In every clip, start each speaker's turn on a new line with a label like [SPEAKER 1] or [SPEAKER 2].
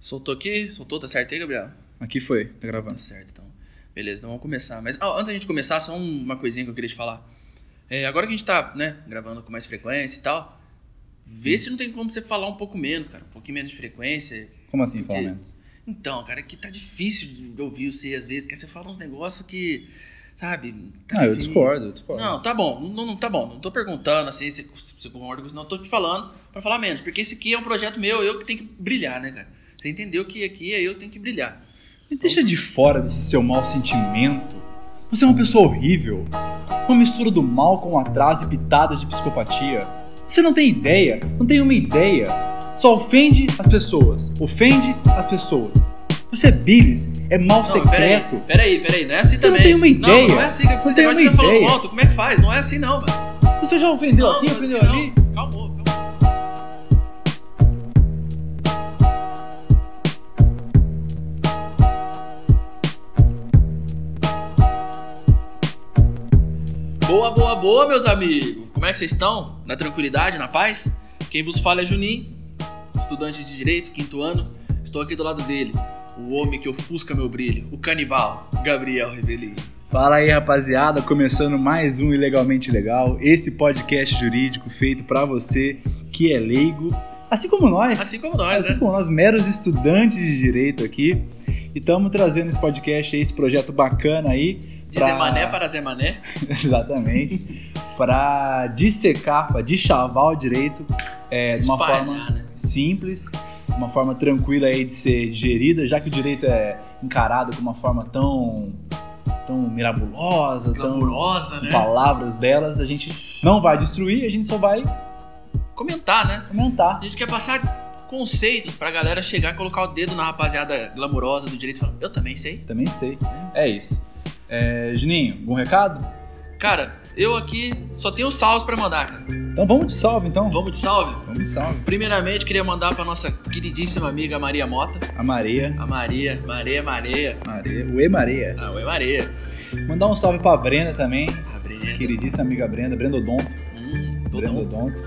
[SPEAKER 1] Soltou aqui? Soltou? Tá certo aí, Gabriel?
[SPEAKER 2] Aqui foi, tá
[SPEAKER 1] Tá
[SPEAKER 2] gravando.
[SPEAKER 1] certo, então. Beleza, então vamos começar. Mas ó, antes da gente começar, só um, uma coisinha que eu queria te falar. É, agora que a gente tá, né, gravando com mais frequência e tal, vê se não tem como você falar um pouco menos, cara. Um pouquinho menos de frequência.
[SPEAKER 2] Como assim,
[SPEAKER 1] Porque-
[SPEAKER 2] falar menos?
[SPEAKER 1] Então, cara, é que tá difícil de ouvir você às vezes, porque você fala uns negócios que, sabe... tá
[SPEAKER 2] Ah, eu
[SPEAKER 1] feio.
[SPEAKER 2] discordo, eu discordo.
[SPEAKER 1] Não, tá bom, não, não tá bom, não tô perguntando assim, se você concorda com isso, não, tô te falando pra falar menos, porque esse aqui é um projeto meu, eu que tenho que brilhar, né, cara? Você entendeu que aqui é eu que tenho que brilhar.
[SPEAKER 2] Me deixa de fora desse seu mau sentimento. Você é uma pessoa horrível. Uma mistura do mal com um atraso e pitadas de psicopatia. Você não tem ideia, não tem uma ideia. Só ofende as pessoas. Ofende as pessoas. Você é bilis, é mal
[SPEAKER 1] Não,
[SPEAKER 2] secreto.
[SPEAKER 1] Peraí, peraí, peraí, não é assim
[SPEAKER 2] Você não
[SPEAKER 1] também.
[SPEAKER 2] tem uma
[SPEAKER 1] Não,
[SPEAKER 2] ideia.
[SPEAKER 1] não é assim, que
[SPEAKER 2] Você
[SPEAKER 1] você
[SPEAKER 2] tem
[SPEAKER 1] agora
[SPEAKER 2] uma
[SPEAKER 1] você tá falando
[SPEAKER 2] ideia.
[SPEAKER 1] alto, como é que faz? Não é assim não, mano.
[SPEAKER 2] Você já ofendeu
[SPEAKER 1] Não,
[SPEAKER 2] aqui,
[SPEAKER 1] não,
[SPEAKER 2] ofendeu
[SPEAKER 1] não.
[SPEAKER 2] ali?
[SPEAKER 1] Calmou, calmou. Boa, boa, boa, meus amigos. Como é que vocês estão? Na tranquilidade, na paz? Quem vos fala é Juninho, estudante de direito, quinto ano. Estou aqui do lado dele, o homem que ofusca meu brilho, o canibal, Gabriel Rebelli.
[SPEAKER 2] Fala aí, rapaziada, começando mais um Ilegalmente Legal, esse podcast jurídico feito pra você que é leigo, assim como nós,
[SPEAKER 1] Assim como nós,
[SPEAKER 2] assim
[SPEAKER 1] né?
[SPEAKER 2] como nós meros estudantes de direito aqui, e estamos trazendo esse podcast aí, esse projeto bacana aí,
[SPEAKER 1] De Zé Mané para Zé Mané.
[SPEAKER 2] exatamente, pra dissecar, pra deschavar o direito é, de uma
[SPEAKER 1] Espalhar,
[SPEAKER 2] forma
[SPEAKER 1] né?
[SPEAKER 2] simples, uma forma tranquila aí de ser digerida, já que o direito é encarado como uma forma tão tão mirabulosa, tão
[SPEAKER 1] Glamurosa,
[SPEAKER 2] tá.
[SPEAKER 1] né?
[SPEAKER 2] palavras belas, a gente não vai destruir, a gente só vai
[SPEAKER 1] Comentar, né?
[SPEAKER 2] comentar.
[SPEAKER 1] A gente quer passar conceitos pra galera chegar e colocar o dedo na rapaziada glamurosa do direito e falar, eu também sei.
[SPEAKER 2] Também sei. É isso. É, Juninho, bom recado?
[SPEAKER 1] Cara, eu aqui só tenho salves pra mandar, cara.
[SPEAKER 2] Então vamos de salve, então.
[SPEAKER 1] Vamos de salve?
[SPEAKER 2] Vamos de salve.
[SPEAKER 1] Primeiramente, queria mandar pra nossa queridíssima amiga Maria Mota.
[SPEAKER 2] A Maria.
[SPEAKER 1] A Maria, Maria, Maria.
[SPEAKER 2] Maria. O E Maria.
[SPEAKER 1] Ah, oi, Maria.
[SPEAKER 2] Mandar um salve pra Brenda também.
[SPEAKER 1] A Brenda.
[SPEAKER 2] Queridíssima amiga Brenda, Brenda Odonto.
[SPEAKER 1] Hum, todo
[SPEAKER 2] Brenda
[SPEAKER 1] mundo.
[SPEAKER 2] Odonto.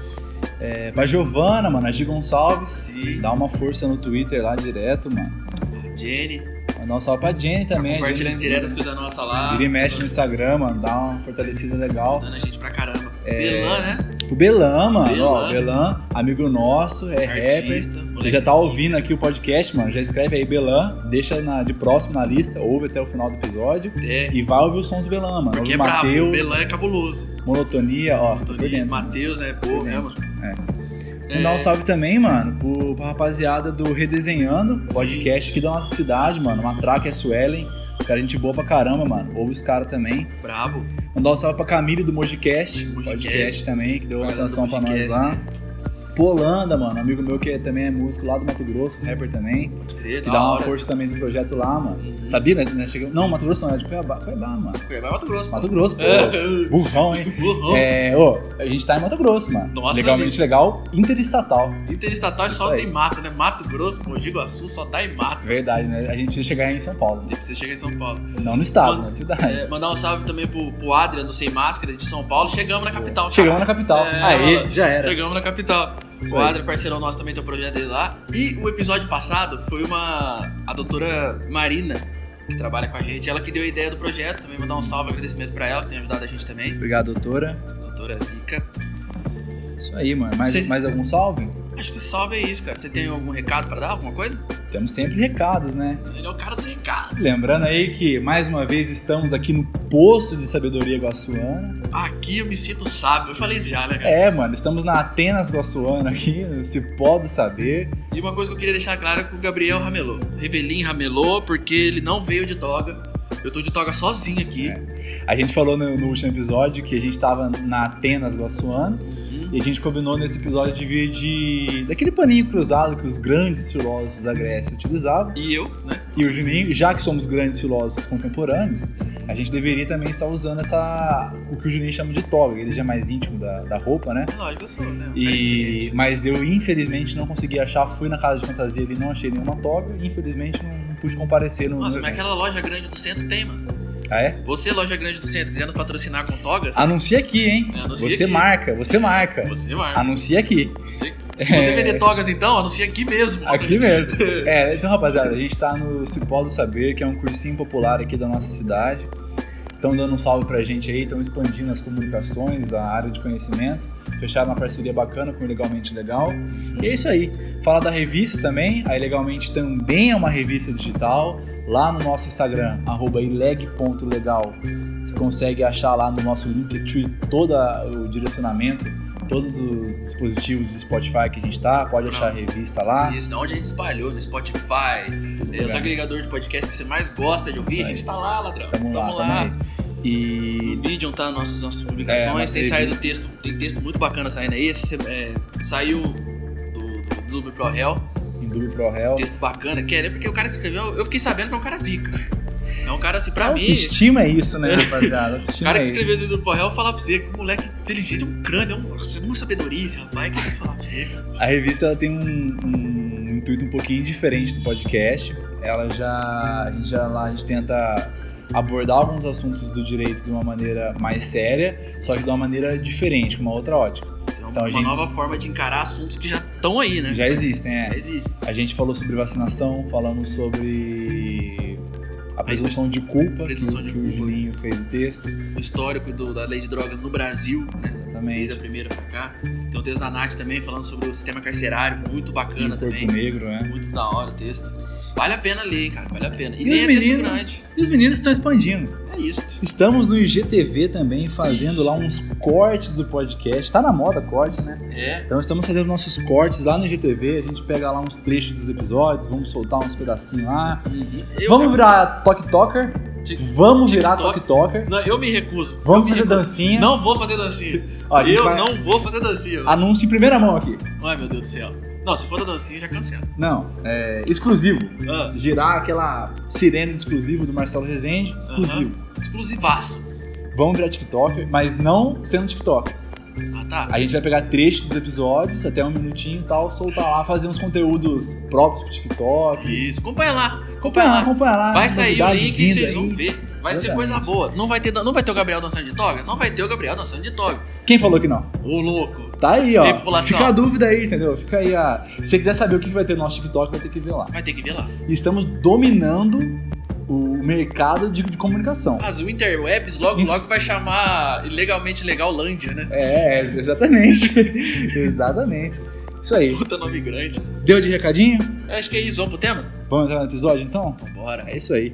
[SPEAKER 2] É, pra Giovana, mano, a Gi Gonçalves.
[SPEAKER 1] Sim.
[SPEAKER 2] Dá um uma força no Twitter lá direto, mano.
[SPEAKER 1] Né, Jenny.
[SPEAKER 2] Mandar um salve pra Jenny
[SPEAKER 1] Tá
[SPEAKER 2] também. a
[SPEAKER 1] compartilhando
[SPEAKER 2] Jenny,
[SPEAKER 1] direto as coisas nossas lá.
[SPEAKER 2] Vira e mexe no Instagram, mano. Dá uma fortalecida legal.
[SPEAKER 1] Ajudando a gente pra caramba.
[SPEAKER 2] É,
[SPEAKER 1] Belan, né?
[SPEAKER 2] O Belan, mano.
[SPEAKER 1] Belan.
[SPEAKER 2] Ó, Belan, amigo nosso, é rapper.
[SPEAKER 1] Artista.
[SPEAKER 2] Você já tá ouvindo aqui o podcast, mano. Já escreve aí Belan, deixa na- de próximo na lista, ouve até o final do episódio.
[SPEAKER 1] É.
[SPEAKER 2] E vai ouvir os sons do Belan, mano.
[SPEAKER 1] Porque
[SPEAKER 2] Ouve
[SPEAKER 1] é
[SPEAKER 2] o
[SPEAKER 1] brabo, o
[SPEAKER 2] Matheus,
[SPEAKER 1] Belan é cabuloso.
[SPEAKER 2] Monotonia, ó. tá por
[SPEAKER 1] Antônio,
[SPEAKER 2] dentro.
[SPEAKER 1] Matheus, né? Pô,
[SPEAKER 2] Por
[SPEAKER 1] né,
[SPEAKER 2] dentro.
[SPEAKER 1] mano? É,
[SPEAKER 2] Mandar um salve também, mano, pro, pra rapaziada do Redesenhando, o podcast aqui da nossa cidade, mano. Matraca é Suelen. Os caras, gente boa pra caramba, mano. Ouve os caras também.
[SPEAKER 1] Brabo.
[SPEAKER 2] Mandar um salve pra Camille do Mojicast,
[SPEAKER 1] Mojicast.
[SPEAKER 2] podcast também, que deu uma
[SPEAKER 1] Galera do
[SPEAKER 2] atenção pra nós
[SPEAKER 1] Mojicast,
[SPEAKER 2] lá. Polanda, mano, amigo meu que é- também é músico lá do Mato Grosso, rapper também,
[SPEAKER 1] Pode crer,
[SPEAKER 2] que
[SPEAKER 1] Hum. da
[SPEAKER 2] dá uma
[SPEAKER 1] hora.
[SPEAKER 2] força também nesse projeto lá, mano.
[SPEAKER 1] Uhum. É,
[SPEAKER 2] Sabia, né? Nós chegamos- Não, Mato Grosso não, é de Cuiabá, Cuiabá, mano.
[SPEAKER 1] Vai Mato Grosso.
[SPEAKER 2] Mato Grosso, pô.
[SPEAKER 1] É.
[SPEAKER 2] Burrão, hein?
[SPEAKER 1] Burrão.
[SPEAKER 2] É, ô, a gente tá em Mato Grosso, mano.
[SPEAKER 1] Nossa,
[SPEAKER 2] Legalmente
[SPEAKER 1] velho.
[SPEAKER 2] legal, interestatal.
[SPEAKER 1] Interestatal
[SPEAKER 2] Isso
[SPEAKER 1] só
[SPEAKER 2] aí.
[SPEAKER 1] tem mato, né? Mato Grosso, Mogi Guaçu só dá em mato.
[SPEAKER 2] Verdade, né? A gente precisa chegar em São Paulo.
[SPEAKER 1] Depois você chega em São Paulo.
[SPEAKER 2] Não no estado,
[SPEAKER 1] Mano,
[SPEAKER 2] na cidade.
[SPEAKER 1] É, mandar um salve também pro, pro Adrian do Sem Máscaras de São Paulo. Chegamos na capital. cara.
[SPEAKER 2] Chegamos na capital.
[SPEAKER 1] É,
[SPEAKER 2] Aê,
[SPEAKER 1] mano.
[SPEAKER 2] já era.
[SPEAKER 1] Chegamos na capital.
[SPEAKER 2] Isso
[SPEAKER 1] o
[SPEAKER 2] aí.
[SPEAKER 1] Adrian, parceirão nosso, também tem o projeto dele lá. E o episódio passado foi uma. A doutora Marina, que trabalha com a gente, ela que deu a ideia do projeto. Também mandar um salve, agradecimento pra ela, que tem ajudado a gente também.
[SPEAKER 2] Obrigado, doutora.
[SPEAKER 1] Doutora Zica.
[SPEAKER 2] Isso aí, mano. Mais,
[SPEAKER 1] Cê-
[SPEAKER 2] mais algum salve?
[SPEAKER 1] Acho que salve é isso, cara. Você tem algum recado pra dar? Alguma coisa?
[SPEAKER 2] Temos sempre recados, né?
[SPEAKER 1] Ele é o cara dos recados.
[SPEAKER 2] Lembrando aí que, mais uma vez, estamos aqui no Poço de Sabedoria Guaçuana.
[SPEAKER 1] Aqui eu me sinto sábio. Eu falei isso já, né, cara?
[SPEAKER 2] É, mano, estamos na Atenas Guaçuana aqui, no Cipó do Saber.
[SPEAKER 1] E uma coisa que eu queria deixar claro é que o Gabriel ramelou. Revelin ramelou porque ele não veio de toga. Eu tô de toga sozinho aqui.
[SPEAKER 2] É. A gente falou no, no último episódio que a gente tava na Atenas Guaçuana
[SPEAKER 1] Uhum.
[SPEAKER 2] e a gente combinou nesse episódio de vir de... daquele paninho cruzado que os grandes filósofos da Grécia utilizavam.
[SPEAKER 1] E eu, né?
[SPEAKER 2] E o Juninho, já que somos grandes filósofos contemporâneos, a gente deveria também estar usando essa... o que o Juninho chama de toga, ele já é mais íntimo da- da roupa, né?
[SPEAKER 1] É lógico, eu sou, né? Um cara
[SPEAKER 2] E,
[SPEAKER 1] inteligente.
[SPEAKER 2] mas eu, infelizmente, não consegui achar. Fui na casa de fantasia ali, não achei nenhuma toga. E, infelizmente, não, não pude comparecer no.
[SPEAKER 1] Nossa, mas
[SPEAKER 2] no
[SPEAKER 1] é
[SPEAKER 2] evento.
[SPEAKER 1] aquela loja grande do centro tem, mano.
[SPEAKER 2] Ah, é?
[SPEAKER 1] Você, loja grande do centro, quiser nos
[SPEAKER 2] Ah,
[SPEAKER 1] patrocinar com togas,
[SPEAKER 2] Anuncia aqui, hein?
[SPEAKER 1] É, anuncia
[SPEAKER 2] você
[SPEAKER 1] aqui.
[SPEAKER 2] marca, você marca.
[SPEAKER 1] você marca.
[SPEAKER 2] Anuncia aqui.
[SPEAKER 1] Você Se você vender togas, então, anuncia aqui mesmo.
[SPEAKER 2] é. Aqui mesmo. É, então, rapaziada, a gente tá no Cipó do Saber, que é um cursinho popular aqui da nossa cidade. Estão dando um salve pra gente aí, estão expandindo as comunicações, a área de conhecimento. Fecharam uma parceria bacana com o Legalmente Legal. E é isso aí. Fala da revista também. A Ilegalmente também é uma revista digital. Lá no nosso Instagram, arroba ileg.legal. Você consegue achar lá no nosso Linktree todo o direcionamento, todos os dispositivos de Spotify que a gente tá. Pode achar a revista lá.
[SPEAKER 1] Isso, na onde a gente espalhou, no Spotify,
[SPEAKER 2] tudo
[SPEAKER 1] eh, os
[SPEAKER 2] bem.
[SPEAKER 1] agregadores de podcast que você mais gosta de ouvir,
[SPEAKER 2] Isso
[SPEAKER 1] a gente
[SPEAKER 2] aí.
[SPEAKER 1] tá lá, ladrão.
[SPEAKER 2] Tamo lá,
[SPEAKER 1] Tamo
[SPEAKER 2] tamo aí.
[SPEAKER 1] No
[SPEAKER 2] E
[SPEAKER 1] Medium tá nossas, nossas publicações,
[SPEAKER 2] É, nossa
[SPEAKER 1] tem saído texto, tem texto muito bacana saindo aí. Esse, sem- eh, saiu do, do, do Blue Pro Hell,
[SPEAKER 2] Enduro Pro Hell.
[SPEAKER 1] texto bacana, que era porque o cara que escreveu, eu fiquei sabendo que é um cara zica. É um cara assim, pra mim.
[SPEAKER 2] Autoestima é isso, né, rapaziada?
[SPEAKER 1] O
[SPEAKER 2] Autoestima
[SPEAKER 1] cara
[SPEAKER 2] é
[SPEAKER 1] que
[SPEAKER 2] isso.
[SPEAKER 1] escreveu esse do Porrel falar pra você que o moleque inteligente, é um crânio, é um, nossa, é uma sabedoria esse rapaz que eu vou falar pra você.
[SPEAKER 2] A revista ela tem um, um intuito um pouquinho diferente do podcast. Ela já a gente já lá a gente tenta abordar alguns assuntos do direito de uma maneira mais séria, só que de uma maneira diferente, com uma outra ótica.
[SPEAKER 1] Isso é uma,
[SPEAKER 2] Então,
[SPEAKER 1] uma
[SPEAKER 2] gente-
[SPEAKER 1] nova forma de encarar assuntos que já estão aí, né?
[SPEAKER 2] Já existem,
[SPEAKER 1] Já
[SPEAKER 2] é.
[SPEAKER 1] existe.
[SPEAKER 2] A gente falou sobre vacinação, falamos sobre a presunção de culpa,
[SPEAKER 1] Presunção
[SPEAKER 2] que,
[SPEAKER 1] de
[SPEAKER 2] que o
[SPEAKER 1] culpa.
[SPEAKER 2] Julinho fez o texto.
[SPEAKER 1] O histórico do- da lei de drogas no Brasil, né? Desde a
[SPEAKER 2] Exatamente.
[SPEAKER 1] primeira pra cá. Tem o texto da Nath também falando sobre o sistema carcerário, muito
[SPEAKER 2] E o
[SPEAKER 1] bacana
[SPEAKER 2] corpo
[SPEAKER 1] também.
[SPEAKER 2] negro, né?
[SPEAKER 1] Muito da hora o texto. Vale a pena ler, hein, cara. Vale a pena. E,
[SPEAKER 2] E
[SPEAKER 1] nem
[SPEAKER 2] os
[SPEAKER 1] é
[SPEAKER 2] meninos?
[SPEAKER 1] texto
[SPEAKER 2] E os meninos estão expandindo.
[SPEAKER 1] grande. É isso.
[SPEAKER 2] Estamos no IGTV também, fazendo lá uns cortes do podcast. Tá na moda corte, né?
[SPEAKER 1] É.
[SPEAKER 2] Então estamos fazendo nossos cortes lá no IGTV. A gente pega lá uns trechos dos episódios, vamos soltar uns pedacinhos lá.
[SPEAKER 1] Uhum. Eu,
[SPEAKER 2] vamos virar Tok Toker.
[SPEAKER 1] Ti-
[SPEAKER 2] Vamos virar
[SPEAKER 1] TikTok.
[SPEAKER 2] Tok Toker.
[SPEAKER 1] Não, eu me recuso.
[SPEAKER 2] Vamos
[SPEAKER 1] eu me
[SPEAKER 2] fazer
[SPEAKER 1] recuso.
[SPEAKER 2] dancinha.
[SPEAKER 1] Não vou fazer dancinha.
[SPEAKER 2] Ó, a gente
[SPEAKER 1] eu
[SPEAKER 2] vai-
[SPEAKER 1] não vou fazer dancinha.
[SPEAKER 2] Anúncio em primeira mão aqui.
[SPEAKER 1] Ai, meu Deus do céu. Não, se for da dancinha, já cancela.
[SPEAKER 2] Não, é exclusivo.
[SPEAKER 1] Ah,
[SPEAKER 2] Girar aquela sirene exclusivo do Marcelo Rezende. Exclusivo.
[SPEAKER 1] exclusivaço.
[SPEAKER 2] Vamos virar TikToker, mas não sendo TikToker.
[SPEAKER 1] Ah, tá.
[SPEAKER 2] A gente vai pegar trechos dos episódios, até um minutinho e tal, soltar lá, fazer uns conteúdos próprios pro TikTok.
[SPEAKER 1] Isso. Acompanha lá. Acompanha
[SPEAKER 2] Acompanha lá,
[SPEAKER 1] lá.
[SPEAKER 2] acompanha lá.
[SPEAKER 1] Vai sair o
[SPEAKER 2] novidades
[SPEAKER 1] link e
[SPEAKER 2] vindo
[SPEAKER 1] vocês
[SPEAKER 2] aí.
[SPEAKER 1] vão ver. Vai ser
[SPEAKER 2] Verdade.
[SPEAKER 1] coisa boa. Não vai, ter, não vai ter o Gabriel dançando de toga? Não vai ter o Gabriel dançando de toga.
[SPEAKER 2] Quem falou que não?
[SPEAKER 1] Ô, louco.
[SPEAKER 2] Tá aí, ó.
[SPEAKER 1] E aí, população?
[SPEAKER 2] Fica a dúvida aí, entendeu? Fica aí a. Se você quiser saber o que vai ter no nosso TikTok, vai ter que ver lá.
[SPEAKER 1] Vai ter que ver lá.
[SPEAKER 2] E estamos dominando o mercado de, de comunicação.
[SPEAKER 1] As interwebs logo, logo vai chamar ilegalmente legal Lândia, né?
[SPEAKER 2] É, exatamente. exatamente. Isso aí.
[SPEAKER 1] Puta nome grande.
[SPEAKER 2] Deu de recadinho?
[SPEAKER 1] Eu acho que é isso. Vamos pro tema?
[SPEAKER 2] Vamos entrar no episódio então?
[SPEAKER 1] Vambora.
[SPEAKER 2] É isso aí.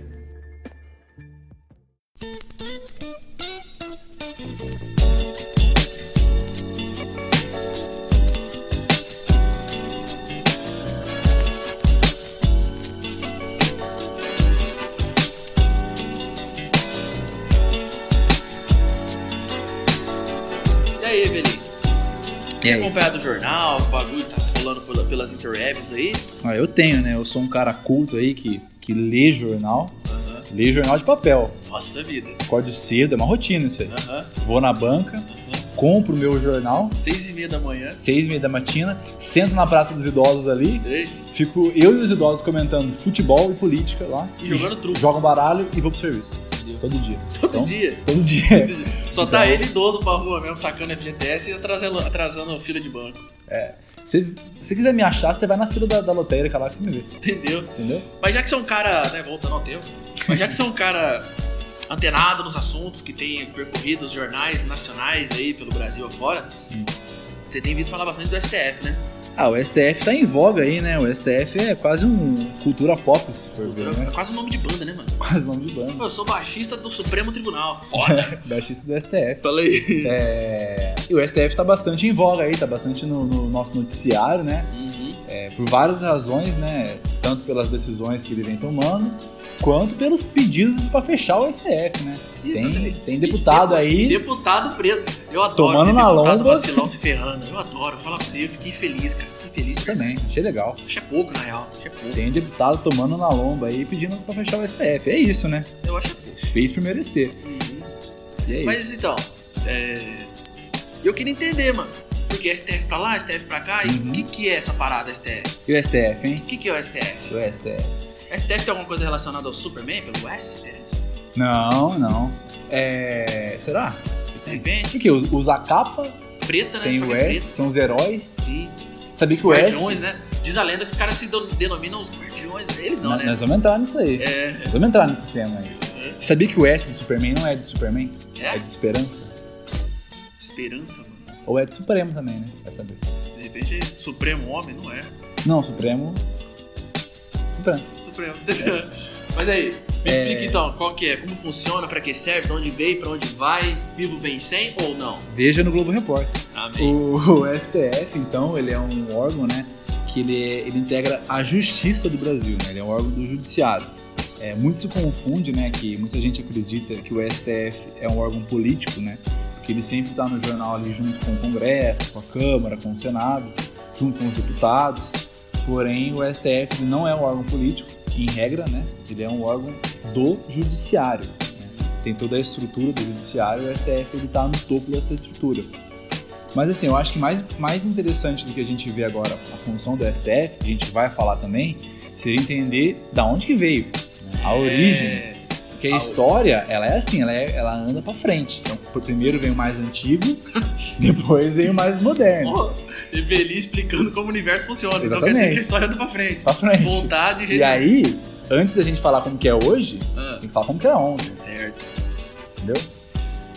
[SPEAKER 1] E aí, é Evelyn?
[SPEAKER 2] E
[SPEAKER 1] Tem acompanhado o jornal, os bagulho tá rolando pela- pelas interwebs aí?
[SPEAKER 2] Ah, eu tenho, né? Eu sou um cara culto aí que, que lê jornal.
[SPEAKER 1] Aham.
[SPEAKER 2] Lê jornal de papel.
[SPEAKER 1] Nossa vida.
[SPEAKER 2] Acordo cedo, é uma rotina isso aí.
[SPEAKER 1] Aham.
[SPEAKER 2] Vou na banca,
[SPEAKER 1] aham.
[SPEAKER 2] compro o meu jornal,
[SPEAKER 1] Seis e meia da manhã.
[SPEAKER 2] seis e meia da matina, sento na Praça dos Idosos ali,
[SPEAKER 1] Sei.
[SPEAKER 2] fico eu e os idosos comentando futebol e política lá.
[SPEAKER 1] E jogando truco.
[SPEAKER 2] Jogo um baralho e vou pro serviço.
[SPEAKER 1] Entendeu?
[SPEAKER 2] Todo dia.
[SPEAKER 1] Todo
[SPEAKER 2] Então,
[SPEAKER 1] dia.
[SPEAKER 2] Todo dia.
[SPEAKER 1] todo dia. Só tá ele idoso pra rua mesmo, sacando FGTS e atrasando, atrasando fila de banco.
[SPEAKER 2] Se você quiser me achar, você vai na fila da, da lotérica lá que você me vê,
[SPEAKER 1] Entendeu?
[SPEAKER 2] entendeu?
[SPEAKER 1] Mas já que você é um cara, né, voltando ao tempo, mas já que você é um cara antenado nos assuntos que tem percorrido os jornais nacionais aí pelo Brasil afora,
[SPEAKER 2] Hum.
[SPEAKER 1] você tem vindo falar bastante do STF, né?
[SPEAKER 2] Ah, o STF tá em voga aí, né? O STF é quase um cultura pop, se for
[SPEAKER 1] Cultura-
[SPEAKER 2] ver, né?
[SPEAKER 1] É quase um nome de banda, né, mano?
[SPEAKER 2] Quase nome de banda.
[SPEAKER 1] Pô, Eu sou baixista do Supremo Tribunal. Foda.
[SPEAKER 2] Baixista do STF.
[SPEAKER 1] Fala aí.
[SPEAKER 2] É, e o STF tá bastante em voga aí, tá bastante no, no nosso noticiário, né?
[SPEAKER 1] Uhum.
[SPEAKER 2] É, por várias razões, né? Tanto pelas decisões que ele vem tomando, quanto pelos pedidos pra fechar o STF, né? Tem,
[SPEAKER 1] Exatamente.
[SPEAKER 2] tem deputado aí.
[SPEAKER 1] Deputado preto. Eu adoro
[SPEAKER 2] Tomando
[SPEAKER 1] ver
[SPEAKER 2] na
[SPEAKER 1] deputado
[SPEAKER 2] lomba.
[SPEAKER 1] vacilão se ferrando. Eu adoro. Fala pra você, eu fiquei feliz, cara. Fiquei feliz. Cara.
[SPEAKER 2] Também, achei legal.
[SPEAKER 1] Acho é pouco, na real. Acho é pouco.
[SPEAKER 2] Tem deputado tomando na lomba aí pedindo pra fechar o STF. É isso, né?
[SPEAKER 1] Eu acho é pouco.
[SPEAKER 2] Fez por merecer. E é isso.
[SPEAKER 1] Mas então, é... eu queria entender, mano. Porque STF pra lá, STF pra cá, e
[SPEAKER 2] Uhum.
[SPEAKER 1] o que, que é essa parada STF?
[SPEAKER 2] E o STF, hein?
[SPEAKER 1] O que, que é o STF?
[SPEAKER 2] O STF.
[SPEAKER 1] STF tem alguma coisa relacionada ao Superman, pelo STF?
[SPEAKER 2] Não, não. É. Será?
[SPEAKER 1] De repente,
[SPEAKER 2] Por quê? Os, os é? a capa,
[SPEAKER 1] preta, né?
[SPEAKER 2] tem
[SPEAKER 1] Só
[SPEAKER 2] o
[SPEAKER 1] que é
[SPEAKER 2] S,
[SPEAKER 1] preta.
[SPEAKER 2] são os heróis.
[SPEAKER 1] Sim.
[SPEAKER 2] Sabia que o S.
[SPEAKER 1] Guardiões, né? Diz a lenda que os caras se do- denominam os guardiões. Eles não,
[SPEAKER 2] Nós-
[SPEAKER 1] né?
[SPEAKER 2] Nós vamos entrar nisso aí.
[SPEAKER 1] É.
[SPEAKER 2] Nós vamos entrar nesse tema aí. Sabia que o S do Superman não é de Superman?
[SPEAKER 1] É?
[SPEAKER 2] É de Esperança?
[SPEAKER 1] Esperança, mano.
[SPEAKER 2] Ou é de Supremo também, né? Vai saber.
[SPEAKER 1] De repente é isso. Supremo homem, não é.
[SPEAKER 2] Não, Supremo. Supremo.
[SPEAKER 1] Supremo. Mas aí, me explica então, qual que é? Como funciona, pra que serve, pra onde veio, pra onde vai, vivo bem sem ou não?
[SPEAKER 2] Veja no Globo Repórter.
[SPEAKER 1] Amém.
[SPEAKER 2] O, o STF, então, ele é um órgão, né? Que ele, é- ele integra a justiça do Brasil, né? Ele é um órgão do judiciário. É, muito se confunde, né? Que muita gente acredita que o STF é um órgão político, né? Porque ele sempre está no jornal ali junto com o Congresso, com a Câmara, com o Senado, junto com os deputados. Porém, o STF ele não é um órgão político, em regra, né? Ele é um órgão do judiciário. né? Tem toda a estrutura do judiciário, e o STF ele está no topo dessa estrutura. Mas assim, eu acho que mais, mais interessante do que a gente vê agora a função do STF, que a gente vai falar também, seria entender da onde que veio, né? a origem.
[SPEAKER 1] É,
[SPEAKER 2] Porque a
[SPEAKER 1] Ah,
[SPEAKER 2] história, ela é assim, ela, é- ela anda pra frente. Então, pr- primeiro vem o mais antigo, depois vem o mais moderno.
[SPEAKER 1] ó, É. Eveli explicando como o universo funciona. Então quer
[SPEAKER 2] Exatamente.
[SPEAKER 1] dizer que a história anda pra frente.
[SPEAKER 2] Pra frente.
[SPEAKER 1] Vontade,
[SPEAKER 2] E
[SPEAKER 1] jeito.
[SPEAKER 2] aí, antes da gente falar como que é hoje,
[SPEAKER 1] Ah,
[SPEAKER 2] tem que falar como que é ontem,
[SPEAKER 1] certo.
[SPEAKER 2] entendeu?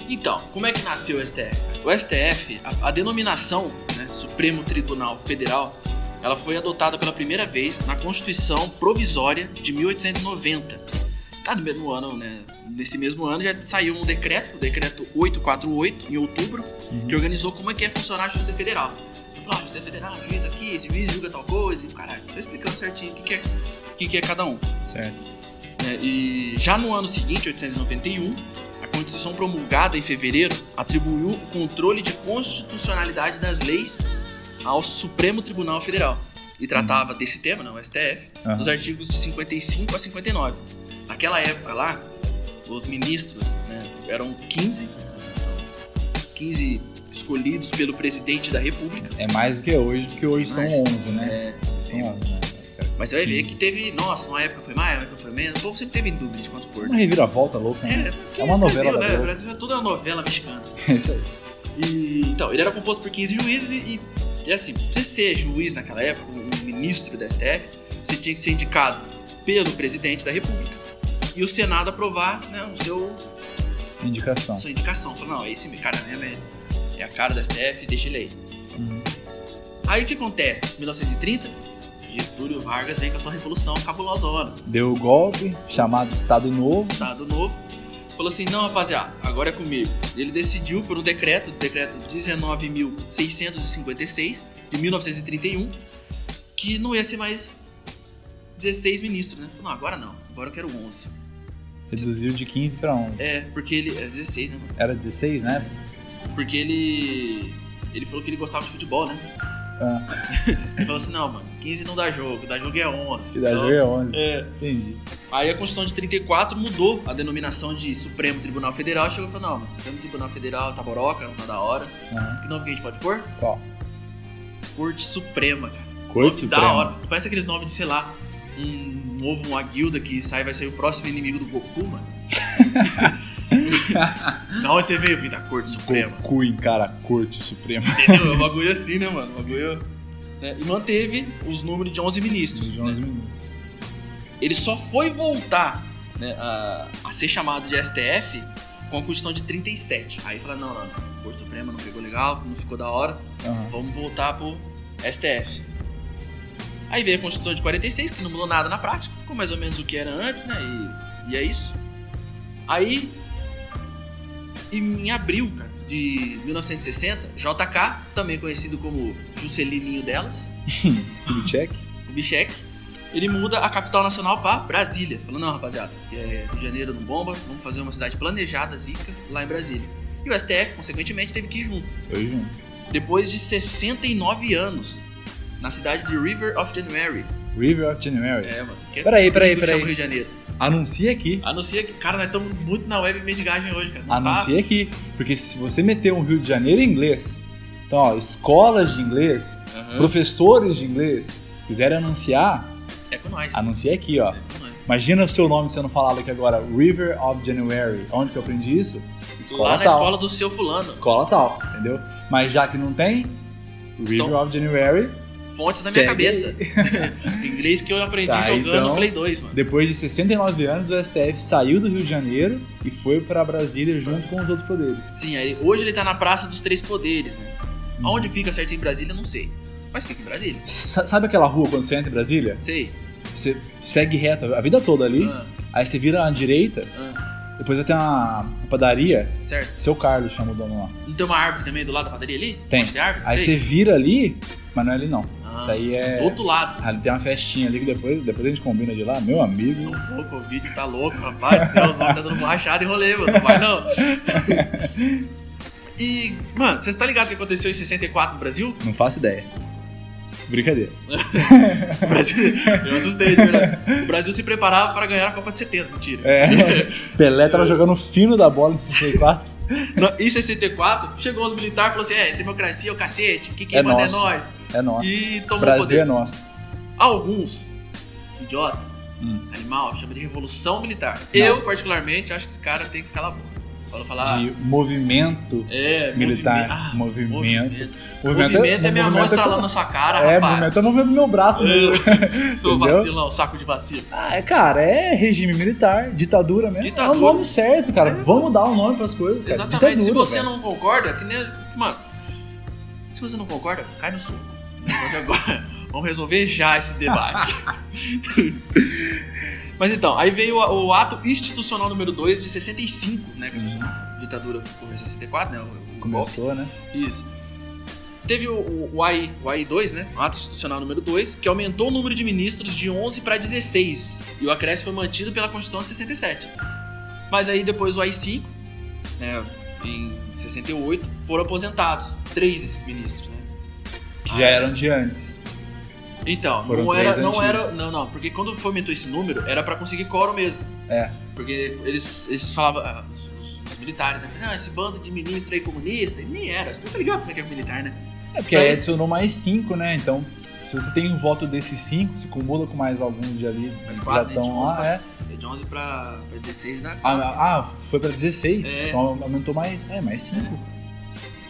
[SPEAKER 1] Então, como é que nasceu o STF? O STF, a, a denominação né, Supremo Tribunal Federal, ela foi adotada pela primeira vez na Constituição Provisória de 1890. Tá no mesmo ano, né? Nesse mesmo ano já saiu um decreto, o decreto 848, em outubro,
[SPEAKER 2] Uhum.
[SPEAKER 1] que organizou como é que ia funcionar a Justiça Federal. Ele falou, ah, Justiça Federal, juiz aqui, esse juiz julga tal coisa, e caralho, tô explicando certinho o que, que, é, o que, que é cada um.
[SPEAKER 2] Certo.
[SPEAKER 1] É, E já no ano seguinte, 891, a Constituição promulgada em fevereiro atribuiu o controle de constitucionalidade das leis ao Supremo Tribunal Federal e tratava desse tema, não, o STF,
[SPEAKER 2] Aham.
[SPEAKER 1] nos artigos de 55 a 59. Naquela época lá, os ministros né, eram 15, então, 15 escolhidos pelo presidente da República.
[SPEAKER 2] É mais do que hoje, porque hoje são
[SPEAKER 1] Mais.
[SPEAKER 2] 11, né?
[SPEAKER 1] É,
[SPEAKER 2] São
[SPEAKER 1] é.
[SPEAKER 2] 11, né?
[SPEAKER 1] mas você vai ver
[SPEAKER 2] 15.
[SPEAKER 1] que teve, nossa, uma época foi mais, uma época foi menos, o povo sempre teve dúvida de quantos por.
[SPEAKER 2] Uma reviravolta louca, né?
[SPEAKER 1] porque
[SPEAKER 2] É uma novela
[SPEAKER 1] Brasil,
[SPEAKER 2] da
[SPEAKER 1] né?
[SPEAKER 2] Globo.
[SPEAKER 1] Brasil é tudo uma novela mexicana.
[SPEAKER 2] É isso aí.
[SPEAKER 1] E, então, ele era composto por 15 juízes e, e assim, pra você ser juiz naquela época, um ministro da STF, você tinha que ser indicado pelo presidente da República e o Senado aprovar né, o seu,
[SPEAKER 2] Indicação.
[SPEAKER 1] sua indicação. Falou, não, é esse cara mesmo é, é a cara da STF, deixa ele aí.
[SPEAKER 2] Uhum.
[SPEAKER 1] Aí o que acontece? 1930, Getúlio Vargas vem com a sua revolução cabulosona.
[SPEAKER 2] Deu o golpe, chamado Estado Novo.
[SPEAKER 1] Estado Novo, falou assim: não, rapaziada, agora é comigo. Ele decidiu por um decreto, o decreto 19.656 de 1931, que não ia ser mais 16 ministros, né? Falou, não, agora não, agora eu quero 11.
[SPEAKER 2] Reduziu de 15 pra 11.
[SPEAKER 1] É, porque ele. Era 16, né? mano?
[SPEAKER 2] Era 16, né?
[SPEAKER 1] Porque ele. Ele falou que ele gostava de futebol, né?
[SPEAKER 2] Ah,
[SPEAKER 1] Ele falou assim: não, mano, 15 não dá jogo, dá jogo é 11.
[SPEAKER 2] que da
[SPEAKER 1] Então,
[SPEAKER 2] jogo é 11.
[SPEAKER 1] É,
[SPEAKER 2] Entendi.
[SPEAKER 1] Aí a Constituição de 34 mudou a denominação de Supremo Tribunal Federal. Chegou e falou: não, mas Supremo Tribunal Federal tá boroca, não tá da hora.
[SPEAKER 2] Aham.
[SPEAKER 1] Que nome que a gente pode pôr?
[SPEAKER 2] Qual?
[SPEAKER 1] Corte Suprema, cara.
[SPEAKER 2] Corte
[SPEAKER 1] Nome Da hora. Parece aqueles nomes de, sei lá, um novo, uma guilda que sai, vai sair o próximo inimigo do Goku, mano. da onde você veio? Vim da Corte Suprema.
[SPEAKER 2] Goku encara a Corte Suprema.
[SPEAKER 1] Entendeu? É um bagulho assim, né, mano? Um bagulho. né? E manteve os números de 11 ministros.
[SPEAKER 2] Dos
[SPEAKER 1] né?
[SPEAKER 2] 11 minutos.
[SPEAKER 1] ele só foi voltar né, a, a ser chamado de STF com a Constituição de 37. Aí fala, não, não, não, o Corte Suprema não pegou legal, não ficou da hora,
[SPEAKER 2] Aham.
[SPEAKER 1] vamos voltar pro STF. Aí veio a Constituição de 46, que não mudou nada na prática, ficou mais ou menos o que era antes, né, e, e é isso. Aí, em abril cara, de 1960, JK, também conhecido como Juscelininho delas,
[SPEAKER 2] Tudo check?
[SPEAKER 1] o Bichek, ele muda a capital nacional pra Brasília. Falou, não, rapaziada, é, Rio de Janeiro não bomba, vamos fazer uma cidade planejada, zica, lá em Brasília. E o STF, consequentemente, teve que ir junto.
[SPEAKER 2] Foi junto.
[SPEAKER 1] Depois de 69 anos, na cidade de River of January.
[SPEAKER 2] River of January.
[SPEAKER 1] É, mano. que é
[SPEAKER 2] Peraí,
[SPEAKER 1] como
[SPEAKER 2] peraí,
[SPEAKER 1] chama
[SPEAKER 2] peraí.
[SPEAKER 1] o Rio de Janeiro.
[SPEAKER 2] Anuncia aqui.
[SPEAKER 1] Anuncia que, cara, nós estamos muito na web mendigagem hoje, cara. Não tá?
[SPEAKER 2] Anuncia aqui. Porque se você meter um Rio de Janeiro em inglês, então, ó, escolas de inglês,
[SPEAKER 1] Tá... Aham,
[SPEAKER 2] professores de inglês, se quiserem anunciar,
[SPEAKER 1] É com nós.
[SPEAKER 2] anuncia aqui, ó.
[SPEAKER 1] É com nós.
[SPEAKER 2] Imagina o seu nome sendo falado aqui agora, River of January. Onde que eu aprendi isso? Escola tá,
[SPEAKER 1] Lá na
[SPEAKER 2] tal.
[SPEAKER 1] escola do seu fulano.
[SPEAKER 2] Escola tal, entendeu? Mas já que não tem, River
[SPEAKER 1] Então-
[SPEAKER 2] of January
[SPEAKER 1] Fontes da minha
[SPEAKER 2] Segue
[SPEAKER 1] cabeça. Inglês que eu aprendi
[SPEAKER 2] Tá,
[SPEAKER 1] jogando
[SPEAKER 2] então.
[SPEAKER 1] Play 2, mano.
[SPEAKER 2] Depois de 69 anos, o STF saiu do Rio de Janeiro e foi para Brasília junto com os outros poderes.
[SPEAKER 1] Sim, aí, hoje ele tá na Praça dos Três Poderes, né?
[SPEAKER 2] Uhum.
[SPEAKER 1] Aonde fica certo em Brasília, eu não sei. Mas fica em Brasília.
[SPEAKER 2] Sa- Sabe aquela rua quando você entra em Brasília?
[SPEAKER 1] Sei.
[SPEAKER 2] Você segue reto a vida toda ali,
[SPEAKER 1] Ah,
[SPEAKER 2] aí você vira à direita,
[SPEAKER 1] ah,
[SPEAKER 2] depois vai ter uma uma padaria,
[SPEAKER 1] certo.
[SPEAKER 2] seu Carlos chama o dono lá.
[SPEAKER 1] Não tem uma árvore também do lado da padaria ali?
[SPEAKER 2] Tem.
[SPEAKER 1] Onde tem árvore?
[SPEAKER 2] Aí você
[SPEAKER 1] sei.
[SPEAKER 2] vira ali, mas não é ali não.
[SPEAKER 1] Ah,
[SPEAKER 2] Isso aí é.
[SPEAKER 1] Do outro lado.
[SPEAKER 2] Ali tem uma festinha ali que depois, depois a gente combina de lá, meu amigo.
[SPEAKER 1] Não vou, Covid tá louco, rapaz. do Céu, os homens tá dando borrachada e rolê, mano. Não vai não. E, mano, você tá ligado o que aconteceu em 64 no Brasil?
[SPEAKER 2] Não faço ideia. Brincadeira.
[SPEAKER 1] O Brasil eu assustei, de verdade. O Brasil se preparava pra ganhar a Copa de 70, mentira.
[SPEAKER 2] É. Pelé tava jogando fino da bola em 64.
[SPEAKER 1] No- Em 64, chegou os militares e falou assim: é, democracia é o cacete, que quem
[SPEAKER 2] É
[SPEAKER 1] manda
[SPEAKER 2] nosso.
[SPEAKER 1] é nós.
[SPEAKER 2] É nosso.
[SPEAKER 1] E tomou o
[SPEAKER 2] Brasil é
[SPEAKER 1] poder.
[SPEAKER 2] nosso.
[SPEAKER 1] Alguns, idiota,
[SPEAKER 2] Hum.
[SPEAKER 1] animal, chama de revolução militar.
[SPEAKER 2] Não.
[SPEAKER 1] Eu, particularmente, acho que esse cara tem que calar a boca. Fala falar.
[SPEAKER 2] De movimento.
[SPEAKER 1] É,
[SPEAKER 2] Militar,
[SPEAKER 1] movime-
[SPEAKER 2] movimento.
[SPEAKER 1] Movimento, é minha mão
[SPEAKER 2] movimento
[SPEAKER 1] estralando
[SPEAKER 2] com-
[SPEAKER 1] na sua cara,
[SPEAKER 2] É,
[SPEAKER 1] rapaz.
[SPEAKER 2] movimento é movimento do meu braço. né?
[SPEAKER 1] É, Seu
[SPEAKER 2] Entendeu?
[SPEAKER 1] vacilão, saco de vacilo.
[SPEAKER 2] Ah, é, cara, é regime militar, ditadura mesmo. É
[SPEAKER 1] Ditadura. É.
[SPEAKER 2] o nome certo, cara. Vamos dar o nome pras coisas, cara.
[SPEAKER 1] Exatamente. Se
[SPEAKER 2] Ditadura,
[SPEAKER 1] você
[SPEAKER 2] velho.
[SPEAKER 1] não concorda, que nem. Mano, se você não concorda, cai no soco. Resolve agora. Vamos resolver já esse debate. Mas então, aí veio a- o ato institucional número 2 de 65, né? Que a ditadura ocorreu em 64, né? o- o golpe.
[SPEAKER 2] Começou, né?
[SPEAKER 1] Isso. Teve o, o, o AI, o AI2, né? O ato institucional número 2, que aumentou o número de ministros de 11 para 16. E o acréscimo foi mantido pela Constituição de 67. Mas aí depois o AI5, né? Em 68, foram aposentados. Três desses ministros, né?
[SPEAKER 2] Que
[SPEAKER 1] é.
[SPEAKER 2] já eram de antes.
[SPEAKER 1] Então,
[SPEAKER 2] Foram
[SPEAKER 1] não era,
[SPEAKER 2] três
[SPEAKER 1] não era.
[SPEAKER 2] antigos.
[SPEAKER 1] Não, não, porque quando foi aumentou esse número, era para conseguir quórum mesmo.
[SPEAKER 2] É.
[SPEAKER 1] Porque eles, eles falavam. ah, os, os- os militares, né? Não, esse bando de ministro aí comunista, e nem era. Você não tá ligado como é que é militar, né?
[SPEAKER 2] É porque
[SPEAKER 1] Mas-
[SPEAKER 2] aí adicionou mais 5, né? Então, se você tem um voto desses 5, se cumula com mais alguns de ali.
[SPEAKER 1] Mais
[SPEAKER 2] que
[SPEAKER 1] 4, né?
[SPEAKER 2] já
[SPEAKER 1] De 11,
[SPEAKER 2] estão lá,
[SPEAKER 1] pra,
[SPEAKER 2] é.
[SPEAKER 1] é de 11 pra, pra 16, né?
[SPEAKER 2] Ah, ah, foi pra 16,
[SPEAKER 1] É.
[SPEAKER 2] então aumentou mais. É, mais 5.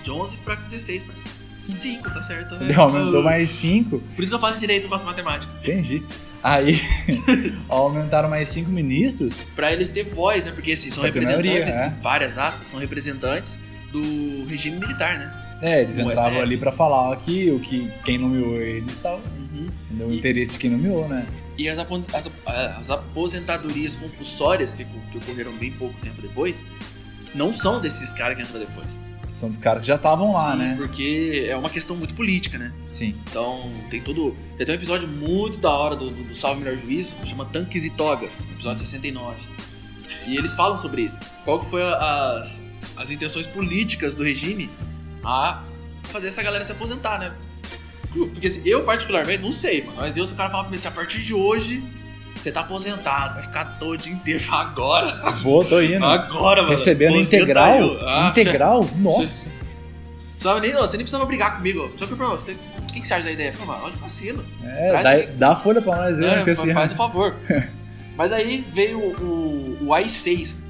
[SPEAKER 1] De 11 pra 16, parceiro. 5, tá certo, né?
[SPEAKER 2] Entendeu? Aumentou mais 5.
[SPEAKER 1] Por isso que eu faço direito, eu faço matemática.
[SPEAKER 2] Entendi. Aí aumentaram mais cinco ministros.
[SPEAKER 1] Pra eles ter voz, né? Porque assim, são
[SPEAKER 2] Pra ter
[SPEAKER 1] representantes,
[SPEAKER 2] maioria, é.
[SPEAKER 1] entre várias aspas, são representantes do regime militar, né?
[SPEAKER 2] É, eles
[SPEAKER 1] O
[SPEAKER 2] entravam
[SPEAKER 1] STF.
[SPEAKER 2] ali pra falar que o que quem nomeou eles estava entendeu? o
[SPEAKER 1] E-
[SPEAKER 2] interesse de quem nomeou, né?
[SPEAKER 1] E as, apo- as- ah, as aposentadorias compulsórias, que, que ocorreram bem pouco tempo depois, não são desses caras que entram depois.
[SPEAKER 2] São dos caras que já estavam lá,
[SPEAKER 1] Sim,
[SPEAKER 2] né?
[SPEAKER 1] porque é uma questão muito política, né?
[SPEAKER 2] Sim.
[SPEAKER 1] Então tem todo. Tem até um episódio muito da hora do, do, do Salve Melhor Juízo, chama Tanques e Togas, episódio 69. E eles falam sobre isso. Qual que foi a- as, as intenções políticas do regime a fazer essa galera se aposentar, né? Porque assim, eu particularmente não sei, mano. Mas eu, se o cara falar pra mim assim, a partir de hoje, você tá aposentado, vai ficar todo o dia inteiro agora.
[SPEAKER 2] Vou, tô indo.
[SPEAKER 1] Agora, mano.
[SPEAKER 2] Recebendo
[SPEAKER 1] aposenta
[SPEAKER 2] integral.
[SPEAKER 1] eu. Ah,
[SPEAKER 2] integral? Nossa.
[SPEAKER 1] Precisava nem, você nem precisava brigar comigo. Só que, mano, você, o que, que você acha da ideia? Eu falei, mano, lógico que eu assino.
[SPEAKER 2] É,
[SPEAKER 1] Traz
[SPEAKER 2] dá,
[SPEAKER 1] aí.
[SPEAKER 2] dá a folha pra nós aí,
[SPEAKER 1] É,
[SPEAKER 2] né? Porque
[SPEAKER 1] fa-
[SPEAKER 2] assim,
[SPEAKER 1] faz o favor. Mas aí veio o, o, o AI-6,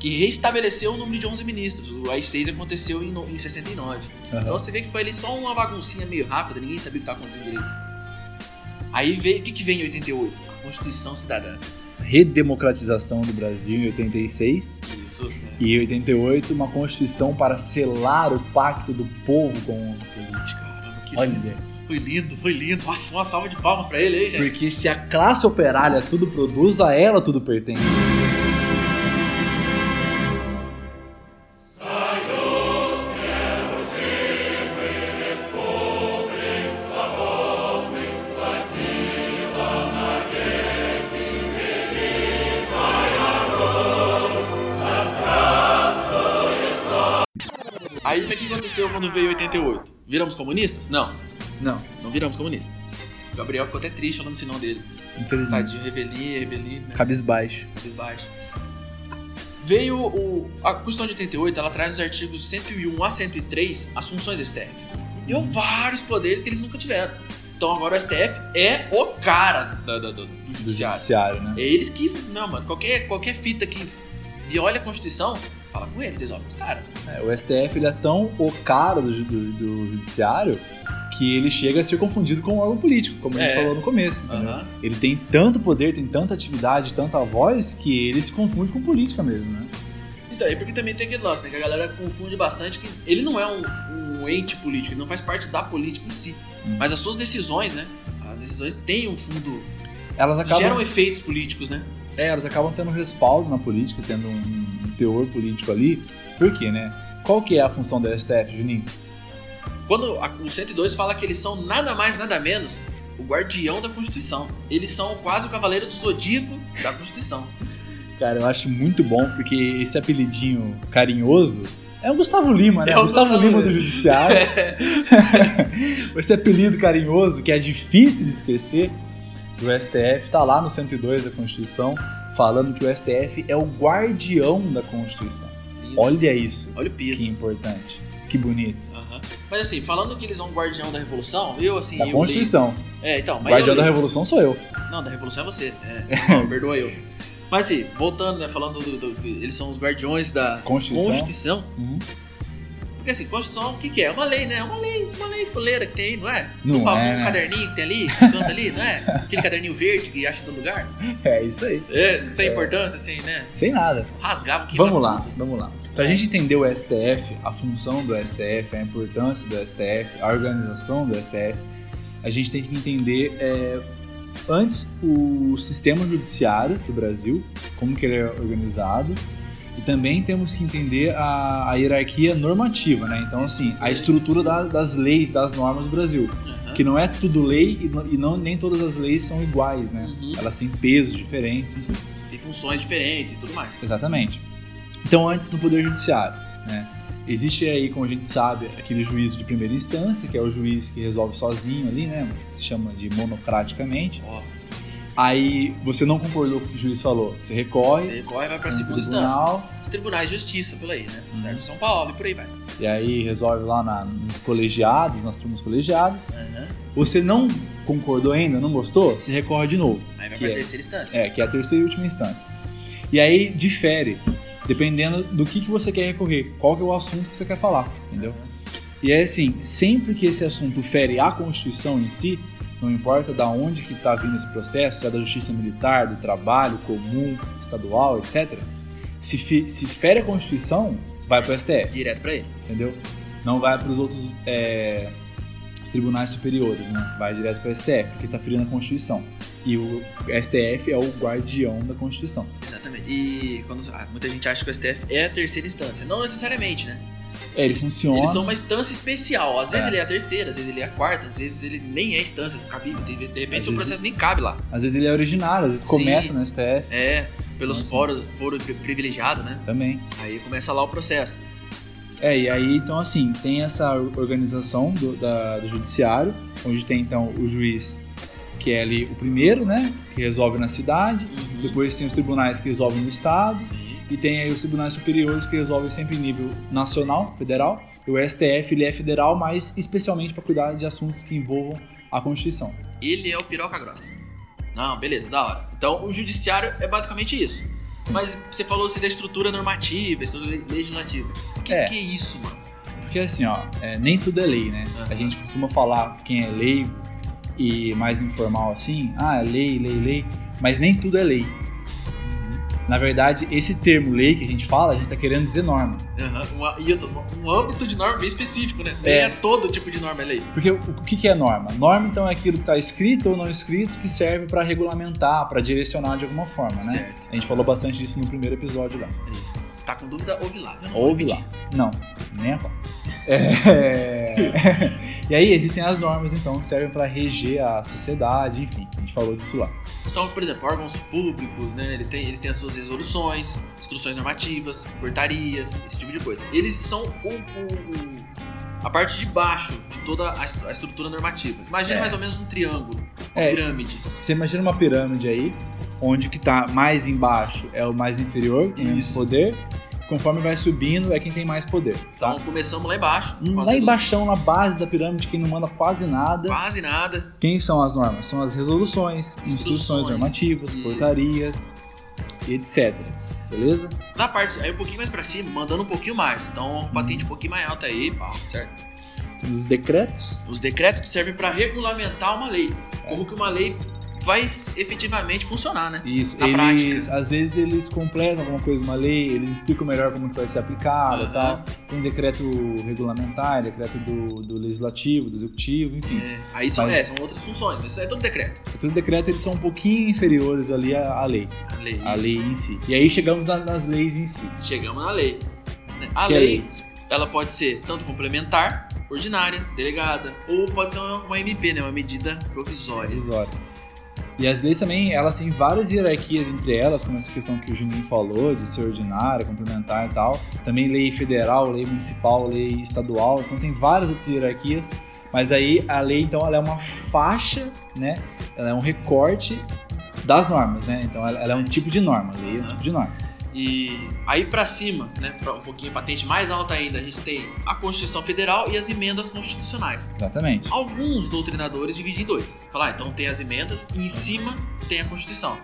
[SPEAKER 1] que reestabeleceu o número de 11 ministros. O AI-6 aconteceu em, no- em 69.
[SPEAKER 2] Aham.
[SPEAKER 1] Então você vê que foi ali só uma baguncinha meio rápida, ninguém sabia o que estava acontecendo direito. Aí veio, o que, que vem em 88? A Constituição Cidadã.
[SPEAKER 2] redemocratização do Brasil em 86
[SPEAKER 1] Isso. né?
[SPEAKER 2] e em 88 uma constituição para selar o pacto do povo com a política.
[SPEAKER 1] Caramba, que lindo.
[SPEAKER 2] Olha,
[SPEAKER 1] Foi lindo, foi lindo. Nossa, uma salva de palmas pra ele aí, gente.
[SPEAKER 2] porque se a classe operária tudo produz, a ela tudo pertence.
[SPEAKER 1] Aí o que aconteceu quando veio 88? Viramos comunistas? Não,
[SPEAKER 2] Não,
[SPEAKER 1] não viramos comunistas. O Gabriel ficou até triste falando sinão dele.
[SPEAKER 2] infelizmente.
[SPEAKER 1] Tadinho, revelia, revelia, né?
[SPEAKER 2] Cabisbaixo.
[SPEAKER 1] Cabeça baixa. Veio o. A Constituição de 88 ela traz os artigos 101 a 103 as funções do STF. E deu vários poderes que eles nunca tiveram. Então agora o STF é o cara da- da- do, do
[SPEAKER 2] Do
[SPEAKER 1] judiciário.
[SPEAKER 2] judiciário, né?
[SPEAKER 1] É eles que. Não, mano, qualquer, qualquer fita que viola a Constituição, fala com eles, resolve com os caras.
[SPEAKER 2] É, o STF ele é tão o cara do, ju- do- do judiciário que ele chega a ser confundido com um órgão político, como a gente
[SPEAKER 1] É.
[SPEAKER 2] falou no começo. entendeu?
[SPEAKER 1] Aham.
[SPEAKER 2] Ele tem tanto poder, tem tanta atividade, tanta voz, que ele se confunde com política mesmo, né?
[SPEAKER 1] Então, é porque também tem aquele lance, né? Que a galera confunde bastante que ele não é um, um ente político, ele não faz parte da política em si.
[SPEAKER 2] Hum.
[SPEAKER 1] Mas as suas decisões, né? As decisões têm um fundo.
[SPEAKER 2] Elas acabam,
[SPEAKER 1] Geram efeitos políticos, né?
[SPEAKER 2] é, elas acabam tendo respaldo na política, tendo um, um teor político ali. Por quê, né? Qual que é a função da STF, Juninho?
[SPEAKER 1] Quando a- o 102 fala que eles são nada mais, nada menos o guardião da Constituição. Eles são quase o cavaleiro do zodíaco da Constituição.
[SPEAKER 2] Cara, eu acho muito bom, porque esse apelidinho carinhoso é o Gustavo Lima, né?
[SPEAKER 1] É
[SPEAKER 2] o
[SPEAKER 1] o
[SPEAKER 2] Gustavo
[SPEAKER 1] Gustavo
[SPEAKER 2] Lima do
[SPEAKER 1] Lima.
[SPEAKER 2] Judiciário. Esse apelido carinhoso, que é difícil de esquecer, do STF, tá lá no 102 da Constituição, falando que o STF é o guardião da Constituição.
[SPEAKER 1] Lindo.
[SPEAKER 2] Olha isso,
[SPEAKER 1] Olha o
[SPEAKER 2] que
[SPEAKER 1] piso.
[SPEAKER 2] importante, que bonito.
[SPEAKER 1] Aham. Mas assim, falando que eles são o guardião da Revolução, eu assim.
[SPEAKER 2] Da
[SPEAKER 1] eu
[SPEAKER 2] Constituição.
[SPEAKER 1] leio- É, então. Mas
[SPEAKER 2] Guardião
[SPEAKER 1] eu
[SPEAKER 2] da
[SPEAKER 1] leio-
[SPEAKER 2] Revolução sou eu.
[SPEAKER 1] Não, da Revolução é você. É. Não, perdoa eu. Mas assim, voltando, né? Falando do, do- que eles são os guardiões da
[SPEAKER 2] Constituição.
[SPEAKER 1] Constituição.
[SPEAKER 2] Uhum.
[SPEAKER 1] Porque assim, Constituição, o que, que é? É uma lei, né? É uma lei, uma lei fuleira que tem aí, não é?
[SPEAKER 2] Não
[SPEAKER 1] um, pau-
[SPEAKER 2] é,
[SPEAKER 1] um
[SPEAKER 2] né?
[SPEAKER 1] caderninho que tem ali, que canta ali, não é? Aquele caderninho verde que acha em todo lugar.
[SPEAKER 2] É isso aí.
[SPEAKER 1] É, sem importância, assim, né?
[SPEAKER 2] Sem nada.
[SPEAKER 1] Rasgava que
[SPEAKER 2] Vamos lá, vamos lá. Pra gente entender o STF, a função do STF, a importância do STF, a organização do STF, a gente tem que entender é, antes o sistema judiciário do Brasil, como que ele é organizado, e também temos que entender a, a hierarquia normativa, né? Então, assim, a estrutura da- das leis, das normas do Brasil,
[SPEAKER 1] Aham.
[SPEAKER 2] que não é tudo lei e, não, e não- nem todas as leis são iguais, né?
[SPEAKER 1] Uhum.
[SPEAKER 2] Elas têm pesos diferentes, enfim.
[SPEAKER 1] Tem funções diferentes e tudo mais.
[SPEAKER 2] Exatamente. Então, antes do Poder Judiciário, né? Existe aí, como a gente sabe, aquele juízo de primeira instância, que é o juiz que resolve sozinho ali, né? Se chama de monocraticamente.
[SPEAKER 1] Ó,
[SPEAKER 2] Aí você não concordou com o que o juiz falou, você recorre
[SPEAKER 1] você corre e vai pra
[SPEAKER 2] no
[SPEAKER 1] segunda instância.
[SPEAKER 2] tribunal
[SPEAKER 1] Os tribunais de justiça, por aí, né?
[SPEAKER 2] Uhum.
[SPEAKER 1] Certo? São Paulo e por aí vai. Aham.
[SPEAKER 2] e aí resolve lá na- nos colegiados, nas turmas colegiadas. Você não concordou ainda, não gostou, você recorre de novo.
[SPEAKER 1] Aí vai
[SPEAKER 2] Que
[SPEAKER 1] pra
[SPEAKER 2] é?
[SPEAKER 1] terceira instância.
[SPEAKER 2] É, que é a terceira e última instância. E aí difere, dependendo do que, que você quer recorrer, qual que é o assunto que você quer falar, entendeu?
[SPEAKER 1] Aham.
[SPEAKER 2] E é assim, sempre que esse assunto fere a Constituição em si, não importa da onde que está vindo esse processo, se é da justiça militar, do trabalho comum, estadual, etc. Se, fe- se fere a Constituição, vai para o STF,
[SPEAKER 1] Direto pra ele.
[SPEAKER 2] entendeu? Não vai para os outros é, os tribunais superiores, né? Vai direto para o STF, porque está ferindo a Constituição. E o STF é o guardião da Constituição.
[SPEAKER 1] Exatamente. E quando, ah, muita gente acha que o STF é a terceira instância. Não necessariamente, né?
[SPEAKER 2] É, ele funciona.
[SPEAKER 1] Eles são uma instância especial. Às vezes
[SPEAKER 2] É.
[SPEAKER 1] ele é a terceira, às vezes ele é a quarta, às vezes ele nem é instância cabível. tem- De repente seu
[SPEAKER 2] Às vezes-
[SPEAKER 1] processo nem cabe lá.
[SPEAKER 2] Às vezes ele é originário, às vezes
[SPEAKER 1] Sim.
[SPEAKER 2] começa no STF
[SPEAKER 1] É, pelos
[SPEAKER 2] Nossa.
[SPEAKER 1] foros, foro pri- privilegiado, né?
[SPEAKER 2] também.
[SPEAKER 1] Aí começa lá o processo.
[SPEAKER 2] É, e aí, então, assim, tem essa organização do, da- do judiciário, onde tem, então, o juiz, que é ali o primeiro, né, que resolve na cidade,
[SPEAKER 1] Uhum.
[SPEAKER 2] depois tem os tribunais que resolvem no estado,
[SPEAKER 1] Sim.
[SPEAKER 2] e tem aí os tribunais superiores que resolvem sempre em nível nacional, federal, e o STF, ele é federal, mas especialmente para cuidar de assuntos que envolvam a Constituição.
[SPEAKER 1] Ele é o piroca grossa. Não, beleza, da hora. Então o judiciário é basicamente isso.
[SPEAKER 2] Sim.
[SPEAKER 1] Mas você falou assim da estrutura normativa, estrutura le- legislativa. O que,
[SPEAKER 2] É.
[SPEAKER 1] que é isso, mano?
[SPEAKER 2] Porque assim, ó, é, nem tudo é lei, né?
[SPEAKER 1] Aham.
[SPEAKER 2] A gente costuma falar quem é leigo e mais informal assim, ah, é lei, lei, lei, mas nem tudo é lei. Na verdade, esse termo lei que a gente fala, a gente tá querendo dizer norma.
[SPEAKER 1] Aham, uma- e eu tô- um âmbito de norma bem específico, né?
[SPEAKER 2] É.
[SPEAKER 1] É, todo tipo de norma é lei.
[SPEAKER 2] Porque o o que, que é norma? Norma, então, é aquilo que tá escrito ou não escrito que serve para regulamentar, para direcionar de alguma forma, né?
[SPEAKER 1] Certo.
[SPEAKER 2] A gente falou bastante disso no primeiro episódio lá.
[SPEAKER 1] É isso. Tá com dúvida? Ouve lá. Eu não vou
[SPEAKER 2] Ouve
[SPEAKER 1] repetir.
[SPEAKER 2] lá. Não, nem a pau. É... e aí existem as normas, então, que servem para reger a sociedade, enfim, a gente falou disso lá.
[SPEAKER 1] Então, por exemplo, órgãos públicos, né? Ele tem, ele tem as suas resoluções, instruções normativas, portarias, esse tipo de coisa. Eles são o, o- o- a parte de baixo de toda a, estru- a estrutura normativa. Imagina
[SPEAKER 2] É.
[SPEAKER 1] mais ou menos um triângulo, uma
[SPEAKER 2] É.
[SPEAKER 1] pirâmide.
[SPEAKER 2] Você imagina uma pirâmide aí, onde que tá mais embaixo é o mais inferior, que tem menos poder, conforme vai subindo é quem tem mais poder, tá?
[SPEAKER 1] Então, começamos lá embaixo. com as
[SPEAKER 2] Lá
[SPEAKER 1] resolu-
[SPEAKER 2] embaixo, na base da pirâmide, quem não manda quase nada,
[SPEAKER 1] Quase nada.
[SPEAKER 2] Quem são as normas? São as resoluções, instruções,
[SPEAKER 1] Instruções.
[SPEAKER 2] normativas,
[SPEAKER 1] Isso.
[SPEAKER 2] portarias e etc. Beleza?
[SPEAKER 1] Na um parte, aí um pouquinho mais pra cima, mandando um pouquinho mais. Então, patente um pouquinho mais alta aí, pá, tá certo?
[SPEAKER 2] Temos os decretos.
[SPEAKER 1] Os decretos que servem para regulamentar uma lei. Como que uma lei vai efetivamente funcionar, né?
[SPEAKER 2] Isso,
[SPEAKER 1] Na
[SPEAKER 2] eles,
[SPEAKER 1] prática.
[SPEAKER 2] às vezes eles completam alguma coisa, uma lei, eles explicam melhor como que vai ser aplicada
[SPEAKER 1] Aham.
[SPEAKER 2] e tal. Tem decreto regulamentar, decreto do, do legislativo, do executivo, enfim.
[SPEAKER 1] É, aí são,
[SPEAKER 2] Mas-
[SPEAKER 1] é, são outras funções, mas isso é tudo decreto.
[SPEAKER 2] Todo decreto eles são um pouquinho inferiores ali à, à lei,
[SPEAKER 1] A lei.
[SPEAKER 2] à
[SPEAKER 1] isso.
[SPEAKER 2] lei em si. E aí chegamos na- nas leis em si.
[SPEAKER 1] Chegamos na lei. né? A
[SPEAKER 2] Que é
[SPEAKER 1] lei,
[SPEAKER 2] lei?
[SPEAKER 1] ela pode ser tanto complementar, ordinária, delegada, ou pode ser uma, uma MP, né? Uma medida provisória.
[SPEAKER 2] provisória. E as leis também, elas têm várias hierarquias entre elas, como essa questão que o Juninho falou, de ser ordinária, complementar e tal. Também lei federal, lei municipal, lei estadual, então tem várias outras hierarquias. Mas aí a lei, então, ela é uma faixa, né? Ela é um recorte das normas, né? Então ela, ela é um tipo de norma, a lei é um
[SPEAKER 1] Aham.
[SPEAKER 2] tipo de norma.
[SPEAKER 1] E aí pra cima, né? Pra um pouquinho patente mais alta ainda, a gente tem a Constituição Federal e as emendas constitucionais.
[SPEAKER 2] Exatamente.
[SPEAKER 1] Alguns doutrinadores dividem em dois. Falar, ah, então tem as emendas e em cima tem a Constituição.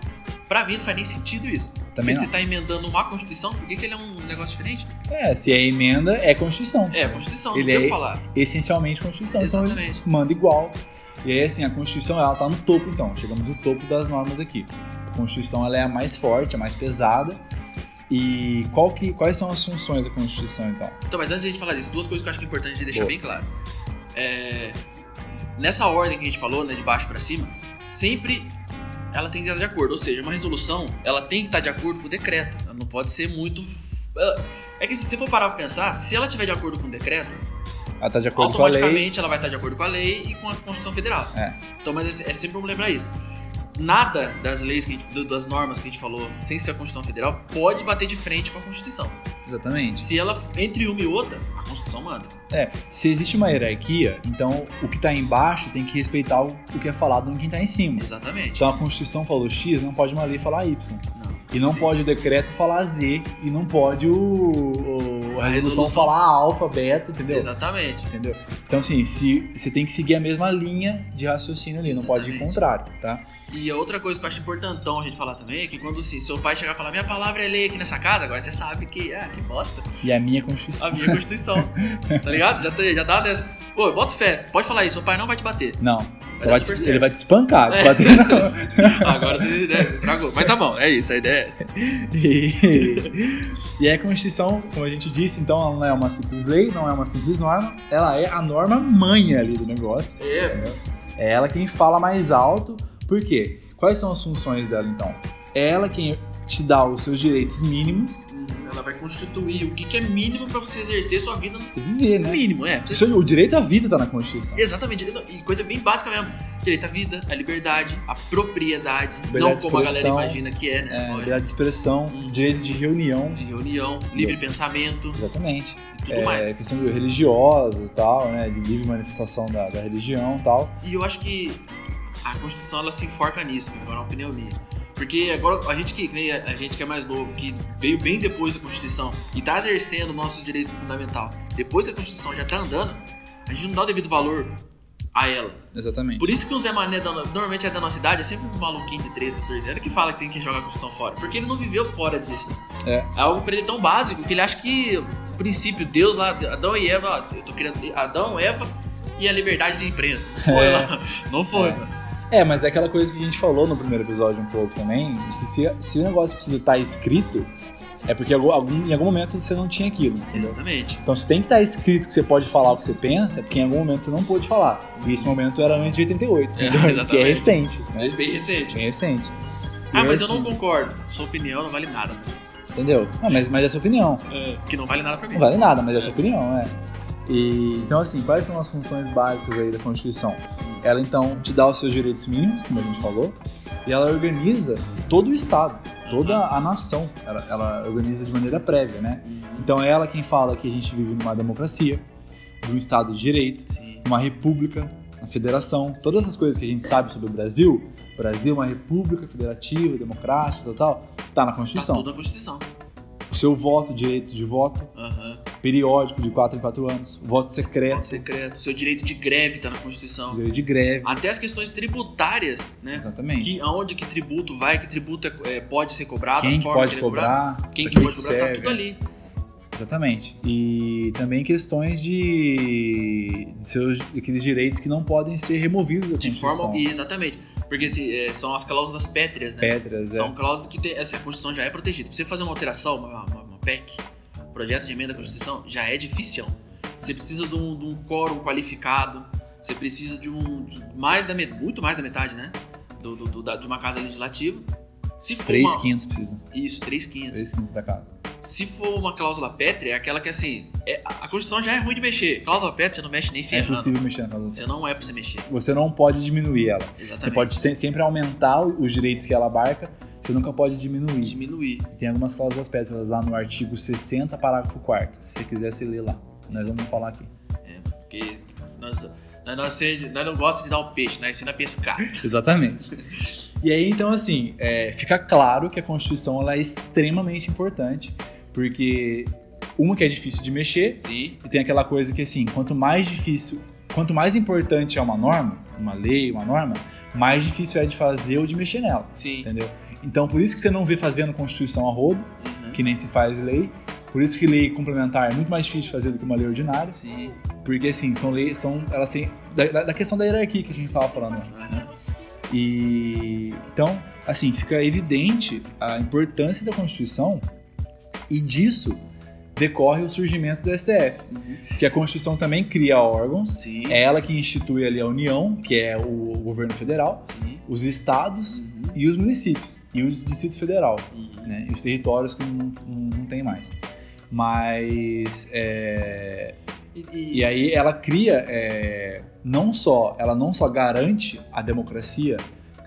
[SPEAKER 1] Pra mim não faz nem sentido isso.
[SPEAKER 2] Também
[SPEAKER 1] Porque
[SPEAKER 2] não.
[SPEAKER 1] você tá emendando uma Constituição, por que, que ele é um negócio diferente?
[SPEAKER 2] É, se é emenda, é Constituição.
[SPEAKER 1] É, a Constituição,
[SPEAKER 2] Ele
[SPEAKER 1] não tem o
[SPEAKER 2] é-
[SPEAKER 1] que falar.
[SPEAKER 2] Essencialmente Constituição. Então,
[SPEAKER 1] Exatamente.
[SPEAKER 2] manda igual. E aí, assim, a Constituição, ela tá no topo, então. Chegamos no topo das normas aqui. A Constituição, ela é a mais forte, a mais pesada. E qual que, quais são as funções da Constituição, então?
[SPEAKER 1] Então, mas antes de a gente falar disso, duas coisas que eu acho que é importante de deixar
[SPEAKER 2] Boa.
[SPEAKER 1] bem claro. É, nessa ordem que a gente falou, né, de baixo pra cima, sempre ela tem que estar de acordo. Ou seja, uma resolução, ela tem que estar de acordo com o decreto. Ela não pode ser muito... f- ela- É que se você for parar pra pensar, se ela tiver de acordo com o decreto,
[SPEAKER 2] Ela tá de acordo com a lei.
[SPEAKER 1] automaticamente ela vai estar de acordo com a lei e com a Constituição Federal.
[SPEAKER 2] É.
[SPEAKER 1] Então, mas é, é sempre bom lembrar isso. Nada das leis, que a gente- do- das normas que a gente falou, sem ser a Constituição Federal, pode bater de frente com a Constituição.
[SPEAKER 2] Exatamente.
[SPEAKER 1] Se ela, entre uma e outra, a Constituição manda.
[SPEAKER 2] É, se existe uma hierarquia, então o que tá embaixo tem que respeitar o, o que é falado em quem tá em cima.
[SPEAKER 1] Exatamente.
[SPEAKER 2] Então a Constituição falou X, não pode uma lei falar Y.
[SPEAKER 1] Não.
[SPEAKER 2] Então, E não
[SPEAKER 1] Sim.
[SPEAKER 2] pode o decreto falar Z. E não pode o, o- a,
[SPEAKER 1] A
[SPEAKER 2] resolução,
[SPEAKER 1] resolução.
[SPEAKER 2] falar alfa, beta, entendeu?
[SPEAKER 1] Exatamente.
[SPEAKER 2] Entendeu? Então, assim, se, você tem que seguir a mesma linha de raciocínio ali, não pode ir
[SPEAKER 1] Exatamente.
[SPEAKER 2] contrário, tá?
[SPEAKER 1] E a outra coisa que eu acho importantão a gente falar também é que quando assim, seu pai chegar e falar, minha palavra é lei aqui nessa casa, agora você sabe que, ah, que bosta,
[SPEAKER 2] E a minha é
[SPEAKER 1] a
[SPEAKER 2] Constituição.
[SPEAKER 1] minha Constituição. tá ligado? Já, tem- já dá dessa. Pô, bota fé, pode falar isso, seu pai não vai te bater.
[SPEAKER 2] Não. Só
[SPEAKER 1] dar
[SPEAKER 2] vai te-
[SPEAKER 1] super certo.
[SPEAKER 2] ele vai te espancar,
[SPEAKER 1] É.
[SPEAKER 2] bater não.
[SPEAKER 1] agora você tem ideia, você estragou. Mas tá bom, é isso, a ideia é essa.
[SPEAKER 2] E, e a Constituição, como a gente disse, então ela não é uma simples lei, não é uma simples norma, ela é a norma mãe ali do negócio.
[SPEAKER 1] É,
[SPEAKER 2] É ela quem fala mais alto. Por quê? Quais são as funções dela, então? É ela quem te dá os seus direitos mínimos
[SPEAKER 1] ela vai constituir o que, que é mínimo pra você exercer sua vida no
[SPEAKER 2] pra você viver, né?
[SPEAKER 1] mínimo, é.
[SPEAKER 2] O seu- O direito à vida tá na Constituição.
[SPEAKER 1] Exatamente, não, e coisa bem básica mesmo. Direito à vida, à liberdade, à propriedade, não
[SPEAKER 2] Liberdade de
[SPEAKER 1] como a galera
[SPEAKER 2] expressão,
[SPEAKER 1] imagina que é, né?
[SPEAKER 2] É,
[SPEAKER 1] Lógico.
[SPEAKER 2] liberdade de expressão,
[SPEAKER 1] Uhum.
[SPEAKER 2] direito de reunião,
[SPEAKER 1] de reunião, livre pensamento
[SPEAKER 2] exatamente.
[SPEAKER 1] e tudo mais.
[SPEAKER 2] É, questão de religiosa e tal, né? De livre manifestação da, da religião e tal.
[SPEAKER 1] E eu acho que a Constituição ela se enforca nisso, cara, agora é uma opinião minha. Porque agora a gente que, que nem a a gente que é mais novo, que veio bem depois da Constituição e tá exercendo o nosso direito fundamental, depois que a Constituição já tá andando, a gente não dá o devido valor a ela.
[SPEAKER 2] Exatamente.
[SPEAKER 1] Por isso que o Zé Mané, da, no- normalmente é da nossa idade, é sempre um maluquinho de 13, 14 anos que fala que tem que jogar a Constituição fora. Porque ele não viveu fora disso. né?
[SPEAKER 2] É.
[SPEAKER 1] algo pra ele tão básico que ele acha que o princípio, Deus lá, Adão e Eva, eu tô querendo. Adão, Eva e a liberdade de imprensa. Não foi
[SPEAKER 2] É.
[SPEAKER 1] lá. Não foi.
[SPEAKER 2] É, mas é aquela coisa que a gente falou no primeiro episódio um pouco também, de que se, se o negócio precisa estar escrito, é porque algum- algum- em algum momento você não tinha aquilo. entendeu?
[SPEAKER 1] Exatamente.
[SPEAKER 2] Então se tem que estar escrito que você pode falar o que você pensa, é porque em algum momento você não pôde falar. E esse momento era antes de
[SPEAKER 1] É,
[SPEAKER 2] 88, entendeu? que é
[SPEAKER 1] exatamente.
[SPEAKER 2] recente,
[SPEAKER 1] É
[SPEAKER 2] né?
[SPEAKER 1] bem recente.
[SPEAKER 2] Bem recente. E
[SPEAKER 1] Ah, mas eu
[SPEAKER 2] assim,
[SPEAKER 1] não concordo. Sua opinião não vale nada.
[SPEAKER 2] Entendeu? Não, mas, mas é a sua opinião.
[SPEAKER 1] Que não vale nada pra mim.
[SPEAKER 2] Não vale nada, mas é a sua opinião, é. E, então, assim, quais são as funções básicas aí da Constituição? Ela, então, te dá os seus direitos mínimos, como a gente falou, e ela organiza todo o Estado, toda a nação. Ela, ela organiza de maneira prévia, né? Então, é ela quem fala que a gente vive numa democracia, num Estado de Direito,
[SPEAKER 1] Sim.
[SPEAKER 2] uma república, uma federação, todas essas coisas que a gente sabe sobre o Brasil, Brasil é uma república federativa, democrática, tal, tal, tá na
[SPEAKER 1] Tá
[SPEAKER 2] Constituição.
[SPEAKER 1] tudo na Constituição.
[SPEAKER 2] O seu voto, direito de voto,
[SPEAKER 1] Aham.
[SPEAKER 2] periódico de 4 em 4 anos, voto secreto,
[SPEAKER 1] Voto secreto. Seu direito de greve tá na Constituição.
[SPEAKER 2] É. direito de greve.
[SPEAKER 1] Até as questões tributárias, né?
[SPEAKER 2] Exatamente.
[SPEAKER 1] Que, aonde que tributo vai, que tributo é- é, pode ser cobrado,
[SPEAKER 2] Quem
[SPEAKER 1] a
[SPEAKER 2] que
[SPEAKER 1] forma
[SPEAKER 2] pode
[SPEAKER 1] que ele é cobrado,
[SPEAKER 2] cobrar,
[SPEAKER 1] quem
[SPEAKER 2] pra
[SPEAKER 1] que pode cobrar, tá
[SPEAKER 2] serve.
[SPEAKER 1] tudo ali.
[SPEAKER 2] Exatamente. E também questões de, de seus aqueles direitos que não podem ser removidos da
[SPEAKER 1] De
[SPEAKER 2] Constituição.
[SPEAKER 1] forma. e Exatamente. Porque assim, é, são as cláusulas pétreas, né?
[SPEAKER 2] Pedras, é.
[SPEAKER 1] São cláusulas que tem- essa Constituição já é protegida. Pra você fazer uma alteração, uma, uma, uma PEC, um projeto de emenda à Constituição, já é difícil. Você precisa de um, de um quórum qualificado, você precisa de um. de mais da met- muito mais da metade, né? Do, do- do- da- de uma casa legislativa. Se for.
[SPEAKER 2] Três
[SPEAKER 1] uma-
[SPEAKER 2] quintos precisa.
[SPEAKER 1] Isso, 3,500.
[SPEAKER 2] Três quintos da casa.
[SPEAKER 1] Se for uma cláusula pétrea, é aquela que assim. é- a Constituição já é ruim de mexer. Cláusula pétrea você não mexe nem
[SPEAKER 2] É
[SPEAKER 1] ferrando.
[SPEAKER 2] possível mexer na casa.
[SPEAKER 1] Você não é pra você mexer.
[SPEAKER 2] Você não pode diminuir ela.
[SPEAKER 1] Exatamente.
[SPEAKER 2] Você pode se- sempre aumentar os direitos que ela abarca, você nunca pode diminuir.
[SPEAKER 1] diminuir.
[SPEAKER 2] Tem algumas cláusulas pétreas lá no artigo 60, parágrafo 4 Se você quiser, você lê lá. Nós vamos falar aqui.
[SPEAKER 1] É, porque nós, nós, nós, sede- nós não gostamos de dar o peixe, nós ensina a pescar.
[SPEAKER 2] Exatamente. E aí, então, assim, é, fica claro que a Constituição ela é extremamente importante, porque uma que é difícil de mexer,
[SPEAKER 1] Sim,
[SPEAKER 2] e tem aquela coisa que, assim, quanto mais difícil, quanto mais importante é uma norma, uma lei, uma norma, mais difícil é de fazer ou de mexer nela,
[SPEAKER 1] sim.
[SPEAKER 2] entendeu? Então, por isso que você não vê fazendo Constituição a rodo,
[SPEAKER 1] Uhum.
[SPEAKER 2] que nem se faz lei. Por isso que lei complementar é muito mais difícil de fazer do que uma lei ordinária.
[SPEAKER 1] Sim.
[SPEAKER 2] Porque, assim, são leis, são, elas têm... Da, da- da questão da hierarquia que a gente tava falando antes, né?
[SPEAKER 1] Uhum.
[SPEAKER 2] E então, assim, fica evidente a importância da Constituição e disso decorre o surgimento do STF,
[SPEAKER 1] Uhum.
[SPEAKER 2] porque a Constituição também cria órgãos,
[SPEAKER 1] Sim.
[SPEAKER 2] é ela que institui ali a União, que é o governo federal,
[SPEAKER 1] Sim.
[SPEAKER 2] os estados
[SPEAKER 1] Uhum.
[SPEAKER 2] e os municípios e o Distrito Federal,
[SPEAKER 1] Uhum.
[SPEAKER 2] né? E os territórios que não, não, não tem mais. Mas é,
[SPEAKER 1] E,
[SPEAKER 2] e aí ela cria é, não só ela não só garante a democracia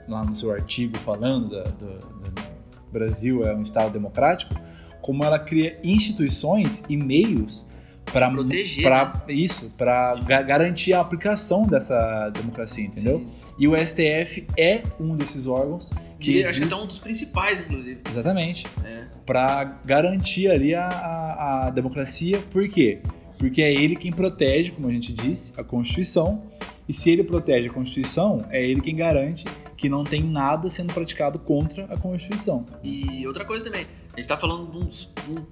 [SPEAKER 2] lá no seu artigo falando da, do, do Brasil é um estado democrático, como ela cria instituições e meios para
[SPEAKER 1] Proteger,
[SPEAKER 2] para isso, para garantir a aplicação dessa democracia, entendeu? E o STF é um desses órgãos que
[SPEAKER 1] Que acho que
[SPEAKER 2] existe-
[SPEAKER 1] até um dos principais, inclusive.
[SPEAKER 2] Exatamente
[SPEAKER 1] É.
[SPEAKER 2] para garantir ali a, a- a democracia. Por quê? Porque é ele quem protege, como a gente disse, a Constituição. E se ele protege a Constituição, é ele quem garante que não tem nada sendo praticado contra a Constituição.
[SPEAKER 1] E outra coisa também, a gente tá falando de, uns, de um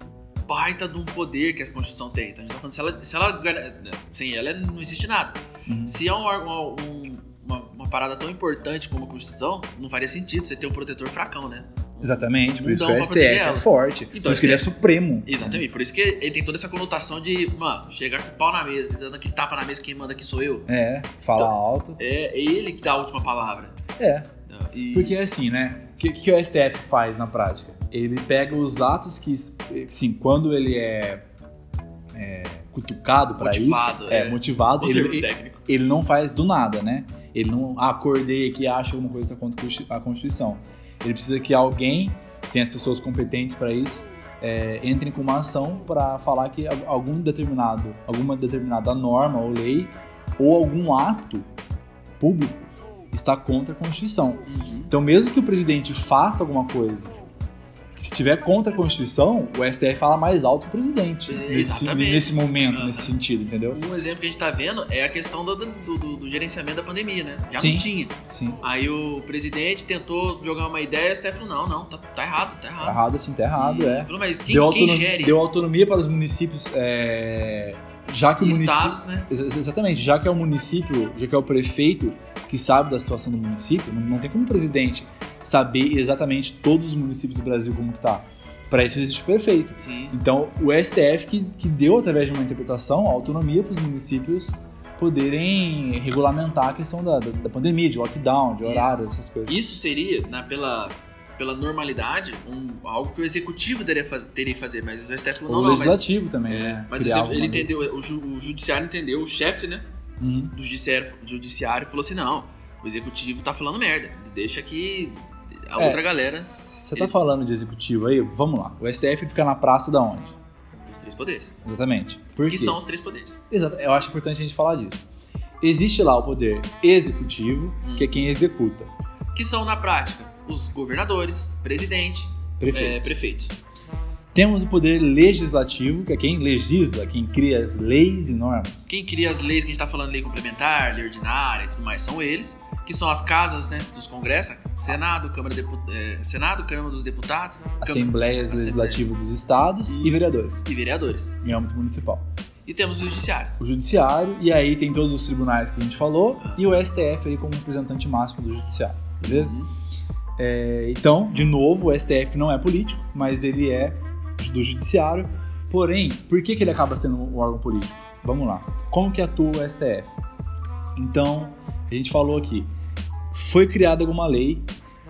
[SPEAKER 1] baita de um poder que a Constituição tem. Então a gente tá falando, se ela. Se ela gar- sem ela não existe nada.
[SPEAKER 2] Uhum.
[SPEAKER 1] Se é um órgão. um- uma, uma parada tão importante como a Constituição, não faria sentido você ter um protetor fracão, né?
[SPEAKER 2] Exatamente, por
[SPEAKER 1] Não
[SPEAKER 2] isso
[SPEAKER 1] dá
[SPEAKER 2] que o
[SPEAKER 1] pra proteger
[SPEAKER 2] STF é
[SPEAKER 1] ela.
[SPEAKER 2] forte.
[SPEAKER 1] Então,
[SPEAKER 2] por isso que ele é supremo.
[SPEAKER 1] Exatamente, por isso que ele tem toda essa conotação de, mano, chegar com o pau na mesa, tá dando aquele tapa na mesa, quem manda aqui sou eu.
[SPEAKER 2] É, fala
[SPEAKER 1] Então-
[SPEAKER 2] alto.
[SPEAKER 1] É ele que dá a última palavra.
[SPEAKER 2] É.
[SPEAKER 1] E,
[SPEAKER 2] Porque assim, né? O que, que o STF faz na prática? Ele pega os atos que, sim, quando ele é, é, cutucado para isso,
[SPEAKER 1] Motivado,
[SPEAKER 2] é,
[SPEAKER 1] é.
[SPEAKER 2] motivado,
[SPEAKER 1] o termo
[SPEAKER 2] ele,
[SPEAKER 1] técnico.
[SPEAKER 2] ele não faz do nada, né? Ele não ah, acordei aqui, acha alguma coisa tá contra a Constituição. Ele precisa que alguém, tem as pessoas competentes para isso, é, entrem com uma ação para falar que al- algum determinado, alguma determinada norma ou lei ou algum ato público está contra a Constituição.
[SPEAKER 1] Uhum.
[SPEAKER 2] Então, mesmo que o presidente faça alguma coisa, que se tiver contra a Constituição, o STF fala mais alto que o presidente.
[SPEAKER 1] É,
[SPEAKER 2] Nesse,
[SPEAKER 1] exatamente.
[SPEAKER 2] nesse momento,
[SPEAKER 1] Aham.
[SPEAKER 2] nesse sentido, entendeu?
[SPEAKER 1] Um exemplo que a gente tá vendo é a questão do, do- do- do gerenciamento da pandemia, né? Já
[SPEAKER 2] Sim.
[SPEAKER 1] não tinha.
[SPEAKER 2] Sim.
[SPEAKER 1] Aí o presidente tentou jogar uma ideia e o STF falou, não, não, tá, tá errado, tá
[SPEAKER 2] Tá
[SPEAKER 1] errado.
[SPEAKER 2] errado, assim, tá errado,
[SPEAKER 1] E
[SPEAKER 2] é.
[SPEAKER 1] Falou, mas quem,
[SPEAKER 2] deu,
[SPEAKER 1] quem
[SPEAKER 2] autonomia,
[SPEAKER 1] gere?
[SPEAKER 2] deu autonomia para os municípios, é, já que o
[SPEAKER 1] E
[SPEAKER 2] município.
[SPEAKER 1] estados, né?
[SPEAKER 2] Ex- ex- Exatamente, já que é o município, já que é o prefeito que sabe da situação do município, não, não tem como o presidente saber exatamente todos os municípios do Brasil como que tá. Para isso existe o prefeito.
[SPEAKER 1] Sim.
[SPEAKER 2] Então, o STF que, que deu, através de uma interpretação, a autonomia para os municípios poderem regulamentar a questão da, da, da pandemia, de lockdown, de
[SPEAKER 1] Isso.
[SPEAKER 2] horário, essas coisas.
[SPEAKER 1] Isso seria, na- pela, pela normalidade, um- algo que o executivo teria, faz- teria que fazer, mas o STF falou,
[SPEAKER 2] o
[SPEAKER 1] não, não, mas,
[SPEAKER 2] legislativo também,
[SPEAKER 1] é,
[SPEAKER 2] né?
[SPEAKER 1] mas
[SPEAKER 2] Criar
[SPEAKER 1] esse-
[SPEAKER 2] alguma
[SPEAKER 1] ele
[SPEAKER 2] lei.
[SPEAKER 1] entendeu, o, ju- o judiciário entendeu, o chefe, né,
[SPEAKER 2] Uhum.
[SPEAKER 1] do judiciário, judiciário falou assim, não, o executivo tá falando merda, deixa que a outra
[SPEAKER 2] É,
[SPEAKER 1] galera
[SPEAKER 2] Você tá
[SPEAKER 1] ele-
[SPEAKER 2] falando de executivo aí? Vamos lá. O STF fica na praça da onde?
[SPEAKER 1] dos três poderes,
[SPEAKER 2] Exatamente. Por
[SPEAKER 1] que
[SPEAKER 2] quê?
[SPEAKER 1] são os três poderes.
[SPEAKER 2] Exato. Eu acho importante a gente falar disso. Existe lá o poder executivo,
[SPEAKER 1] Hum.
[SPEAKER 2] que é quem executa.
[SPEAKER 1] Que são, na prática, os governadores, presidente,
[SPEAKER 2] Prefeito.
[SPEAKER 1] é, prefeito.
[SPEAKER 2] Temos o poder legislativo, que é quem legisla, quem cria as leis e normas.
[SPEAKER 1] Quem cria as leis que a gente tá falando, lei complementar, lei ordinária e tudo mais, são eles. que são as casas né, dos congressos, Senado, Câmara, de Depu- eh, Senado, Câmara dos Deputados, Câmara
[SPEAKER 2] Assembleias
[SPEAKER 1] Assembleia.
[SPEAKER 2] Legislativas dos Estados
[SPEAKER 1] Isso.
[SPEAKER 2] e vereadores,
[SPEAKER 1] e vereadores.
[SPEAKER 2] em âmbito municipal.
[SPEAKER 1] E temos os judiciários.
[SPEAKER 2] O Judiciário, e aí tem todos os tribunais que a gente falou,
[SPEAKER 1] Ah.
[SPEAKER 2] e o STF aí como representante máximo do Judiciário, beleza?
[SPEAKER 1] Uhum.
[SPEAKER 2] É, então, de novo, o STF não é político, mas ele é do Judiciário. Porém, por que, que ele acaba sendo um órgão político? Vamos lá. Como que atua o STF? Então, a gente falou aqui, foi criada alguma lei,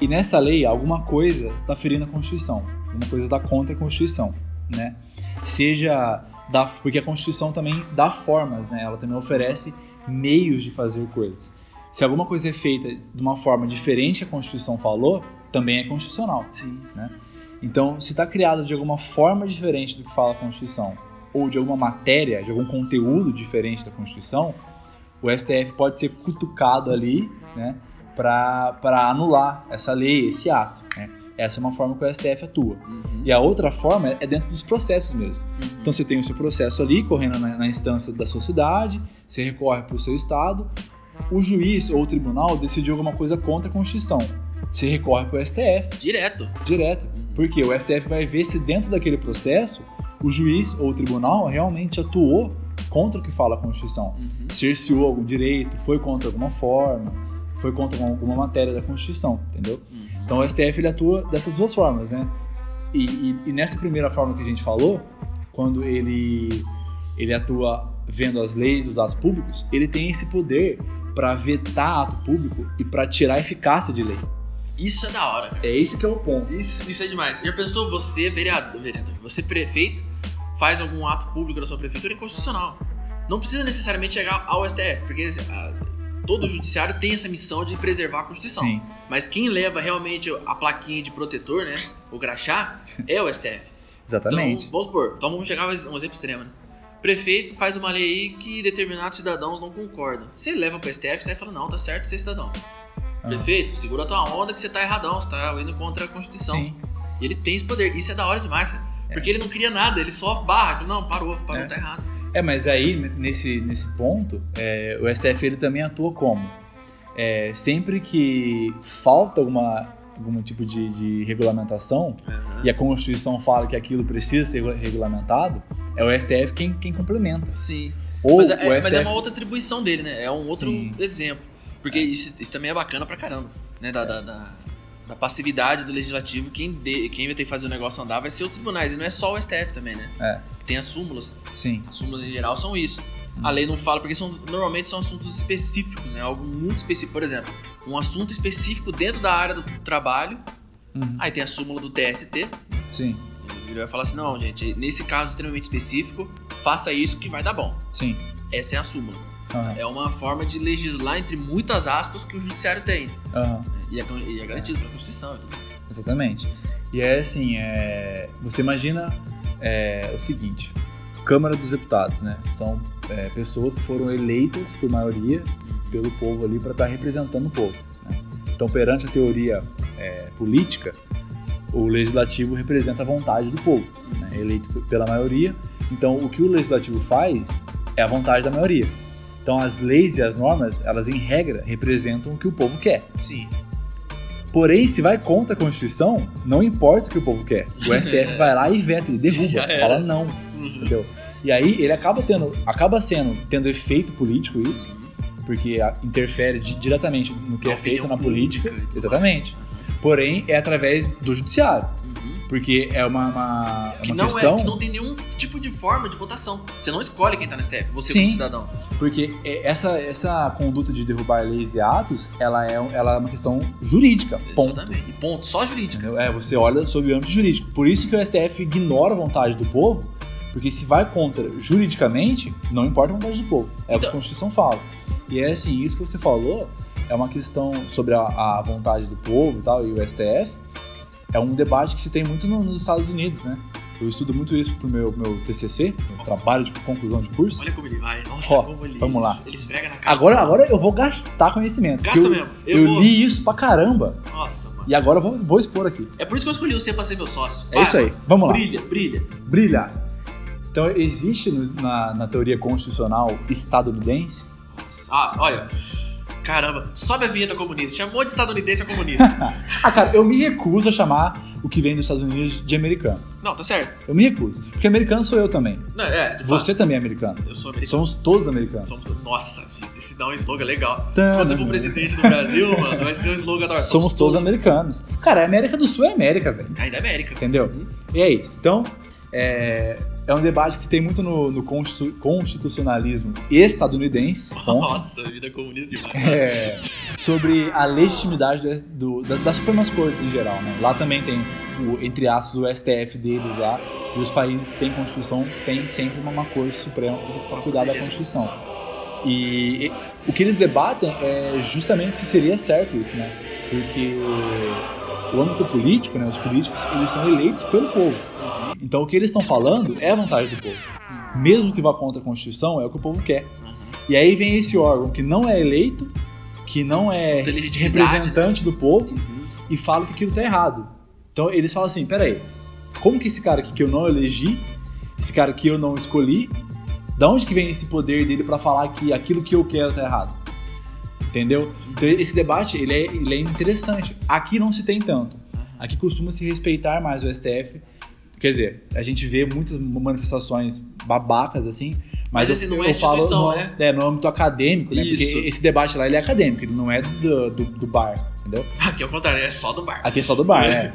[SPEAKER 2] e nessa lei alguma coisa está ferindo a Constituição, alguma coisa está contra a Constituição, né? Seja da, porque a Constituição também dá formas, né? Ela também oferece meios de fazer coisas. Se alguma coisa é feita de uma forma diferente que a Constituição falou, também é constitucional.
[SPEAKER 1] Sim.
[SPEAKER 2] Então, se está criado de alguma forma diferente do que fala a Constituição, ou de alguma matéria, de algum conteúdo diferente da Constituição, o STF pode ser cutucado ali, né, para anular essa lei, esse ato. né? Essa é uma forma que o STF atua.
[SPEAKER 1] Uhum.
[SPEAKER 2] E a outra forma é dentro dos processos mesmo.
[SPEAKER 1] Uhum.
[SPEAKER 2] Então você tem o seu processo ali, correndo na, na instância da sua cidade, você recorre para o seu estado, o juiz ou o tribunal decidiu alguma coisa contra a Constituição. Você recorre para o STF
[SPEAKER 1] Direto.
[SPEAKER 2] direto, porque o STF vai ver se dentro daquele processo o juiz ou o tribunal realmente atuou contra o que fala a Constituição.
[SPEAKER 1] Uhum.
[SPEAKER 2] Cerceou algum direito, foi contra alguma forma, foi contra alguma matéria da Constituição, entendeu?
[SPEAKER 1] Uhum.
[SPEAKER 2] Então o STF ele atua dessas duas formas, né? E, e- e nessa primeira forma que a gente falou, quando ele, ele atua vendo as leis, os atos públicos, ele tem esse poder para vetar ato público e para tirar a eficácia de lei.
[SPEAKER 1] Isso é da hora, cara.
[SPEAKER 2] É esse que é o ponto.
[SPEAKER 1] Isso, isso é demais. Já pensou você, vereador, vereador, você prefeito, faz algum ato público da sua prefeitura inconstitucional. Não precisa necessariamente chegar ao STF, porque ah, todo o judiciário tem essa missão de preservar a Constituição.
[SPEAKER 2] Sim.
[SPEAKER 1] Mas quem leva realmente a plaquinha de protetor, né? O crachá, é o STF. Então,
[SPEAKER 2] Exatamente.
[SPEAKER 1] vamos supor, então vamos chegar a um exemplo extremo, né? Prefeito faz uma lei aí que determinados cidadãos não concordam. Você leva pro STF, você fala, não, tá certo ser cidadão.
[SPEAKER 2] Ah.
[SPEAKER 1] Prefeito, segura a tua onda que você tá erradão, você tá indo contra a Constituição.
[SPEAKER 2] Sim.
[SPEAKER 1] E ele tem esse poder. Isso é da hora demais, cara. Porque ele não cria nada, ele só barra. Ele fala, não, parou, parou,
[SPEAKER 2] É.
[SPEAKER 1] tá errado.
[SPEAKER 2] É, mas aí, nesse, nesse ponto, é, o STF ele também atua como? É, sempre que falta alguma, algum tipo de, de regulamentação e a Constituição fala que aquilo precisa ser regu- regulamentado, é o STF quem, quem complementa.
[SPEAKER 1] Sim.
[SPEAKER 2] Ou
[SPEAKER 1] mas,
[SPEAKER 2] o
[SPEAKER 1] é,
[SPEAKER 2] STF.
[SPEAKER 1] mas é uma outra atribuição dele, né? É um outro
[SPEAKER 2] Sim.
[SPEAKER 1] exemplo. Porque isso, isso também é bacana pra caramba, né? Da, da, da- da passividade do legislativo. Quem, dê- quem vai ter que fazer o negócio andar vai ser os tribunais. E não é só o STF também, né?
[SPEAKER 2] É.
[SPEAKER 1] Tem as súmulas.
[SPEAKER 2] Sim,
[SPEAKER 1] As súmulas em geral são isso.
[SPEAKER 2] Hum.
[SPEAKER 1] A lei não fala, porque são, normalmente são assuntos específicos, né? Algo muito específico. Por exemplo, um assunto específico dentro da área do trabalho.
[SPEAKER 2] Uhum.
[SPEAKER 1] Aí tem a súmula do TST,
[SPEAKER 2] sim,
[SPEAKER 1] ele vai falar assim: não, gente, nesse caso extremamente específico, faça isso que vai dar bom.
[SPEAKER 2] sim.
[SPEAKER 1] Essa é a súmula.
[SPEAKER 2] Aham,
[SPEAKER 1] É uma forma de legislar entre muitas aspas que o judiciário tem. né?
[SPEAKER 2] aham.
[SPEAKER 1] E é, e é garantido pela Constituição e tudo mais.
[SPEAKER 2] Exatamente. E é assim, é, você imagina é, o seguinte, Câmara dos Deputados, né? São é, pessoas que foram eleitas por maioria pelo povo ali para estar representando o povo. né? Então, perante a teoria é, política, o legislativo representa a vontade do povo, né? É eleito p- pela maioria. Então, o que o legislativo faz é a vontade da maioria. Então, as leis e as normas, elas em regra representam o que o povo quer.
[SPEAKER 1] Sim.
[SPEAKER 2] Porém, se vai contra a Constituição, não importa o que o povo quer. O STF vai lá e veta, ele
[SPEAKER 1] Já
[SPEAKER 2] derruba,
[SPEAKER 1] era.
[SPEAKER 2] fala não,
[SPEAKER 1] Uhum.
[SPEAKER 2] entendeu? E aí ele acaba tendo, acaba sendo, tendo efeito político isso, porque a- interfere di- diretamente no que
[SPEAKER 1] Na
[SPEAKER 2] é feito
[SPEAKER 1] opinião
[SPEAKER 2] na política.
[SPEAKER 1] pública então. e tudo
[SPEAKER 2] Exatamente. Porém, é através do judiciário,
[SPEAKER 1] Uhum.
[SPEAKER 2] porque é uma, uma, é
[SPEAKER 1] Que
[SPEAKER 2] uma
[SPEAKER 1] não
[SPEAKER 2] questão,
[SPEAKER 1] é, que não tem nenhum tipo de forma de votação. Você não escolhe quem tá no STF, você
[SPEAKER 2] Sim.
[SPEAKER 1] como cidadão.
[SPEAKER 2] porque é- essa, essa conduta de derrubar leis e atos, ela é, ela é uma questão jurídica, ponto.
[SPEAKER 1] Exatamente. E ponto, só jurídica.
[SPEAKER 2] Entendeu? É, você olha sob o âmbito jurídico. Por isso que o STF ignora a vontade do povo, porque se vai contra juridicamente, não importa a vontade do povo. É o que
[SPEAKER 1] Então.
[SPEAKER 2] a Constituição fala. E é assim, isso que você falou é uma questão sobre a, a vontade do povo e tal, e o STF. É um debate que se tem muito no- nos Estados Unidos, né? Eu estudo muito isso pro meu, meu TCC, meu trabalho de conclusão de curso.
[SPEAKER 1] Olha como ele vai. Nossa,
[SPEAKER 2] Ó,
[SPEAKER 1] como ele.
[SPEAKER 2] vamos lá.
[SPEAKER 1] Ele esfrega na cara.
[SPEAKER 2] Agora, agora eu vou gastar conhecimento. porque
[SPEAKER 1] Gasta
[SPEAKER 2] eu,
[SPEAKER 1] mesmo. Eu,
[SPEAKER 2] Eu,
[SPEAKER 1] vou-
[SPEAKER 2] li isso pra caramba.
[SPEAKER 1] Nossa, mano.
[SPEAKER 2] E agora eu vou, vou expor aqui.
[SPEAKER 1] É por isso que eu escolhi você pra ser meu sócio.
[SPEAKER 2] É
[SPEAKER 1] Vai,
[SPEAKER 2] isso aí. Vamos lá.
[SPEAKER 1] Brilha, brilha.
[SPEAKER 2] brilhar. Então, existe no- na, na teoria constitucional estadunidense
[SPEAKER 1] Ah, olha. Caramba, sobe a vinheta comunista. Chamou de estadunidense a comunista.
[SPEAKER 2] Ah, cara, eu me recuso a chamar o que vem dos Estados Unidos de americano.
[SPEAKER 1] Não, tá certo.
[SPEAKER 2] Eu me recuso. Porque americano sou eu também.
[SPEAKER 1] Não, é, de
[SPEAKER 2] Você também é americano.
[SPEAKER 1] fato, Eu sou americano.
[SPEAKER 2] Somos todos americanos.
[SPEAKER 1] Somos, nossa, esse dá um slogan legal.
[SPEAKER 2] Tá,
[SPEAKER 1] Quando você for
[SPEAKER 2] né?
[SPEAKER 1] presidente do Brasil, mano, vai ser um slogan da hora.
[SPEAKER 2] Somos todos americanos. Cara, a América do Sul é América, velho.
[SPEAKER 1] Ainda é América.
[SPEAKER 2] Entendeu?
[SPEAKER 1] Uhum.
[SPEAKER 2] E é isso. Então, é, é um debate que se tem muito no, no constitu- constitucionalismo estadunidense. bom,
[SPEAKER 1] Nossa, vida comunista demais.
[SPEAKER 2] é, sobre a legitimidade do- do- das, das Supremas Cortes em geral, né? Lá também tem, o, entre aspas, o STF deles lá. E os países que têm Constituição têm sempre uma, uma Corte Suprema para cuidar da
[SPEAKER 1] Proteger essa
[SPEAKER 2] Constituição. E, e o que eles debatem é justamente se seria certo isso, né? Porque o âmbito político, né? Os políticos, eles são eleitos pelo povo. Então o que eles estão falando é a vontade do povo. Mesmo que vá contra a Constituição, é o que o povo quer.
[SPEAKER 1] Uhum.
[SPEAKER 2] E aí vem esse órgão que não é eleito, que não é
[SPEAKER 1] Tem legitimidade,
[SPEAKER 2] representante do povo
[SPEAKER 1] Uhum.
[SPEAKER 2] e fala que aquilo tá errado. Então eles falam assim, peraí, como que esse cara aqui que eu não elegi, esse cara que eu não escolhi, da onde que vem esse poder dele pra falar que aquilo que eu quero tá errado? Entendeu? Então esse debate, ele é, ele é interessante. Aqui não se tem tanto.
[SPEAKER 1] Uhum.
[SPEAKER 2] Aqui costuma se respeitar mais o STF. Quer dizer, a gente vê muitas manifestações babacas assim,
[SPEAKER 1] Mas
[SPEAKER 2] mas,
[SPEAKER 1] esse não é instituição,
[SPEAKER 2] no,
[SPEAKER 1] né?
[SPEAKER 2] É, no âmbito acadêmico, né?
[SPEAKER 1] Isso.
[SPEAKER 2] Porque esse debate lá ele é acadêmico, ele não é do- do, do bar, entendeu?
[SPEAKER 1] Aqui é o contrário, é só do bar.
[SPEAKER 2] Aqui é só do bar, né?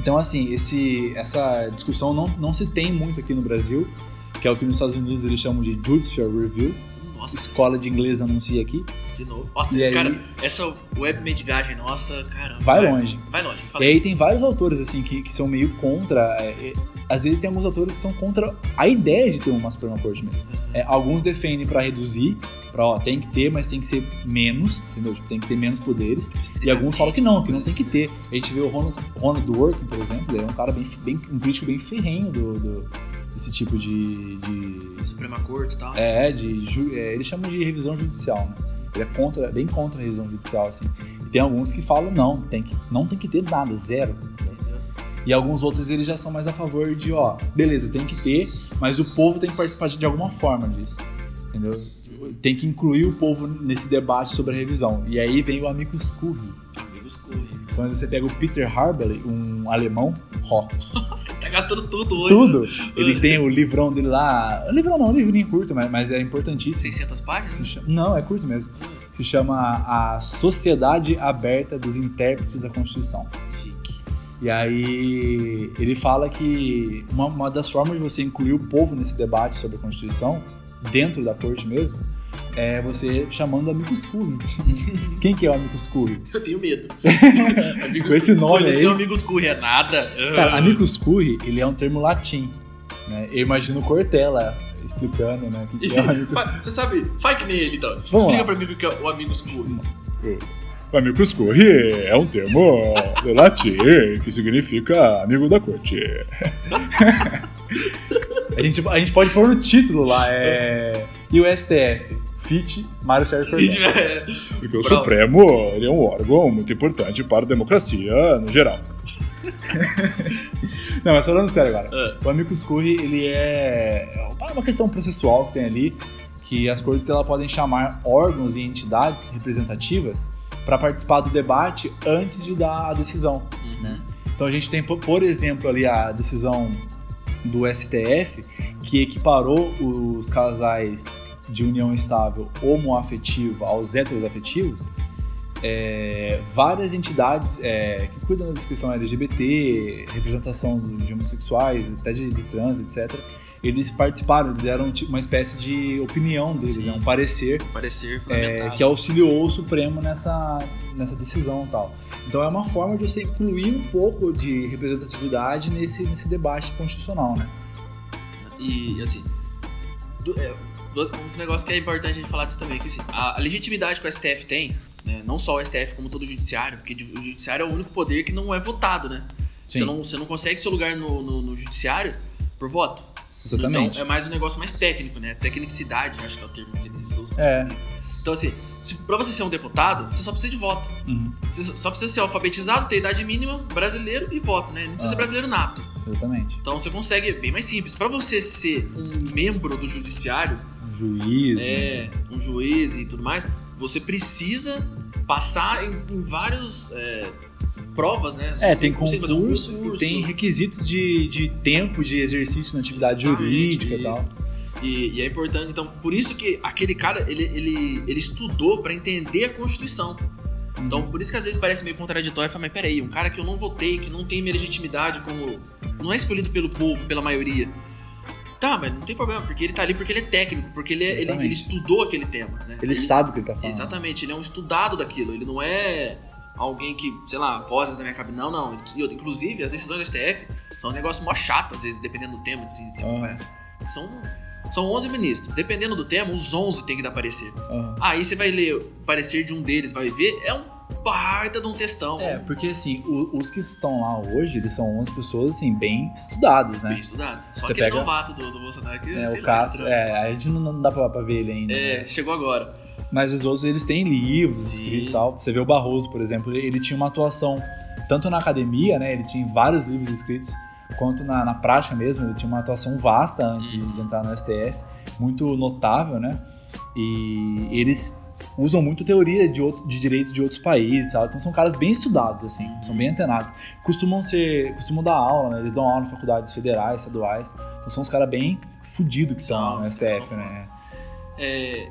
[SPEAKER 2] Então, assim, esse, essa discussão não, não se tem muito aqui no Brasil, que é o que nos Estados Unidos eles chamam de Judicial Review.
[SPEAKER 1] Nossa,
[SPEAKER 2] Escola de inglês anuncia aqui.
[SPEAKER 1] de novo. Nossa,
[SPEAKER 2] E aí-
[SPEAKER 1] cara, essa web mendigagem nossa, caramba.
[SPEAKER 2] Vai longe.
[SPEAKER 1] Vai longe, fala
[SPEAKER 2] E aí tem vários autores, assim, que, que são meio contra. é, é, às vezes tem alguns autores que são contra a ideia de ter um uma Suprema Corte mesmo. É, alguns defendem pra reduzir, pra, ó, tem que ter, mas tem que ser menos, entendeu? Tipo, tem que ter menos poderes. E alguns falam que não, que não tem que ter. A gente vê o Ronald, Ronald Dworkin, por exemplo, ele é um cara bem, bem um crítico bem ferrenho do, do- desse tipo de, de
[SPEAKER 1] Suprema Corte e tal.
[SPEAKER 2] é, de ju- é, eles chamam de revisão judicial, né? Ele é contra, bem contra a revisão judicial assim. E tem alguns que falam não, tem que não tem que ter nada, zero.
[SPEAKER 1] entendeu?
[SPEAKER 2] E alguns outros eles já são mais a favor de, ó, beleza, tem que ter, mas o povo tem que participar de alguma forma disso. Entendeu? Tem que incluir o povo nesse debate sobre a revisão. E aí vem o Amicus Curiae,
[SPEAKER 1] Amigos correm.
[SPEAKER 2] quando você pega o Peter Harberly, um alemão, ó,
[SPEAKER 1] Nossa, tá gastando tudo hoje.
[SPEAKER 2] tudo, ele tem o livrão dele lá. Livrão não, livrinho curto, mas, mas é importantíssimo.
[SPEAKER 1] 600 páginas?
[SPEAKER 2] Se chama- não, é curto mesmo. Se chama A Sociedade Aberta dos Intérpretes da Constituição.
[SPEAKER 1] Chique.
[SPEAKER 2] E aí ele fala que uma, uma das formas de você incluir o povo nesse debate sobre a Constituição, dentro da corte mesmo, é você chamando amigos curry. Quem que é o amigos curry?
[SPEAKER 1] Eu tenho medo. amigos
[SPEAKER 2] Com esse nome
[SPEAKER 1] Conhecer
[SPEAKER 2] aí.
[SPEAKER 1] amigos curry é nada.
[SPEAKER 2] Cara,
[SPEAKER 1] Ah.
[SPEAKER 2] amicus curiae, ele é um termo latim. Né? Eu imagino o Cortella explicando, né? O que, que é o amicus
[SPEAKER 1] Fa- Você sabe, faz que nem ele então.
[SPEAKER 2] Vamos
[SPEAKER 1] Liga
[SPEAKER 2] lá.
[SPEAKER 1] pra mim o que é o amigos curry.
[SPEAKER 2] é. O amicus curiae é um termo latim que significa amigo da corte. a, gente, a gente pode pôr no título lá, é... E o STF? Fit Mário Sérgio Cortella. Porque o
[SPEAKER 1] Bravo.
[SPEAKER 2] Supremo ele é um órgão muito importante para a democracia no geral. Não, mas falando sério agora. O amicus curiae, ele é é uma questão processual que tem ali, que as cortes ela podem chamar órgãos e entidades representativas para participar do debate antes de dar a decisão. né? Então a gente tem, po- por exemplo, ali a decisão do STF que equiparou os casais de união estável homoafetiva aos heteroafetivos. é, várias entidades é, que cuidam da descrição LGBT, representação de homossexuais, até de, de trans, etc. Eles participaram, deram tipo, uma espécie de opinião deles,
[SPEAKER 1] Sim. Ah,
[SPEAKER 2] né, um parecer
[SPEAKER 1] Parecer
[SPEAKER 2] é,
[SPEAKER 1] fundamentado.
[SPEAKER 2] que auxiliou o Supremo nessa, nessa decisão e tal. Então é uma forma de você incluir um pouco de representatividade nesse, nesse debate constitucional, né?
[SPEAKER 1] E assim, do- é, do- um dos negócios que é importante a gente falar disso também, que assim, a, a legitimidade que o STF tem, né, não só o STF como todo o judiciário, porque de- o judiciário é o único poder que não é votado, né?
[SPEAKER 2] Sim.
[SPEAKER 1] Você não, você não consegue seu lugar no, no- no judiciário por voto. Então é mais um negócio mais técnico, né? Tecnicidade, acho que é o termo que eles usam.
[SPEAKER 2] é.
[SPEAKER 1] Então assim, se, pra você ser um deputado, você só precisa de voto.
[SPEAKER 2] Uhum,
[SPEAKER 1] Você só- só precisa ser alfabetizado, ter idade mínima, brasileiro e voto, né? Não precisa
[SPEAKER 2] Ah.
[SPEAKER 1] ser brasileiro nato.
[SPEAKER 2] exatamente.
[SPEAKER 1] Então você consegue, é bem mais simples. Pra você ser um membro do judiciário,
[SPEAKER 2] Um juiz.
[SPEAKER 1] é, um juiz e tudo mais, Você precisa passar em, em vários é, provas, né?
[SPEAKER 2] É, tem
[SPEAKER 1] Você fazer um
[SPEAKER 2] concurso e
[SPEAKER 1] concurso,
[SPEAKER 2] tem
[SPEAKER 1] né?
[SPEAKER 2] requisitos de, de tempo de exercício na atividade
[SPEAKER 1] Exatamente,
[SPEAKER 2] jurídica e
[SPEAKER 1] isso.
[SPEAKER 2] tal.
[SPEAKER 1] E, e é importante, então, por isso que aquele cara, ele, ele, ele estudou pra entender a Constituição.
[SPEAKER 2] Uhum.
[SPEAKER 1] Então, por isso que às vezes parece meio contraditório, fala, mas peraí, um cara que eu não votei, que não tem minha legitimidade como... Não é escolhido pelo povo, pela maioria. Tá, mas não tem problema, porque ele tá ali porque ele é técnico, porque ele, é- ele,
[SPEAKER 2] Exatamente.
[SPEAKER 1] ele estudou aquele tema, né?
[SPEAKER 2] Ele sabe o que ele tá falando.
[SPEAKER 1] Exatamente, ele é um estudado daquilo, ele não é alguém que, sei lá, vozes da minha cabeça. Não, não. E outra, Inclusive, as decisões do STF são um negócio mó chato, às vezes, dependendo do tema de se de se
[SPEAKER 2] Ah.
[SPEAKER 1] acompanhar. São, são 11 ministros. Dependendo do tema, os 11 tem que dar parecer.
[SPEAKER 2] Aham.
[SPEAKER 1] Aí você vai ler o parecer de um deles, vai ver, é um baita de um textão.
[SPEAKER 2] É, porque assim, o- os que estão lá hoje, eles são 11 pessoas, assim, bem estudadas,
[SPEAKER 1] Bem
[SPEAKER 2] né?
[SPEAKER 1] estudado. Só
[SPEAKER 2] Você
[SPEAKER 1] aquele
[SPEAKER 2] pega-
[SPEAKER 1] novato do, do Bolsonaro que
[SPEAKER 2] É,
[SPEAKER 1] sei
[SPEAKER 2] o
[SPEAKER 1] lá,
[SPEAKER 2] Castro,
[SPEAKER 1] estranho.
[SPEAKER 2] é, a gente não, não dá pra, pra ver ele ainda. né?
[SPEAKER 1] É, chegou agora.
[SPEAKER 2] Mas os outros, eles têm livros
[SPEAKER 1] Sim.
[SPEAKER 2] escritos e tal. Você vê o Barroso, por exemplo, ele, ele tinha uma atuação tanto na academia, né? Ele tinha vários livros escritos, quanto na, na prática mesmo. Ele tinha uma atuação vasta antes de, de entrar no STF, muito notável, né? E eles usam muito teoria de, outro, de direitos de outros países, sabe? Então são caras bem estudados, assim, são bem antenados. Costumam ser, costumam dar aula, né? Eles dão aula em faculdades federais, estaduais. Então são uns caras bem fudidos que são
[SPEAKER 1] São,
[SPEAKER 2] no
[SPEAKER 1] são
[SPEAKER 2] STF,
[SPEAKER 1] foda.
[SPEAKER 2] né?
[SPEAKER 1] É,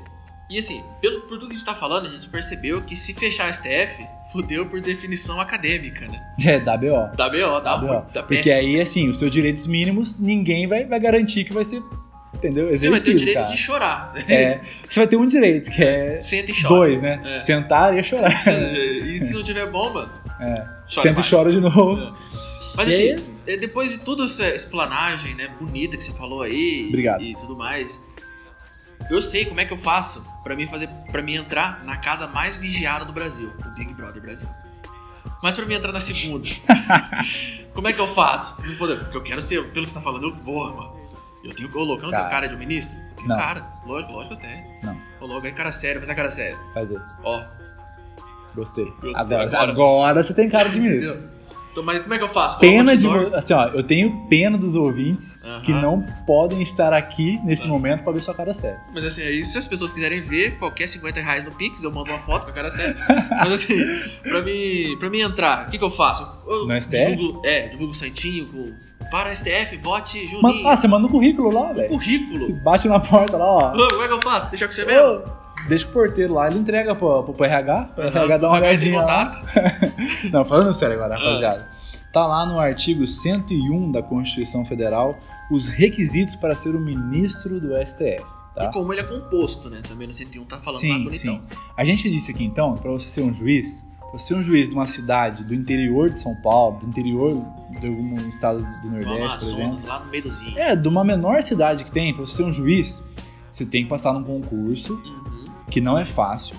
[SPEAKER 1] e assim, pelo, por tudo que a gente tá falando, a gente percebeu que se fechar a STF, fudeu por definição acadêmica, né?
[SPEAKER 2] É, da BO.
[SPEAKER 1] Dá B.O., dá ruim,
[SPEAKER 2] Ó,
[SPEAKER 1] dá
[SPEAKER 2] Porque
[SPEAKER 1] Ah, péssimo.
[SPEAKER 2] aí, assim, os seus direitos mínimos, ninguém vai, vai garantir que vai ser, entendeu?
[SPEAKER 1] Você vai ter o
[SPEAKER 2] Exercido,
[SPEAKER 1] é direito
[SPEAKER 2] cara.
[SPEAKER 1] de chorar.
[SPEAKER 2] É, você vai ter um direito, que é
[SPEAKER 1] Senta e chora.
[SPEAKER 2] dois, né?
[SPEAKER 1] É.
[SPEAKER 2] Sentar e chorar.
[SPEAKER 1] E se não tiver bomba, chora
[SPEAKER 2] É. Senta
[SPEAKER 1] mais.
[SPEAKER 2] e chora de novo.
[SPEAKER 1] Mas
[SPEAKER 2] E aí-
[SPEAKER 1] assim, é, depois de toda essa explanagem, né, bonita que você falou aí
[SPEAKER 2] Obrigado.
[SPEAKER 1] e tudo mais, eu sei como é que eu faço pra mim fazer, para mim entrar na casa mais vigiada do Brasil, o Big Brother Brasil. Mas pra mim entrar na segunda, como é que eu faço? Não vou- Porque eu quero ser, pelo que você tá falando, eu vou, mano. Eu tenho, ô louco, eu não
[SPEAKER 2] Cara.
[SPEAKER 1] tenho cara de um ministro? Eu tenho
[SPEAKER 2] Não.
[SPEAKER 1] cara, lógico, lógico que eu tenho.
[SPEAKER 2] Não.
[SPEAKER 1] Ô louco, é cara sério, faz a cara séria.
[SPEAKER 2] Fazer.
[SPEAKER 1] Ó,
[SPEAKER 2] Gostei.
[SPEAKER 1] Gostei.
[SPEAKER 2] Agora,
[SPEAKER 1] É. Agora-
[SPEAKER 2] agora você tem cara de ministro.
[SPEAKER 1] entendeu? Então, mas como é que eu faço? Coloca
[SPEAKER 2] Pena
[SPEAKER 1] um
[SPEAKER 2] de.
[SPEAKER 1] outdoor?
[SPEAKER 2] vo- Assim, ó, eu tenho pena dos ouvintes
[SPEAKER 1] Aham. É.
[SPEAKER 2] que não podem estar aqui nesse momento pra ver sua cara séria.
[SPEAKER 1] Mas assim, aí se as pessoas quiserem ver, qualquer 50 reais no Pix, eu mando uma foto com a cara séria. Mas assim, pra mim, pra mim entrar, o que, que eu faço? Eu
[SPEAKER 2] No STF?
[SPEAKER 1] Divulgo, é, divulgo o santinho com. Para STF, vote
[SPEAKER 2] Mano,
[SPEAKER 1] Juninho.
[SPEAKER 2] ah, você manda um currículo lá, velho.
[SPEAKER 1] currículo.
[SPEAKER 2] Se bate na porta lá, ó.
[SPEAKER 1] Ô, como é que eu faço? Deixa com você mesmo?
[SPEAKER 2] Ô, Deixa que o porteiro lá, ele entrega pro, pro RH, o RH dá
[SPEAKER 1] Vai
[SPEAKER 2] uma
[SPEAKER 1] ter
[SPEAKER 2] olhadinha lá.
[SPEAKER 1] contato.
[SPEAKER 2] Não, falando sério agora,
[SPEAKER 1] Ah.
[SPEAKER 2] rapaziada. Tá lá no artigo 101 da Constituição Federal os requisitos para ser o ministro do STF. Tá?
[SPEAKER 1] E como ele é composto, né? Também no 101 tá falando lá
[SPEAKER 2] sim,
[SPEAKER 1] bonitão.
[SPEAKER 2] sim. A gente disse aqui então, para você ser um juiz, pra você ser um juiz de uma cidade do interior de São Paulo, do interior de algum estado do
[SPEAKER 1] No
[SPEAKER 2] Nordeste, por exemplo.
[SPEAKER 1] Amazonas, lá no meio do zinho.
[SPEAKER 2] É, de uma menor cidade que tem, pra você ser um juiz, você tem que passar num concurso
[SPEAKER 1] Uhum.
[SPEAKER 2] que não é fácil,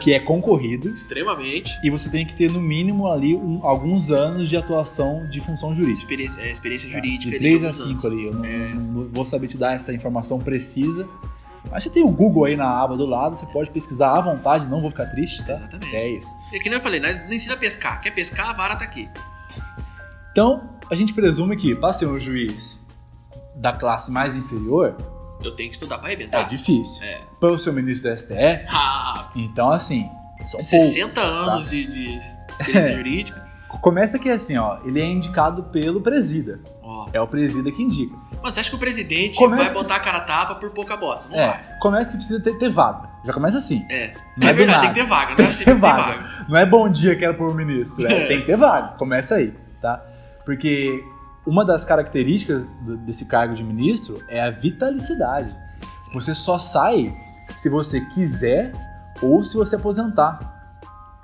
[SPEAKER 2] que é concorrido.
[SPEAKER 1] Extremamente.
[SPEAKER 2] e você tem que ter no mínimo ali um- alguns anos de atuação de função jurídica.
[SPEAKER 1] Experiência, é, experiência jurídica.
[SPEAKER 2] Tá, De
[SPEAKER 1] de
[SPEAKER 2] 3 a
[SPEAKER 1] alguns
[SPEAKER 2] 5
[SPEAKER 1] anos.
[SPEAKER 2] ali, eu não,
[SPEAKER 1] É.
[SPEAKER 2] não vou saber te dar essa informação precisa. Mas você tem o Google aí na aba do lado, você pode pesquisar à vontade, não vou ficar triste, tá?
[SPEAKER 1] Exatamente.
[SPEAKER 2] É isso.
[SPEAKER 1] É que nem eu falei, nós não ensina a pescar. Quer pescar, a vara tá aqui.
[SPEAKER 2] Então, a gente presume que para ser um juiz da classe mais inferior,
[SPEAKER 1] Eu tenho que estudar pra
[SPEAKER 2] é
[SPEAKER 1] arrebentar.
[SPEAKER 2] difícil.
[SPEAKER 1] É.
[SPEAKER 2] Para o seu ministro do STF,
[SPEAKER 1] Ah,
[SPEAKER 2] então assim, são poucos.
[SPEAKER 1] 60
[SPEAKER 2] tá.
[SPEAKER 1] anos de, de experiência jurídica.
[SPEAKER 2] Começa que assim, ó, ele é indicado pelo presida.
[SPEAKER 1] Ó.
[SPEAKER 2] É o presida que indica.
[SPEAKER 1] Mas você acha que o presidente
[SPEAKER 2] Começa-
[SPEAKER 1] vai botar a cara a tapa por pouca bosta? Não vai.
[SPEAKER 2] É, começa que precisa ter, ter vaga. Já começa assim.
[SPEAKER 1] É.
[SPEAKER 2] Não é
[SPEAKER 1] é
[SPEAKER 2] do
[SPEAKER 1] verdade,
[SPEAKER 2] nada.
[SPEAKER 1] tem que ter vaga, não é assim que tem
[SPEAKER 2] vaga.
[SPEAKER 1] vaga.
[SPEAKER 2] Não é bom dia que era pro ministro, né?
[SPEAKER 1] É.
[SPEAKER 2] Tem que ter vaga. Começa aí, tá? Porque uma das características do- desse cargo de ministro é a vitalicidade. Você só sai se você quiser ou se você aposentar.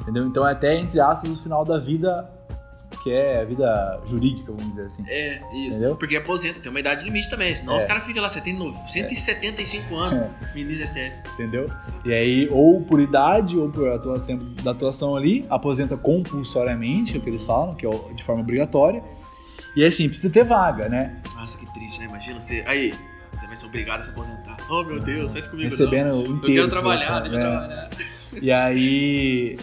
[SPEAKER 2] Entendeu? Então é até, entre aspas, o final da vida, que é a vida jurídica, vamos dizer assim.
[SPEAKER 1] É, isso.
[SPEAKER 2] Entendeu?
[SPEAKER 1] Porque aposenta, tem uma idade limite também. Senão
[SPEAKER 2] É.
[SPEAKER 1] os caras ficam lá, você tem no- 175 anos, ministro STF.
[SPEAKER 2] Entendeu? E aí, ou por idade, ou por atua- tempo da atuação ali, aposenta compulsoriamente, é o que eles falam, que é o- de forma obrigatória. E aí, assim, precisa ter vaga, né?
[SPEAKER 1] Nossa, que triste, né? Imagina você. Aí, você vai ser obrigado a se aposentar. Oh, meu Deus, faz comigo.
[SPEAKER 2] Recebendo o
[SPEAKER 1] não. Eu
[SPEAKER 2] inteiro.
[SPEAKER 1] quero trabalhar,
[SPEAKER 2] que
[SPEAKER 1] deixa
[SPEAKER 2] você
[SPEAKER 1] eu
[SPEAKER 2] recebe, né?
[SPEAKER 1] trabalhar.
[SPEAKER 2] E aí,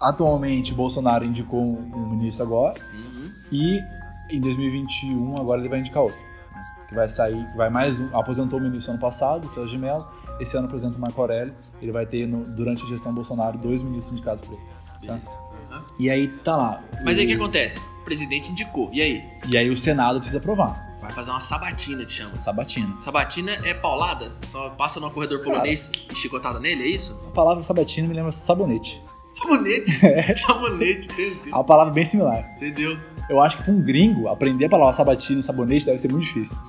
[SPEAKER 2] atualmente, Bolsonaro indicou um um ministro agora,
[SPEAKER 1] Uhum.
[SPEAKER 2] um, e em 2021 agora ele vai indicar outro. que vai sair, que vai mais um, aposentou o ministro ano passado, o Sérgio de Mello, esse ano apresenta o Marco Aurélio, ele vai ter, no- durante a gestão Bolsonaro, dois ministros indicados por ele. Tá?
[SPEAKER 1] Beleza. Aham.
[SPEAKER 2] E aí tá lá.
[SPEAKER 1] Mas aí o
[SPEAKER 2] o-
[SPEAKER 1] que acontece? O presidente indicou. E aí?
[SPEAKER 2] E aí o Senado precisa aprovar.
[SPEAKER 1] Vai fazer uma sabatina que chama.
[SPEAKER 2] Sabatina.
[SPEAKER 1] Sabatina é paulada? Só passa no corredor
[SPEAKER 2] Claro.
[SPEAKER 1] polonês e chicotada nele, é isso?
[SPEAKER 2] A palavra sabatina me lembra sabonete.
[SPEAKER 1] Sabonete. Sabonete, entendeu?
[SPEAKER 2] É uma palavra bem similar.
[SPEAKER 1] Entendeu?
[SPEAKER 2] Eu acho que pra um gringo, aprender a palavra sabatina e sabonete deve ser muito difícil.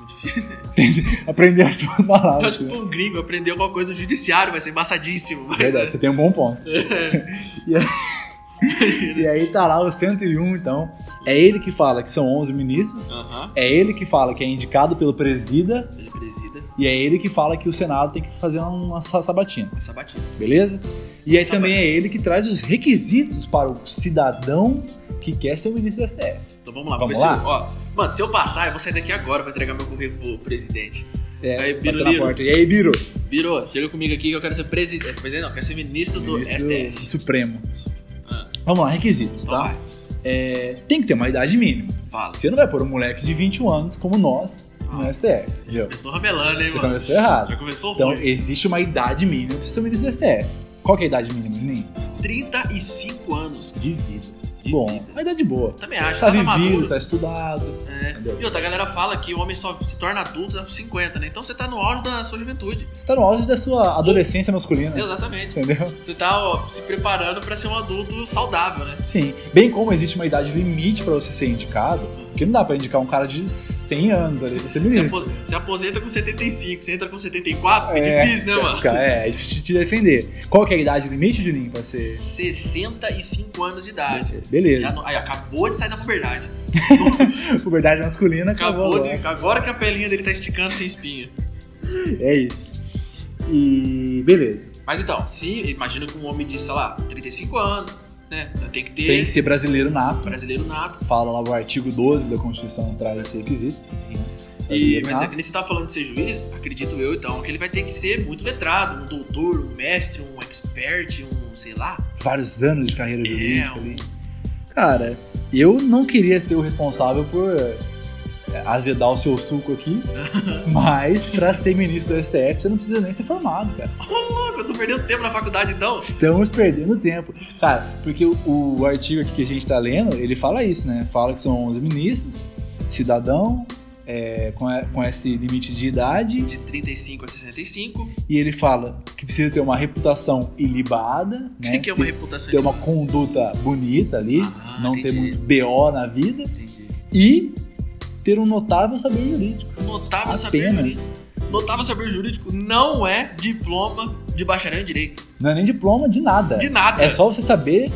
[SPEAKER 1] Muito difícil.
[SPEAKER 2] Aprender as duas
[SPEAKER 1] Eu
[SPEAKER 2] palavras.
[SPEAKER 1] acho que
[SPEAKER 2] né?
[SPEAKER 1] pra um gringo aprender alguma coisa do judiciário vai ser embaçadíssimo. mas-
[SPEAKER 2] Verdade, você tem um bom ponto.
[SPEAKER 1] É.
[SPEAKER 2] E aí tá lá o 101, então. É ele que fala que são 11 ministros.
[SPEAKER 1] Aham.
[SPEAKER 2] É ele que fala que é indicado pelo presida.
[SPEAKER 1] Ele presida
[SPEAKER 2] E é ele que fala que o Senado tem que fazer uma sa- sabatina,
[SPEAKER 1] a é sabatina.
[SPEAKER 2] beleza? E aí
[SPEAKER 1] Sabatina.
[SPEAKER 2] também é ele que traz os requisitos para o cidadão que quer ser o ministro do STF.
[SPEAKER 1] Então vamos lá,
[SPEAKER 2] Vamos
[SPEAKER 1] ver se
[SPEAKER 2] lá?
[SPEAKER 1] eu- ó, mano, se eu passar, eu vou sair daqui agora pra entregar meu currículo pro presidente.
[SPEAKER 2] É,
[SPEAKER 1] Aí,
[SPEAKER 2] bateu na
[SPEAKER 1] Biruliro.
[SPEAKER 2] porta. E aí, Biro?
[SPEAKER 1] Biro, chega comigo aqui que eu quero ser presidente. Presidente é, não, quero ser ministro do
[SPEAKER 2] Ministro
[SPEAKER 1] STF.
[SPEAKER 2] Supremo.
[SPEAKER 1] Ah,
[SPEAKER 2] Vamos lá, requisitos,
[SPEAKER 1] então
[SPEAKER 2] tá?
[SPEAKER 1] vai,
[SPEAKER 2] É, tem que ter uma idade mínima.
[SPEAKER 1] fala.
[SPEAKER 2] Você não vai pôr um moleque de 21 anos como nós
[SPEAKER 1] Ah,
[SPEAKER 2] no STF,
[SPEAKER 1] Já
[SPEAKER 2] entendeu?
[SPEAKER 1] começou ramelando, hein,
[SPEAKER 2] Você
[SPEAKER 1] mano?
[SPEAKER 2] começou errado.
[SPEAKER 1] Já começou
[SPEAKER 2] Então,
[SPEAKER 1] ruim.
[SPEAKER 2] existe uma idade mínima para ser ministro do STF. Qual que é a idade mínima, Juninho?
[SPEAKER 1] 35 anos
[SPEAKER 2] De vida.
[SPEAKER 1] de
[SPEAKER 2] Bom,
[SPEAKER 1] vida.
[SPEAKER 2] a idade boa.
[SPEAKER 1] Também acho,
[SPEAKER 2] Tá
[SPEAKER 1] tá
[SPEAKER 2] vivido,
[SPEAKER 1] maduro.
[SPEAKER 2] tá estudado.
[SPEAKER 1] É. E outra, a galera fala que o homem só se torna adulto aos 50, né? Então você tá no auge da sua juventude.
[SPEAKER 2] Você tá no auge da sua adolescência masculina,
[SPEAKER 1] Exatamente.
[SPEAKER 2] entendeu?
[SPEAKER 1] Você tá ó, se preparando pra ser um adulto saudável, né?
[SPEAKER 2] Sim. Bem como existe uma idade limite para você ser indicado, porque não dá para indicar um cara de 100 anos ali pra ser
[SPEAKER 1] Você,
[SPEAKER 2] ministro.
[SPEAKER 1] apo- você aposenta com 75, você entra com 74, fica
[SPEAKER 2] É.
[SPEAKER 1] difícil, né, mano?
[SPEAKER 2] Cara, É, é difícil te defender. Qual que é a idade limite, Juninho, pra ser...
[SPEAKER 1] 65 anos de idade. Já
[SPEAKER 2] Beleza.
[SPEAKER 1] não- aí, acabou de sair da puberdade.
[SPEAKER 2] Puberdade masculina acabou,
[SPEAKER 1] Acabou de.
[SPEAKER 2] né? agora.
[SPEAKER 1] Agora que a pelinha dele tá esticando sem espinha.
[SPEAKER 2] É isso. E... Beleza.
[SPEAKER 1] Mas então, se imagina que um homem de, sei lá, 35 anos, né? Tem que ter
[SPEAKER 2] Tem que ser brasileiro nato. né?
[SPEAKER 1] brasileiro nato.
[SPEAKER 2] fala lá o artigo 12 da Constituição traz esse requisito.
[SPEAKER 1] Sim. E,
[SPEAKER 2] Brasileiro
[SPEAKER 1] mas
[SPEAKER 2] nato.
[SPEAKER 1] se você tá falando de ser juiz, acredito eu então, que ele vai ter que ser muito letrado, um doutor, um mestre, um expert, um sei lá.
[SPEAKER 2] Vários anos de carreira
[SPEAKER 1] É,
[SPEAKER 2] jurídica
[SPEAKER 1] um-
[SPEAKER 2] ali. Cara, eu não queria ser o responsável por é, azedar o seu suco aqui, mas pra ser ministro do STF você não precisa nem ser formado, cara.
[SPEAKER 1] Ô, louco, eu tô perdendo tempo na faculdade então.
[SPEAKER 2] Estamos perdendo tempo. Cara, porque o, o artigo aqui que a gente tá lendo, ele fala isso, né? Fala que são 11 ministros, cidadão, é, com, a- com esse limite de idade,
[SPEAKER 1] De 35 a 65.
[SPEAKER 2] e ele fala que precisa ter uma reputação ilibada,
[SPEAKER 1] O
[SPEAKER 2] né?
[SPEAKER 1] que, que é uma
[SPEAKER 2] Se-
[SPEAKER 1] reputação?
[SPEAKER 2] ter uma conduta bonita ali,
[SPEAKER 1] Ah,
[SPEAKER 2] não ter
[SPEAKER 1] entendi.
[SPEAKER 2] muito BO na vida
[SPEAKER 1] Entendi.
[SPEAKER 2] e ter um notável saber jurídico.
[SPEAKER 1] Notável Ah, saber jurídico.
[SPEAKER 2] Apenas.
[SPEAKER 1] Notável saber jurídico não é diploma de bacharel em direito.
[SPEAKER 2] Não é nem diploma de nada.
[SPEAKER 1] De nada.
[SPEAKER 2] É só você saber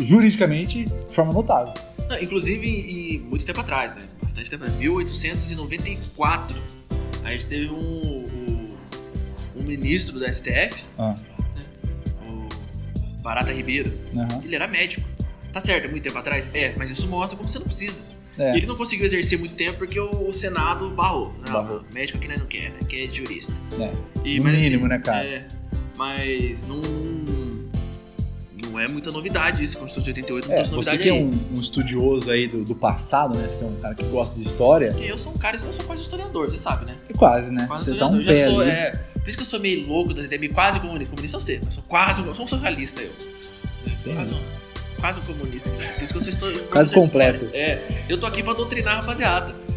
[SPEAKER 2] juridicamente de forma notável.
[SPEAKER 1] Não, inclusive, em, em muito tempo atrás, né? Bastante tempo. 1894. A gente teve um, o- um ministro do STF,
[SPEAKER 2] Ah,
[SPEAKER 1] o Barata Ribeiro.
[SPEAKER 2] aham.
[SPEAKER 1] Ele era médico. Tá certo, é muito tempo atrás? É, mas isso mostra como você não precisa.
[SPEAKER 2] É.
[SPEAKER 1] E Ele não conseguiu exercer muito tempo porque o, o Senado barrou. Não,
[SPEAKER 2] Barrou.
[SPEAKER 1] não, médico que nós não quer, né? Que é jurista.
[SPEAKER 2] É.
[SPEAKER 1] E,
[SPEAKER 2] No
[SPEAKER 1] mas,
[SPEAKER 2] mínimo, né, cara?
[SPEAKER 1] É, mas não. Não é muita novidade isso. Constituição de 88 não
[SPEAKER 2] É,
[SPEAKER 1] trouxe
[SPEAKER 2] você
[SPEAKER 1] novidade
[SPEAKER 2] que é
[SPEAKER 1] aí.
[SPEAKER 2] um, um estudioso aí do, do passado, né? Você que é um cara que gosta de história,
[SPEAKER 1] Porque eu sou um cara, eu sou quase historiador, você sabe, né?
[SPEAKER 2] é quase, né?
[SPEAKER 1] Quase
[SPEAKER 2] você tá
[SPEAKER 1] historiador.
[SPEAKER 2] um
[SPEAKER 1] eu já
[SPEAKER 2] pé
[SPEAKER 1] sou,
[SPEAKER 2] ali.
[SPEAKER 1] é, Por isso que eu sou meio louco das ideias, meio quase comunista. Comunista eu sei, mas sou quase um. Eu sou um socialista, eu.
[SPEAKER 2] Entendi.
[SPEAKER 1] Quase um, quase um comunista. Por isso que eu sou histori-
[SPEAKER 2] Quase
[SPEAKER 1] professor de história.
[SPEAKER 2] completo.
[SPEAKER 1] É, eu tô aqui pra doutrinar a rapaziada.
[SPEAKER 2] Eu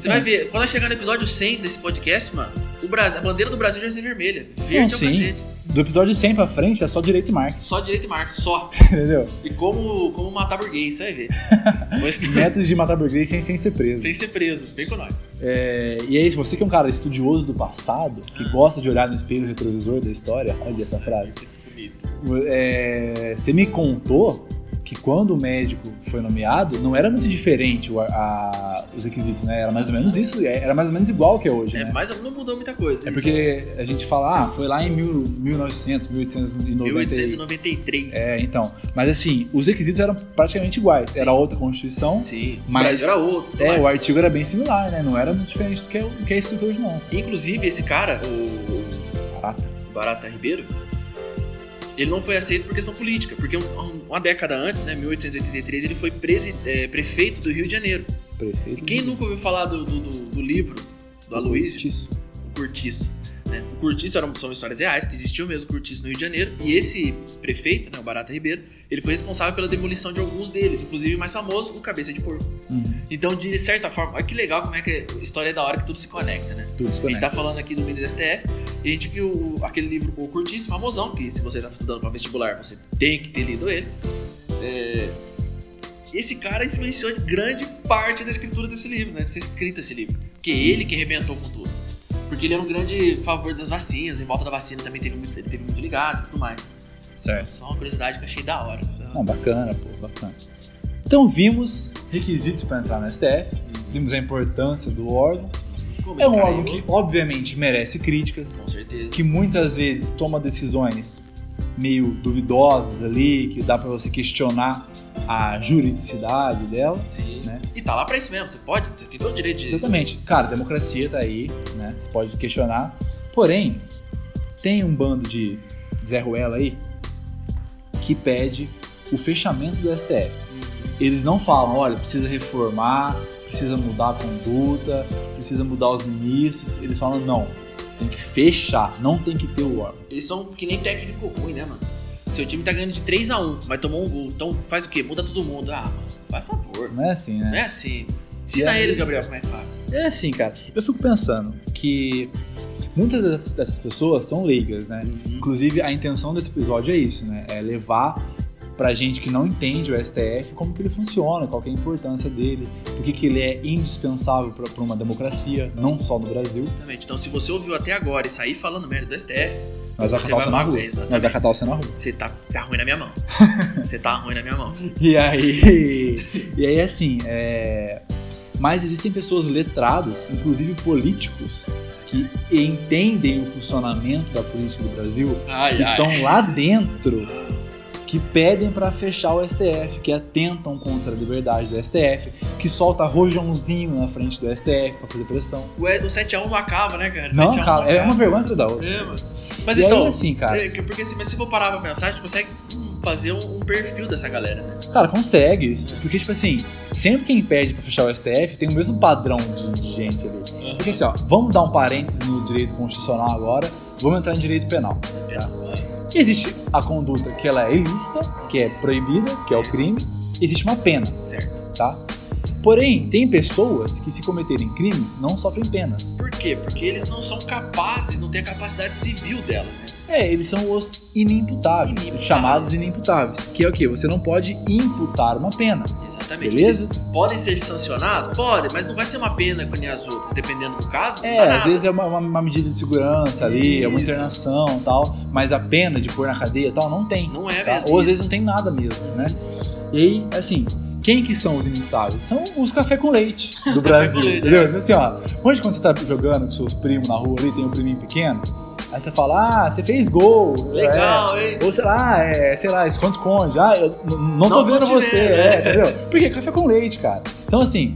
[SPEAKER 1] Você vai
[SPEAKER 2] também.
[SPEAKER 1] ver, quando eu chegar no episódio 100 desse podcast, mano, o Brasil, a bandeira do Brasil já vai ser vermelha. Verde é o
[SPEAKER 2] Ah, sim.
[SPEAKER 1] cacete.
[SPEAKER 2] Do episódio 100 pra frente é só direito e marketing,
[SPEAKER 1] Só direito e marketing, só.
[SPEAKER 2] entendeu?
[SPEAKER 1] E como, como matar burguês, você vai ver. Vou explicar.
[SPEAKER 2] Métodos de matar burguês sem, sem ser preso.
[SPEAKER 1] Sem ser preso, vem com nós.
[SPEAKER 2] É, e é isso, você que é um cara estudioso do passado,
[SPEAKER 1] Ah.
[SPEAKER 2] que gosta de olhar no espelho retrovisor da história, olha essa frase.
[SPEAKER 1] Isso é bonito.
[SPEAKER 2] É, você me contou que quando o médico foi nomeado, não era muito diferente o- a- os requisitos, né? Era mais ou menos isso, é, era mais ou menos igual que é hoje,
[SPEAKER 1] É,
[SPEAKER 2] né?
[SPEAKER 1] mas não mudou muita coisa.
[SPEAKER 2] É
[SPEAKER 1] isso.
[SPEAKER 2] porque a gente fala, ah, foi lá em mil, 1900, 1890.
[SPEAKER 1] 1893.
[SPEAKER 2] É, então. Mas assim, os requisitos eram praticamente iguais.
[SPEAKER 1] Sim.
[SPEAKER 2] Era outra Constituição.
[SPEAKER 1] Sim.
[SPEAKER 2] Mas-
[SPEAKER 1] Mas era outro. tudo
[SPEAKER 2] É,
[SPEAKER 1] mais.
[SPEAKER 2] o artigo era bem similar, né? Não era muito diferente do que é, do que é escrito hoje, não.
[SPEAKER 1] Inclusive, esse cara, o
[SPEAKER 2] Barata.
[SPEAKER 1] Barata Ribeiro, ele não foi aceito por questão política. Porque um- uma década antes, né, 1883, ele foi presi- é, prefeito do Rio de Janeiro.
[SPEAKER 2] Prefeito.
[SPEAKER 1] Quem nunca ouviu falar do, do- do- do livro do Aloysio,
[SPEAKER 2] Cortiço.
[SPEAKER 1] o Curtiço. né? O Curtiço eram, são histórias reais, que existiu mesmo o Curtiço no Rio de Janeiro. E esse prefeito, né, o Barata Ribeiro, ele foi responsável pela demolição de alguns deles, inclusive o mais famoso, o Cabeça de Porco.
[SPEAKER 2] Uhum.
[SPEAKER 1] Então, de certa forma, olha que legal como é que a história é da hora que tudo se conecta, né?
[SPEAKER 2] Tudo
[SPEAKER 1] A gente
[SPEAKER 2] desconecta.
[SPEAKER 1] tá falando aqui do Minas STF e a gente viu aquele livro O Curtiço, famosão, que se você tá estudando pra vestibular, você tem que ter lido ele. É, Esse cara influenciou grande parte da escritura desse livro, né? Ser escrito esse livro. Porque
[SPEAKER 2] Uhum.
[SPEAKER 1] ele que arrebentou com tudo. Porque ele era um grande favor das vacinas, em volta da vacina também teve muito, ele teve muito ligado e tudo mais.
[SPEAKER 2] Certo.
[SPEAKER 1] Só uma curiosidade que eu achei da hora. né?
[SPEAKER 2] Não, bacana, pô, bacana. Então vimos requisitos para entrar no STF, vimos a importância do órgão.
[SPEAKER 1] Como
[SPEAKER 2] É um
[SPEAKER 1] esse cara
[SPEAKER 2] órgão
[SPEAKER 1] errou,
[SPEAKER 2] que obviamente merece críticas,
[SPEAKER 1] Com certeza.
[SPEAKER 2] que muitas vezes toma decisões meio duvidosas ali, que dá pra você questionar a juridicidade dela.
[SPEAKER 1] Sim.
[SPEAKER 2] né?
[SPEAKER 1] E tá lá pra isso mesmo. Você pode, você tem todo o direito de.
[SPEAKER 2] Exatamente. Cara, a democracia tá aí, né? Você pode questionar. Porém, tem um bando de Zé Ruela aí que pede o fechamento do STF. Eles não falam, olha, precisa reformar, precisa mudar a conduta, precisa mudar os ministros. Eles falam, não, tem que fechar, não tem que ter o órgão.
[SPEAKER 1] Eles são que nem técnico ruim, né, mano? Seu time tá ganhando de 3x1, mas tomou um gol. Então faz o quê? Muda todo mundo. Ah, mano, faz favor.
[SPEAKER 2] Não é assim, né?
[SPEAKER 1] Não é assim. Ensina
[SPEAKER 2] E aí?
[SPEAKER 1] eles, Gabriel, como é que faz.
[SPEAKER 2] É assim, cara. Eu fico pensando que muitas dessas- dessas pessoas são leigas, né?
[SPEAKER 1] Uhum.
[SPEAKER 2] Inclusive, a intenção desse episódio é isso, né? É levar pra gente que não entende o STF como que ele funciona, qual que é a importância dele, por que que ele é indispensável pra pra uma democracia, não só no Brasil.
[SPEAKER 1] Exatamente. Então, se você ouviu até agora e sair falando merda do STF,
[SPEAKER 2] Nós vai
[SPEAKER 1] Você
[SPEAKER 2] catar o
[SPEAKER 1] vai
[SPEAKER 2] você na
[SPEAKER 1] falar
[SPEAKER 2] rua.
[SPEAKER 1] pra vocês,
[SPEAKER 2] Nós vai catar você na rua.
[SPEAKER 1] você tá, tá ruim na minha mão. você tá ruim na minha mão.
[SPEAKER 2] E aí... e aí, assim, é... Mas existem pessoas letradas, inclusive políticos, que entendem o funcionamento da política do Brasil
[SPEAKER 1] Ai,
[SPEAKER 2] que
[SPEAKER 1] ai.
[SPEAKER 2] estão lá dentro que pedem pra fechar o STF, que atentam contra a liberdade do STF, que solta rojãozinho na frente do STF pra fazer pressão.
[SPEAKER 1] Ué, do 7x1 não acaba, né, cara?
[SPEAKER 2] Não,
[SPEAKER 1] 7 a 1
[SPEAKER 2] cara, é
[SPEAKER 1] acaba.
[SPEAKER 2] uma vergonha atrás da outra.
[SPEAKER 1] É, mano. Mas
[SPEAKER 2] e aí,
[SPEAKER 1] então,
[SPEAKER 2] assim, cara,
[SPEAKER 1] é, porque assim, mas se for parar pra pensar, a gente consegue hum, fazer um, um perfil dessa galera, né?
[SPEAKER 2] cara, consegue. Porque, tipo assim, sempre quem pede pra fechar o STF tem o mesmo padrão de, de gente ali. Porque assim, ó, vamos dar um parênteses no direito constitucional agora, vamos entrar em direito penal.
[SPEAKER 1] Pera, vai.
[SPEAKER 2] E existe a conduta que ela é ilícita, que é proibida, que é o crime, e existe uma pena.
[SPEAKER 1] Certo.
[SPEAKER 2] tá? Porém, tem pessoas que se cometerem crimes não sofrem penas.
[SPEAKER 1] Por quê? Porque eles não são capazes, não têm a capacidade civil delas, né?
[SPEAKER 2] É, eles são os inimputáveis, os
[SPEAKER 1] Inimputáveis.
[SPEAKER 2] chamados inimputáveis, que é o quê? Você não pode imputar uma pena,
[SPEAKER 1] Exatamente.
[SPEAKER 2] beleza?
[SPEAKER 1] Eles podem ser sancionados? Podem, mas não vai ser uma pena que nem as outras, dependendo do caso. não
[SPEAKER 2] É,
[SPEAKER 1] dá
[SPEAKER 2] às
[SPEAKER 1] nada.
[SPEAKER 2] vezes é uma, uma- uma medida de segurança ali, é uma
[SPEAKER 1] Ah, Isso.
[SPEAKER 2] internação tal, mas a pena de pôr na cadeia tal não tem.
[SPEAKER 1] Não é
[SPEAKER 2] tá?
[SPEAKER 1] mesmo.
[SPEAKER 2] Ou às vezes
[SPEAKER 1] isso.
[SPEAKER 2] não tem nada mesmo, né? E aí, assim, quem que são os inimputáveis? São os café com leite
[SPEAKER 1] café
[SPEAKER 2] do Brasil,
[SPEAKER 1] com leite, é.
[SPEAKER 2] entendeu? Então, Assim, ó, hoje quando você tá jogando com seus primos na rua ali, tem um priminho pequeno, aí você fala, ah, você fez gol.
[SPEAKER 1] Legal, hein?
[SPEAKER 2] é. Ou sei lá, é, sei lá, esconde-esconde. Ah, eu n- não,
[SPEAKER 1] Não
[SPEAKER 2] tô
[SPEAKER 1] tô
[SPEAKER 2] vendo
[SPEAKER 1] te
[SPEAKER 2] você,
[SPEAKER 1] vendo,
[SPEAKER 2] é, entendeu? Porque é café com leite, cara. Então, assim,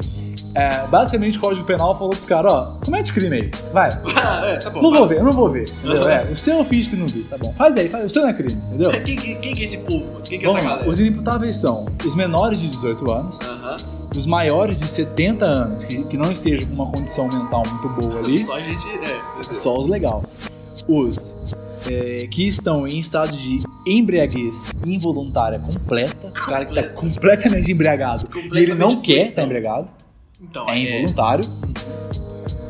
[SPEAKER 2] é, basicamente o Código Penal falou pros caras, ó, comete crime aí, vai.
[SPEAKER 1] Ah, é, tá bom.
[SPEAKER 2] Não
[SPEAKER 1] vai.
[SPEAKER 2] vou ver, eu não vou ver. Entendeu?
[SPEAKER 1] Uhum.
[SPEAKER 2] É, o seu eu finge que não vi, tá bom. Faz aí, faz, o seu não é crime, entendeu?
[SPEAKER 1] Quem, que- quem que é esse povo? Quem que é
[SPEAKER 2] Vamos
[SPEAKER 1] essa
[SPEAKER 2] lá.
[SPEAKER 1] galera?
[SPEAKER 2] Os inimputáveis são os menores de 18 anos,
[SPEAKER 1] Aham.
[SPEAKER 2] os maiores de 70 anos, que, que não estejam com uma condição mental muito boa ali,
[SPEAKER 1] Só a gente. É,
[SPEAKER 2] só os legal. Os é, que estão em estado de embriaguez involuntária completa, o cara que tá completamente embriagado e ele não
[SPEAKER 1] Completamente
[SPEAKER 2] quer estar
[SPEAKER 1] doidão.
[SPEAKER 2] embriagado,
[SPEAKER 1] Então,
[SPEAKER 2] é involuntário.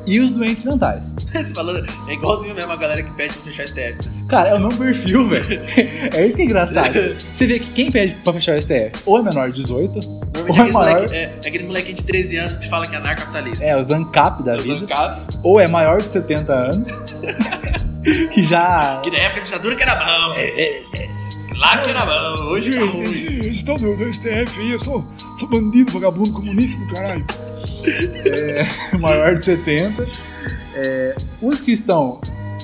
[SPEAKER 2] E os doentes mentais.
[SPEAKER 1] Você falando, é igualzinho mesmo a galera que pede pra fechar STF.
[SPEAKER 2] Cara, é o meu perfil, velho. É isso que é engraçado. Você vê que quem pede pra fechar o STF ou é menor de 18,
[SPEAKER 1] Normalmente
[SPEAKER 2] Ô,
[SPEAKER 1] aqueles
[SPEAKER 2] maior-
[SPEAKER 1] moleque, é, é aqueles moleque de 13 anos que fala que é anarcapitalista. Tá
[SPEAKER 2] é os ANCAP da
[SPEAKER 1] Os
[SPEAKER 2] vida,
[SPEAKER 1] bancários,
[SPEAKER 2] ou é maior de 70 anos, que já.
[SPEAKER 1] Que na época da ditadura que era bom.
[SPEAKER 2] É,
[SPEAKER 1] Lá que era bom. Hoje tá ruim.
[SPEAKER 2] Estou do, do STF, eu sou, sou bandido, vagabundo, comunista do caralho. É, maior de 70. É, os que estão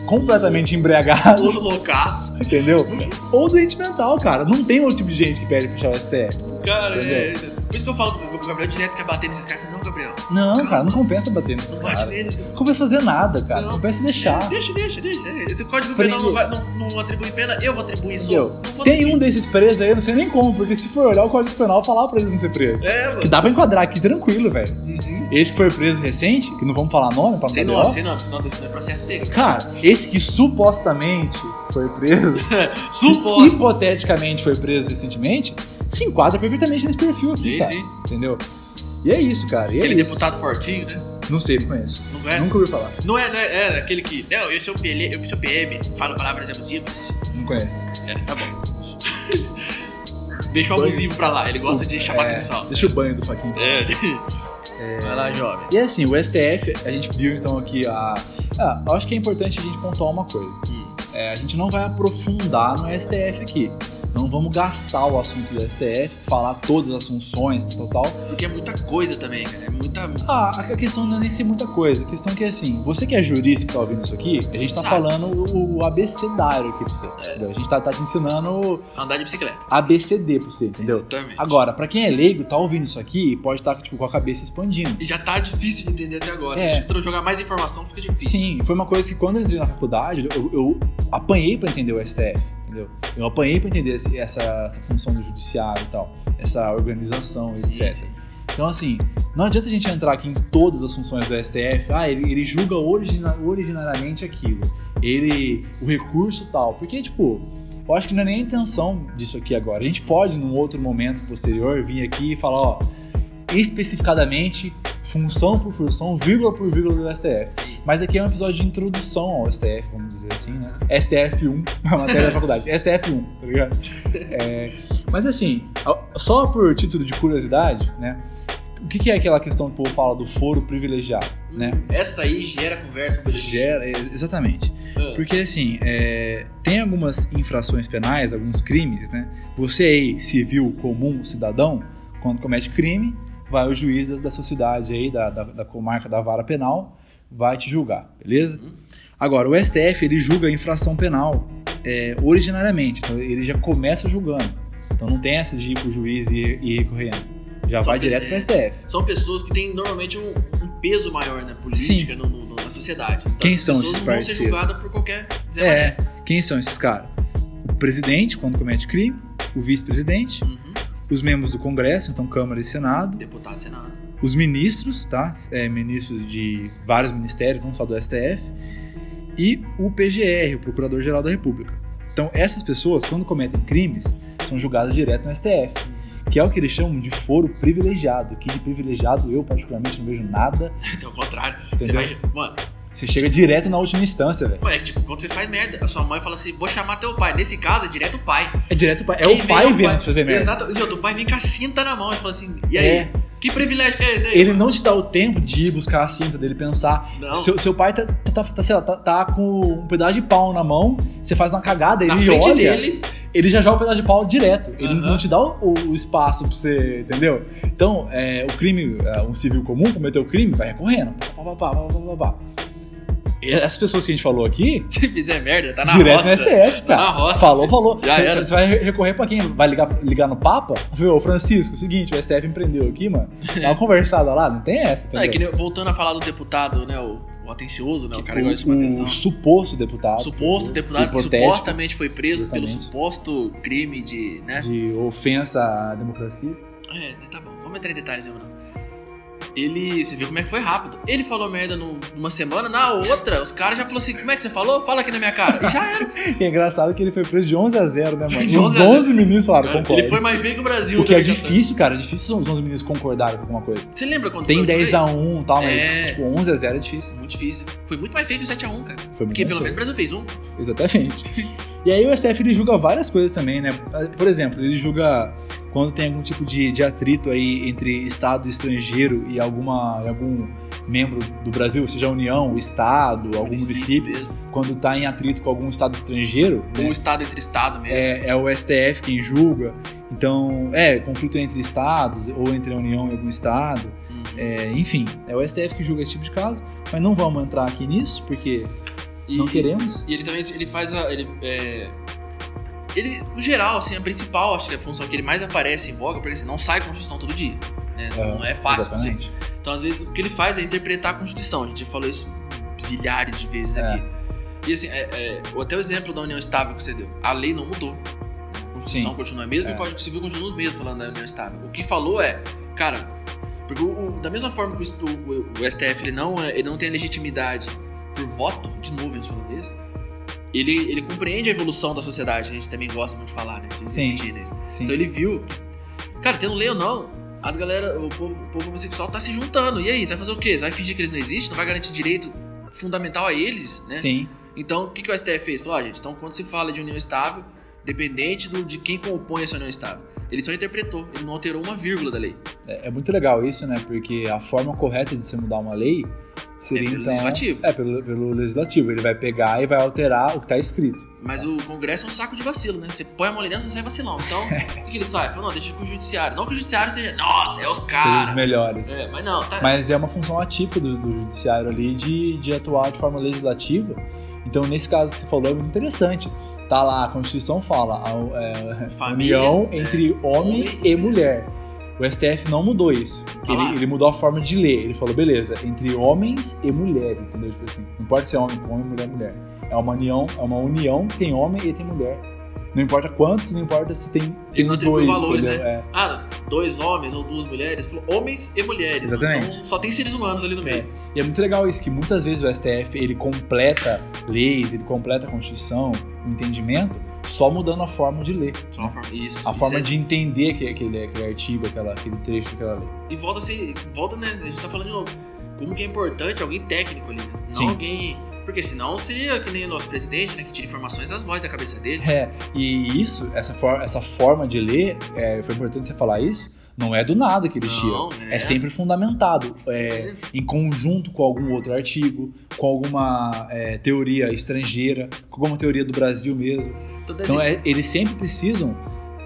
[SPEAKER 2] completamente embriagados,
[SPEAKER 1] Todo loucaço.
[SPEAKER 2] entendeu? Ou doente mental, cara. Não tem outro tipo de gente que pede fechar o STF. é.
[SPEAKER 1] Cara, é. Por isso que eu falo que o Gabriel direto quer bater nesses caras. e fala, Não, Gabriel.
[SPEAKER 2] Não, cara, não compensa bater nesses
[SPEAKER 1] Não bate
[SPEAKER 2] caras. Não
[SPEAKER 1] neles, Gabriel.
[SPEAKER 2] compensa fazer nada, cara.
[SPEAKER 1] Não.
[SPEAKER 2] Não compensa deixar.
[SPEAKER 1] Deixa, deixa, deixa. É, Esse código
[SPEAKER 2] Porque-
[SPEAKER 1] penal não, vai- não- não atribui pena, eu vou atribuir isso.
[SPEAKER 2] Entendeu?
[SPEAKER 1] Não vou
[SPEAKER 2] Tem
[SPEAKER 1] atribuir.
[SPEAKER 2] um desses presos aí, eu não sei nem como, porque se for olhar o Código Penal, falar pra eles não ser presos.
[SPEAKER 1] É,
[SPEAKER 2] Que
[SPEAKER 1] mano.
[SPEAKER 2] dá pra enquadrar aqui tranquilo, velho.
[SPEAKER 1] Uhum.
[SPEAKER 2] Esse que foi preso recente, que não vamos falar nome pra não
[SPEAKER 1] Sem
[SPEAKER 2] dar
[SPEAKER 1] nome,
[SPEAKER 2] BO.
[SPEAKER 1] sem nome, senão isso não é processo seco.
[SPEAKER 2] Cara, esse que supostamente foi preso,
[SPEAKER 1] Suposto.
[SPEAKER 2] hipoteticamente foi preso recentemente, se enquadra perfeitamente nesse perfil aqui,
[SPEAKER 1] Sim,
[SPEAKER 2] cara.
[SPEAKER 1] sim.
[SPEAKER 2] Entendeu? E é isso, cara. E é
[SPEAKER 1] Aquele
[SPEAKER 2] isso.
[SPEAKER 1] deputado fortinho, né?
[SPEAKER 2] Não sei, não conheço.
[SPEAKER 1] Não conhece?
[SPEAKER 2] Nunca ouvi falar.
[SPEAKER 1] Não é, né? É aquele que. Não, eu sou PL, eu sou PM, falo palavras abusivas.
[SPEAKER 2] Não conheço.
[SPEAKER 1] É, tá bom. Deixa o
[SPEAKER 2] Banho.
[SPEAKER 1] abusivo pra lá, ele gosta de chamar
[SPEAKER 2] É,
[SPEAKER 1] atenção.
[SPEAKER 2] Deixa o banho do Faquinha.
[SPEAKER 1] É. Vai lá, jovem.
[SPEAKER 2] E assim, o STF, a gente viu então aqui a. Ah, eu acho que é importante a gente pontuar uma coisa.
[SPEAKER 1] Hum.
[SPEAKER 2] É, a gente não vai aprofundar no STF aqui. Não vamos gastar o assunto do STF, falar todas as funções, tal, tal, tal.
[SPEAKER 1] Porque é muita coisa também, cara. É muita.
[SPEAKER 2] Ah, a questão não é nem ser muita coisa. A questão é que assim, você que é jurista que tá ouvindo isso aqui, a gente tá
[SPEAKER 1] Sabe.
[SPEAKER 2] falando o, o abecedário aqui pra você.
[SPEAKER 1] É.
[SPEAKER 2] entendeu? A gente tá, tá te ensinando
[SPEAKER 1] Andar de bicicleta.
[SPEAKER 2] ABCD pra você, entendeu?
[SPEAKER 1] Exatamente.
[SPEAKER 2] Agora, pra quem é leigo, tá ouvindo isso aqui e pode estar tipo, com a cabeça expandindo.
[SPEAKER 1] E já tá difícil de entender até agora.
[SPEAKER 2] É.
[SPEAKER 1] Se a gente jogar mais informação, fica difícil.
[SPEAKER 2] Sim, foi uma coisa que quando eu entrei na faculdade, eu, eu apanhei pra entender o STF, entendeu? Eu apanhei pra entender esse- essa, essa função do judiciário e tal, essa organização, e
[SPEAKER 1] Sim.
[SPEAKER 2] etc. Então, assim, não adianta a gente entrar aqui em todas as funções do STF. Ah, ele, ele julga origina- originariamente aquilo. Ele. o recurso tal. Porque, tipo, eu acho que não é nem a intenção disso aqui agora. A gente pode, num outro momento posterior, vir aqui e falar, ó, especificadamente, função por função, vírgula por vírgula do STF.
[SPEAKER 1] Sim.
[SPEAKER 2] Mas aqui é um episódio de introdução ao STF, vamos dizer assim, né? STF1, a matéria da faculdade. STF1, tá ligado? É, mas assim, a- só por título de curiosidade, né? O que, que é aquela questão que o povo fala do foro privilegiado, né?
[SPEAKER 1] Essa aí gera conversa com o Beijinho.
[SPEAKER 2] Gera, ex- exatamente.
[SPEAKER 1] Ah.
[SPEAKER 2] Porque assim, é, tem algumas infrações penais, alguns crimes, né? Você aí, civil, comum, cidadão, quando comete crime, vai os juízes da sociedade aí, da, da, da comarca da vara penal, vai te julgar, beleza?
[SPEAKER 1] Uhum.
[SPEAKER 2] Agora, o STF, ele julga a infração penal é, originariamente, então ele já começa julgando. Então não tem essa de ir pro juiz e, e ir recorrendo. Já
[SPEAKER 1] Só
[SPEAKER 2] vai
[SPEAKER 1] que- é
[SPEAKER 2] direto pro STF.
[SPEAKER 1] São pessoas que têm normalmente um, um peso maior na política, no, no- no- na sociedade. Então,
[SPEAKER 2] Quem
[SPEAKER 1] essas
[SPEAKER 2] são
[SPEAKER 1] pessoas
[SPEAKER 2] esses
[SPEAKER 1] não vão ser
[SPEAKER 2] parceiros?
[SPEAKER 1] julgadas por qualquer Zé Mané.
[SPEAKER 2] É, quem são esses caras? O presidente, quando comete crime, o vice-presidente,
[SPEAKER 1] Uhum.
[SPEAKER 2] os membros do Congresso, então Câmara e Senado,
[SPEAKER 1] Deputado, senado.
[SPEAKER 2] os ministros, tá? É, ministros de vários ministérios, não só do STF, e o PGR, o Procurador-Geral da República. Então, essas pessoas, quando cometem crimes, são julgadas direto no STF, que é o que eles chamam de foro privilegiado, que de privilegiado eu, particularmente, não vejo nada.
[SPEAKER 1] Então, ao contrário. Você
[SPEAKER 2] Entendeu?
[SPEAKER 1] vai. Mano,
[SPEAKER 2] Você chega direto na última instância, velho.
[SPEAKER 1] é tipo, quando você faz merda, a sua mãe fala assim: vou chamar teu pai. Nesse caso, é direto o pai.
[SPEAKER 2] É direto pra... É
[SPEAKER 1] Quem
[SPEAKER 2] o
[SPEAKER 1] vem
[SPEAKER 2] pai vendo você fazer merda.
[SPEAKER 1] Exato. E o pai vem com a cinta na mão e fala assim: e aí?
[SPEAKER 2] É,
[SPEAKER 1] Que privilégio que é esse aí?
[SPEAKER 2] ele não te dá o tempo de ir buscar a cinta dele pensar,
[SPEAKER 1] Não.
[SPEAKER 2] Seu, seu pai tá, tá, tá, sei lá, tá, tá com um pedaço de pau na mão, você faz uma cagada,
[SPEAKER 1] na
[SPEAKER 2] ele
[SPEAKER 1] frente
[SPEAKER 2] olha,
[SPEAKER 1] dele.
[SPEAKER 2] ele já joga o pedaço de pau direto. Ele
[SPEAKER 1] Aham.
[SPEAKER 2] não te dá o, o- o espaço pra você, entendeu? Então, é, o crime, é, um civil comum cometeu crime, vai recorrendo. Pá, pá, pá, pá, pá, pá, pá. E essas pessoas que a gente falou aqui,
[SPEAKER 1] Se fizer merda, tá na
[SPEAKER 2] direto
[SPEAKER 1] roça.
[SPEAKER 2] no STF,
[SPEAKER 1] tá
[SPEAKER 2] cara.
[SPEAKER 1] na roça.
[SPEAKER 2] Falou, falou.
[SPEAKER 1] Já
[SPEAKER 2] Você
[SPEAKER 1] era.
[SPEAKER 2] você vai recorrer pra quem? Vai ligar, ligar no Papa? Viu, Francisco, seguinte, o STF empreendeu aqui, mano. Dá uma conversada lá, não tem essa,
[SPEAKER 1] É,
[SPEAKER 2] entendeu?
[SPEAKER 1] que nem- voltando a falar do deputado, né? O, o atencioso, né? O cara que gosta de chamar
[SPEAKER 2] Tipo, o,
[SPEAKER 1] atenção.
[SPEAKER 2] o suposto deputado.
[SPEAKER 1] suposto deputado que
[SPEAKER 2] hipotético,
[SPEAKER 1] supostamente foi preso pelo
[SPEAKER 2] Exatamente.
[SPEAKER 1] suposto crime de. né?
[SPEAKER 2] de ofensa à democracia.
[SPEAKER 1] É, tá bom, vamos entrar em detalhes mesmo, não. Ele. Você viu como é que foi rápido? Ele falou merda num- numa semana, na outra, os caras já falaram assim: como é que você falou? Fala aqui na minha cara. E já era.
[SPEAKER 2] E é engraçado que ele foi preso de 11 a 0, né, mano?
[SPEAKER 1] De
[SPEAKER 2] E Os
[SPEAKER 1] 11 a 0.
[SPEAKER 2] 11 ministros falaram, concordo.
[SPEAKER 1] ele foi mais feio que o Brasil.
[SPEAKER 2] o que
[SPEAKER 1] né,
[SPEAKER 2] é
[SPEAKER 1] já-
[SPEAKER 2] difícil, cara. É difícil os 11 ministros concordarem com alguma coisa.
[SPEAKER 1] Você lembra quando
[SPEAKER 2] Tem
[SPEAKER 1] foi
[SPEAKER 2] 10 a 1 e tal, mas
[SPEAKER 1] É.
[SPEAKER 2] tipo, 11 a 0 é difícil.
[SPEAKER 1] Muito difícil. Foi muito mais feio que o 7x1, cara.
[SPEAKER 2] Foi muito
[SPEAKER 1] Porque pelo
[SPEAKER 2] difícil.
[SPEAKER 1] menos o Brasil fez um.
[SPEAKER 2] Exatamente. E aí o STF ele julga várias coisas também, né? Por exemplo, ele julga quando tem algum tipo de, de atrito aí entre Estado estrangeiro e alguma, e algum membro do Brasil, seja a União, o Estado, algum município,
[SPEAKER 1] mesmo.
[SPEAKER 2] quando tá em atrito com algum Estado estrangeiro, né?
[SPEAKER 1] Ou estado entre estado mesmo.
[SPEAKER 2] é, é o STF quem julga. Então, é, conflito entre estados ou entre a União e algum estado.
[SPEAKER 1] Uhum.
[SPEAKER 2] É, enfim, é o STF que julga esse tipo de caso, mas não vamos entrar aqui nisso, porque
[SPEAKER 1] E-
[SPEAKER 2] não queremos.
[SPEAKER 1] E ele também ele faz a. Ele, é, ele, no geral, assim, a principal, acho que é a função que ele mais aparece em voga, porque assim, não sai Constituição todo dia. né? Não é fácil você
[SPEAKER 2] Exatamente.
[SPEAKER 1] Então, às vezes, o que ele faz é interpretar a Constituição. A gente já falou isso zilhares de vezes
[SPEAKER 2] É.
[SPEAKER 1] aqui. E assim, é, é, ou até o exemplo da União Estável que você deu. A lei não mudou. A Constituição
[SPEAKER 2] Sim.
[SPEAKER 1] continua a mesma e
[SPEAKER 2] É.
[SPEAKER 1] o Código Civil continua o mesmo falando da União Estável. O que falou é, cara, porque o- o- da mesma forma que o, estu- o- o STF ele não, é- ele não tem a legitimidade por voto, de novo a gente falando isso, ele, ele compreende a evolução da sociedade, que a gente também gosta muito de falar, né? Que
[SPEAKER 2] Sim.
[SPEAKER 1] entende isso.
[SPEAKER 2] Sim.
[SPEAKER 1] Então ele viu. Cara, tendo lei ou não, as galera, o povo, o povo homossexual tá se juntando. E aí, você vai fazer o quê? Você vai fingir que eles não existem? Não vai garantir direito fundamental a eles, né?
[SPEAKER 2] Sim.
[SPEAKER 1] Então, o que, que o STF fez? Falou, ó, gente, então quando se fala de união estável, dependente do- de quem compõe essa união estável. Ele só interpretou, ele não alterou uma vírgula da lei.
[SPEAKER 2] É, é muito legal isso, né? Porque a forma correta de se mudar uma lei seria
[SPEAKER 1] É pelo
[SPEAKER 2] então.
[SPEAKER 1] legislativo.
[SPEAKER 2] É, pelo, pelo legislativo. Ele vai pegar e vai alterar o que tá escrito.
[SPEAKER 1] Mas o Congresso é um saco de vacilo, né? Você põe a mão ali dentro, você sai vacilão. Então, o que, que eles fazem? Falou, não, deixa com o judiciário. Não que o judiciário seja, nossa, é os
[SPEAKER 2] Seja os
[SPEAKER 1] caras.
[SPEAKER 2] melhores.
[SPEAKER 1] É, mas não, tá.
[SPEAKER 2] Mas é uma função atípica do, do judiciário ali de, de atuar de forma legislativa. Então, nesse caso que você falou, é muito interessante. Tá lá, a Constituição fala, a, é,
[SPEAKER 1] Família,
[SPEAKER 2] união entre homem,
[SPEAKER 1] Homem
[SPEAKER 2] e
[SPEAKER 1] e
[SPEAKER 2] mulher. O STF não mudou isso.
[SPEAKER 1] Tá
[SPEAKER 2] ele,
[SPEAKER 1] lá.
[SPEAKER 2] ele mudou a forma de ler. Ele falou, beleza, entre homens e mulheres, entendeu? Tipo assim, não pode ser homem com homem, mulher com mulher. É uma união, é uma união que tem homem e tem mulher. Não importa quantos, não importa se tem, se tem
[SPEAKER 1] não
[SPEAKER 2] os
[SPEAKER 1] atribui
[SPEAKER 2] dois,
[SPEAKER 1] valores,
[SPEAKER 2] entendeu? É.
[SPEAKER 1] Ah, dois homens ou duas mulheres, falou homens e mulheres.
[SPEAKER 2] Exatamente.
[SPEAKER 1] Então só tem seres humanos ali no meio.
[SPEAKER 2] E é muito legal isso, que muitas vezes o STF ele completa leis, ele completa a Constituição, o entendimento, só mudando a forma de ler,
[SPEAKER 1] Só uma forma, isso.
[SPEAKER 2] É. a
[SPEAKER 1] Isso
[SPEAKER 2] forma
[SPEAKER 1] é-
[SPEAKER 2] de entender aquele, aquele, aquele artigo, aquela, aquele trecho daquela lei.
[SPEAKER 1] E volta assim, volta, né? A gente tá falando de novo. Como que é importante alguém técnico ali, né? Não
[SPEAKER 2] Sim.
[SPEAKER 1] alguém. Porque senão seria que nem o nosso presidente, né? Que tira informações das vozes da cabeça dele.
[SPEAKER 2] É, e isso, essa, for, essa forma de ler, é, foi importante você falar isso, não é do nada que eles
[SPEAKER 1] Não,
[SPEAKER 2] tiram.
[SPEAKER 1] né?
[SPEAKER 2] É sempre fundamentado, é, em conjunto com algum outro artigo, com alguma é, teoria estrangeira, com alguma teoria do Brasil mesmo.
[SPEAKER 1] Então,
[SPEAKER 2] Então é- eles sempre precisam,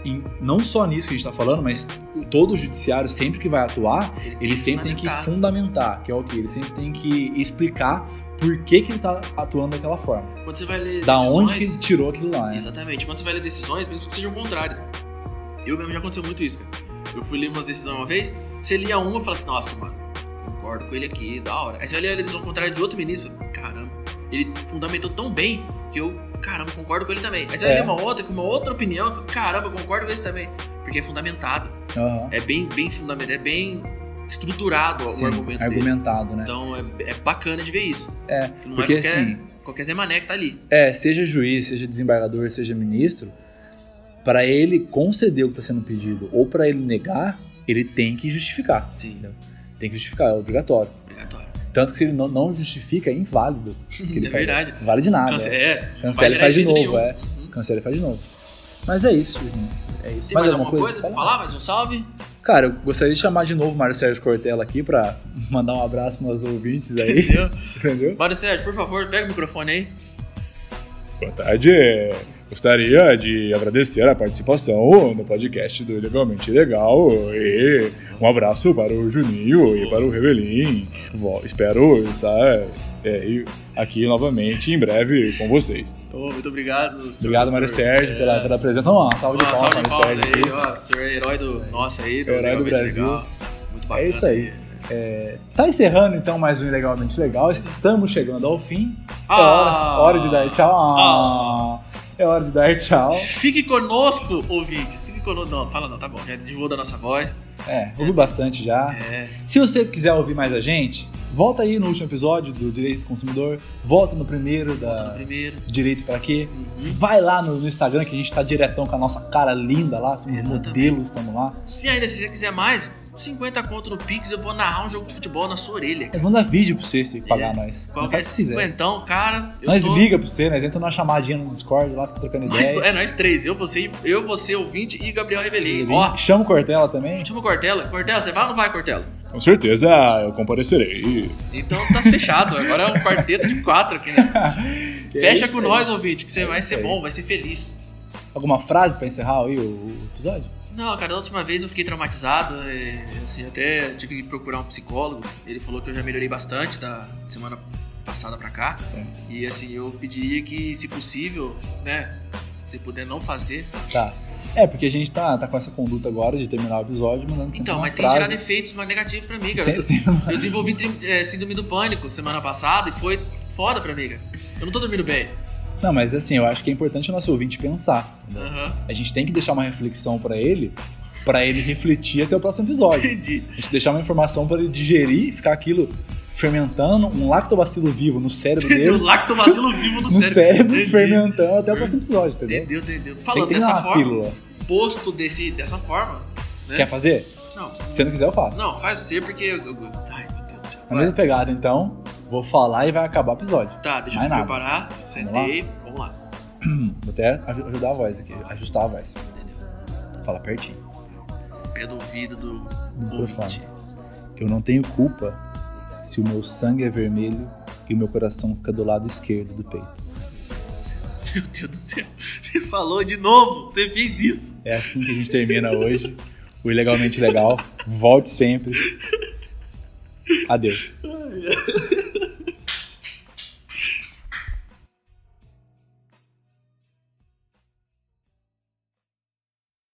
[SPEAKER 2] em- não só nisso que a gente está falando, mas todo o judiciário sempre que vai atuar, ele sempre tem que
[SPEAKER 1] fundamentar.
[SPEAKER 2] fundamentar, que é o que ele sempre tem que explicar por que, que ele está atuando daquela forma,
[SPEAKER 1] Quando você vai ler
[SPEAKER 2] da
[SPEAKER 1] decisões,
[SPEAKER 2] onde que ele tirou aquilo lá. Né?
[SPEAKER 1] Exatamente. Quando você vai ler decisões, mesmo que seja o contrário. Eu mesmo já aconteceu muito isso, cara. Eu fui ler umas decisões uma vez, você lia uma e fala assim, nossa, mano, concordo com ele aqui, da hora. Aí você vai ler a decisão contrária de outro ministro, fala, caramba, ele fundamentou tão bem que eu, caramba, concordo com ele também. Aí você vai
[SPEAKER 2] É.
[SPEAKER 1] ler uma outra, com uma outra opinião, e fala, caramba, eu concordo com esse também. Porque é fundamentado.
[SPEAKER 2] Aham.
[SPEAKER 1] É bem, bem fundamentado, é bem estruturado
[SPEAKER 2] Sim,
[SPEAKER 1] o argumento dele.
[SPEAKER 2] argumentado, né?
[SPEAKER 1] Então é, é bacana de ver isso.
[SPEAKER 2] É,
[SPEAKER 1] Não
[SPEAKER 2] porque
[SPEAKER 1] é qualquer,
[SPEAKER 2] assim,
[SPEAKER 1] qualquer Zé Mané que tá ali.
[SPEAKER 2] é, seja juiz, seja desembargador, seja ministro, para ele conceder o que está sendo pedido ou para ele negar, ele tem que justificar.
[SPEAKER 1] Sim,
[SPEAKER 2] Tem que justificar, é obrigatório.
[SPEAKER 1] obrigatório.
[SPEAKER 2] Tanto que se ele não, não justifica, é inválido. o que ele
[SPEAKER 1] é
[SPEAKER 2] faz.
[SPEAKER 1] verdade.
[SPEAKER 2] Não vale de nada.
[SPEAKER 1] Cance-
[SPEAKER 2] Cancela,
[SPEAKER 1] É, vai
[SPEAKER 2] cancela e
[SPEAKER 1] gerar
[SPEAKER 2] faz de
[SPEAKER 1] efeito
[SPEAKER 2] novo,
[SPEAKER 1] nenhum. Hum?
[SPEAKER 2] é. Cancela e faz de novo. Mas é isso, Juninho. É isso.
[SPEAKER 1] Tem mais, alguma coisa pra falar? Mais um salve?
[SPEAKER 2] Cara, eu gostaria de chamar de novo o Mário Sérgio Cortella aqui pra mandar um abraço aos ouvintes aí,
[SPEAKER 1] Entendeu?
[SPEAKER 2] entendeu?
[SPEAKER 1] Mário Sérgio, por favor, pega o microfone aí.
[SPEAKER 2] Boa tarde. é. Gostaria de agradecer a participação no podcast do Legalmente Legal e um abraço para o Juninho e para o Revelim. Espero estar é, aqui novamente em breve com vocês.
[SPEAKER 1] Ô, muito obrigado. senhor
[SPEAKER 2] Obrigado,
[SPEAKER 1] doutor.
[SPEAKER 2] Mário Sérgio,
[SPEAKER 1] É.
[SPEAKER 2] pela, pela presença. Uma salva de
[SPEAKER 1] Uma
[SPEAKER 2] palmas,
[SPEAKER 1] salva
[SPEAKER 2] Mário
[SPEAKER 1] de palmas
[SPEAKER 2] Sérgio. aqui.
[SPEAKER 1] aí, ó. O senhor é herói do nosso aí, do,
[SPEAKER 2] Herói do
[SPEAKER 1] Legalmente
[SPEAKER 2] Brasil.
[SPEAKER 1] Legal. Muito bacana.
[SPEAKER 2] É isso aí. Tá encerrando então mais um Ilegalmente Legal. Estamos chegando ao fim. É hora,
[SPEAKER 1] Ah!
[SPEAKER 2] hora de dar tchau. Ah! É hora de dar tchau.
[SPEAKER 1] Fique conosco, ouvintes. Fique conosco. Não, fala não, tá bom. Já desvou da nossa voz.
[SPEAKER 2] É, ouvi bastante já.
[SPEAKER 1] É.
[SPEAKER 2] Se você quiser ouvir mais a gente, volta aí no último episódio do Direito do Consumidor, volta no primeiro da
[SPEAKER 1] Volta tá no primeiro.
[SPEAKER 2] Direito pra quê.
[SPEAKER 1] Uhum.
[SPEAKER 2] Vai lá no, no Instagram que a gente tá diretão com a nossa cara linda lá, somos
[SPEAKER 1] Exatamente.
[SPEAKER 2] modelos, estamos lá.
[SPEAKER 1] Se ainda se você quiser mais, 50 conto no Pix, eu vou narrar um jogo de futebol na sua orelha.
[SPEAKER 2] Mas manda vídeo pra você se pagar
[SPEAKER 1] É,
[SPEAKER 2] nós.
[SPEAKER 1] Qualquer
[SPEAKER 2] Faz o que quiser.
[SPEAKER 1] cinquentão, cara. eu
[SPEAKER 2] Nós
[SPEAKER 1] tô-
[SPEAKER 2] liga pra você, nós entra numa chamadinha no Discord lá, fica trocando
[SPEAKER 1] Nós do-
[SPEAKER 2] ideia.
[SPEAKER 1] É, nós três. Eu, você, eu, você, ouvinte e Gabriel Revelim. Ó,
[SPEAKER 2] Chama o Cortella também.
[SPEAKER 1] chama o Cortella. Cortella, você vai ou não vai, Cortella?
[SPEAKER 3] Com certeza eu comparecerei.
[SPEAKER 1] Então tá fechado. Agora é um quarteto de quatro aqui, né? Fecha
[SPEAKER 2] É isso
[SPEAKER 1] com
[SPEAKER 2] aí. É
[SPEAKER 1] nós, ouvinte, que você vai
[SPEAKER 2] aí.
[SPEAKER 1] ser bom, vai ser feliz.
[SPEAKER 2] Alguma frase pra encerrar aí o, o episódio?
[SPEAKER 1] Não, cara, da última vez eu fiquei traumatizado. é, assim, até tive que procurar um psicólogo. Ele falou que eu já melhorei bastante da semana passada pra cá.
[SPEAKER 2] Certo.
[SPEAKER 1] E assim, eu pediria que, se possível, né? Se puder não fazer,
[SPEAKER 2] Tá. É, porque a gente tá, tá com essa conduta agora de terminar o episódio mandando sempre
[SPEAKER 1] Então,
[SPEAKER 2] uma
[SPEAKER 1] mas tem que
[SPEAKER 2] frase.
[SPEAKER 1] gerar defeitos mais negativos pra mim, cara.
[SPEAKER 2] Sem- sem-
[SPEAKER 1] Eu desenvolvi tri- é, síndrome do pânico semana passada e foi foda pra amiga. Eu não tô dormindo bem.
[SPEAKER 2] Não, mas assim, eu acho que é importante o nosso ouvinte pensar. entendeu?
[SPEAKER 1] Aham.
[SPEAKER 2] A gente tem que deixar uma reflexão pra ele, pra ele refletir até o próximo episódio.
[SPEAKER 1] Entendi.
[SPEAKER 2] A gente deixar uma informação pra ele digerir, ficar aquilo fermentando, um lactobacilo vivo no cérebro
[SPEAKER 1] Tem um
[SPEAKER 2] dele,
[SPEAKER 1] lactobacilo vivo no,
[SPEAKER 2] no cérebro
[SPEAKER 1] Entendi.
[SPEAKER 2] fermentando até o próximo episódio, entendeu?
[SPEAKER 1] Entendeu, entendeu?
[SPEAKER 2] Tem
[SPEAKER 1] Falando
[SPEAKER 2] que terminar
[SPEAKER 1] dessa
[SPEAKER 2] uma
[SPEAKER 1] forma, né?
[SPEAKER 2] pílula.
[SPEAKER 1] posto desse, dessa forma. né?
[SPEAKER 2] Quer fazer?
[SPEAKER 1] Não,
[SPEAKER 2] Se você não quiser, eu faço.
[SPEAKER 1] não, faz você porque. eu- eu- Ai, meu Deus do céu.
[SPEAKER 2] Na mesma pegada, então, vou falar e vai acabar o episódio.
[SPEAKER 1] Tá, deixa
[SPEAKER 2] Mais
[SPEAKER 1] eu me
[SPEAKER 2] nada.
[SPEAKER 1] preparar. Sentei. Vamos lá.
[SPEAKER 2] Vou até aju- ajudar a voz aqui, ajustar a voz. Fala pertinho.
[SPEAKER 1] Pé do ouvido do
[SPEAKER 2] Do
[SPEAKER 1] ouvinte.
[SPEAKER 2] Eu não tenho culpa se o meu sangue é vermelho e o meu coração fica do lado esquerdo do peito.
[SPEAKER 1] Meu Deus do céu. Você falou de novo. Você fez isso.
[SPEAKER 2] É assim que a gente termina hoje. O Ilegalmente Legal. Volte sempre. Adeus.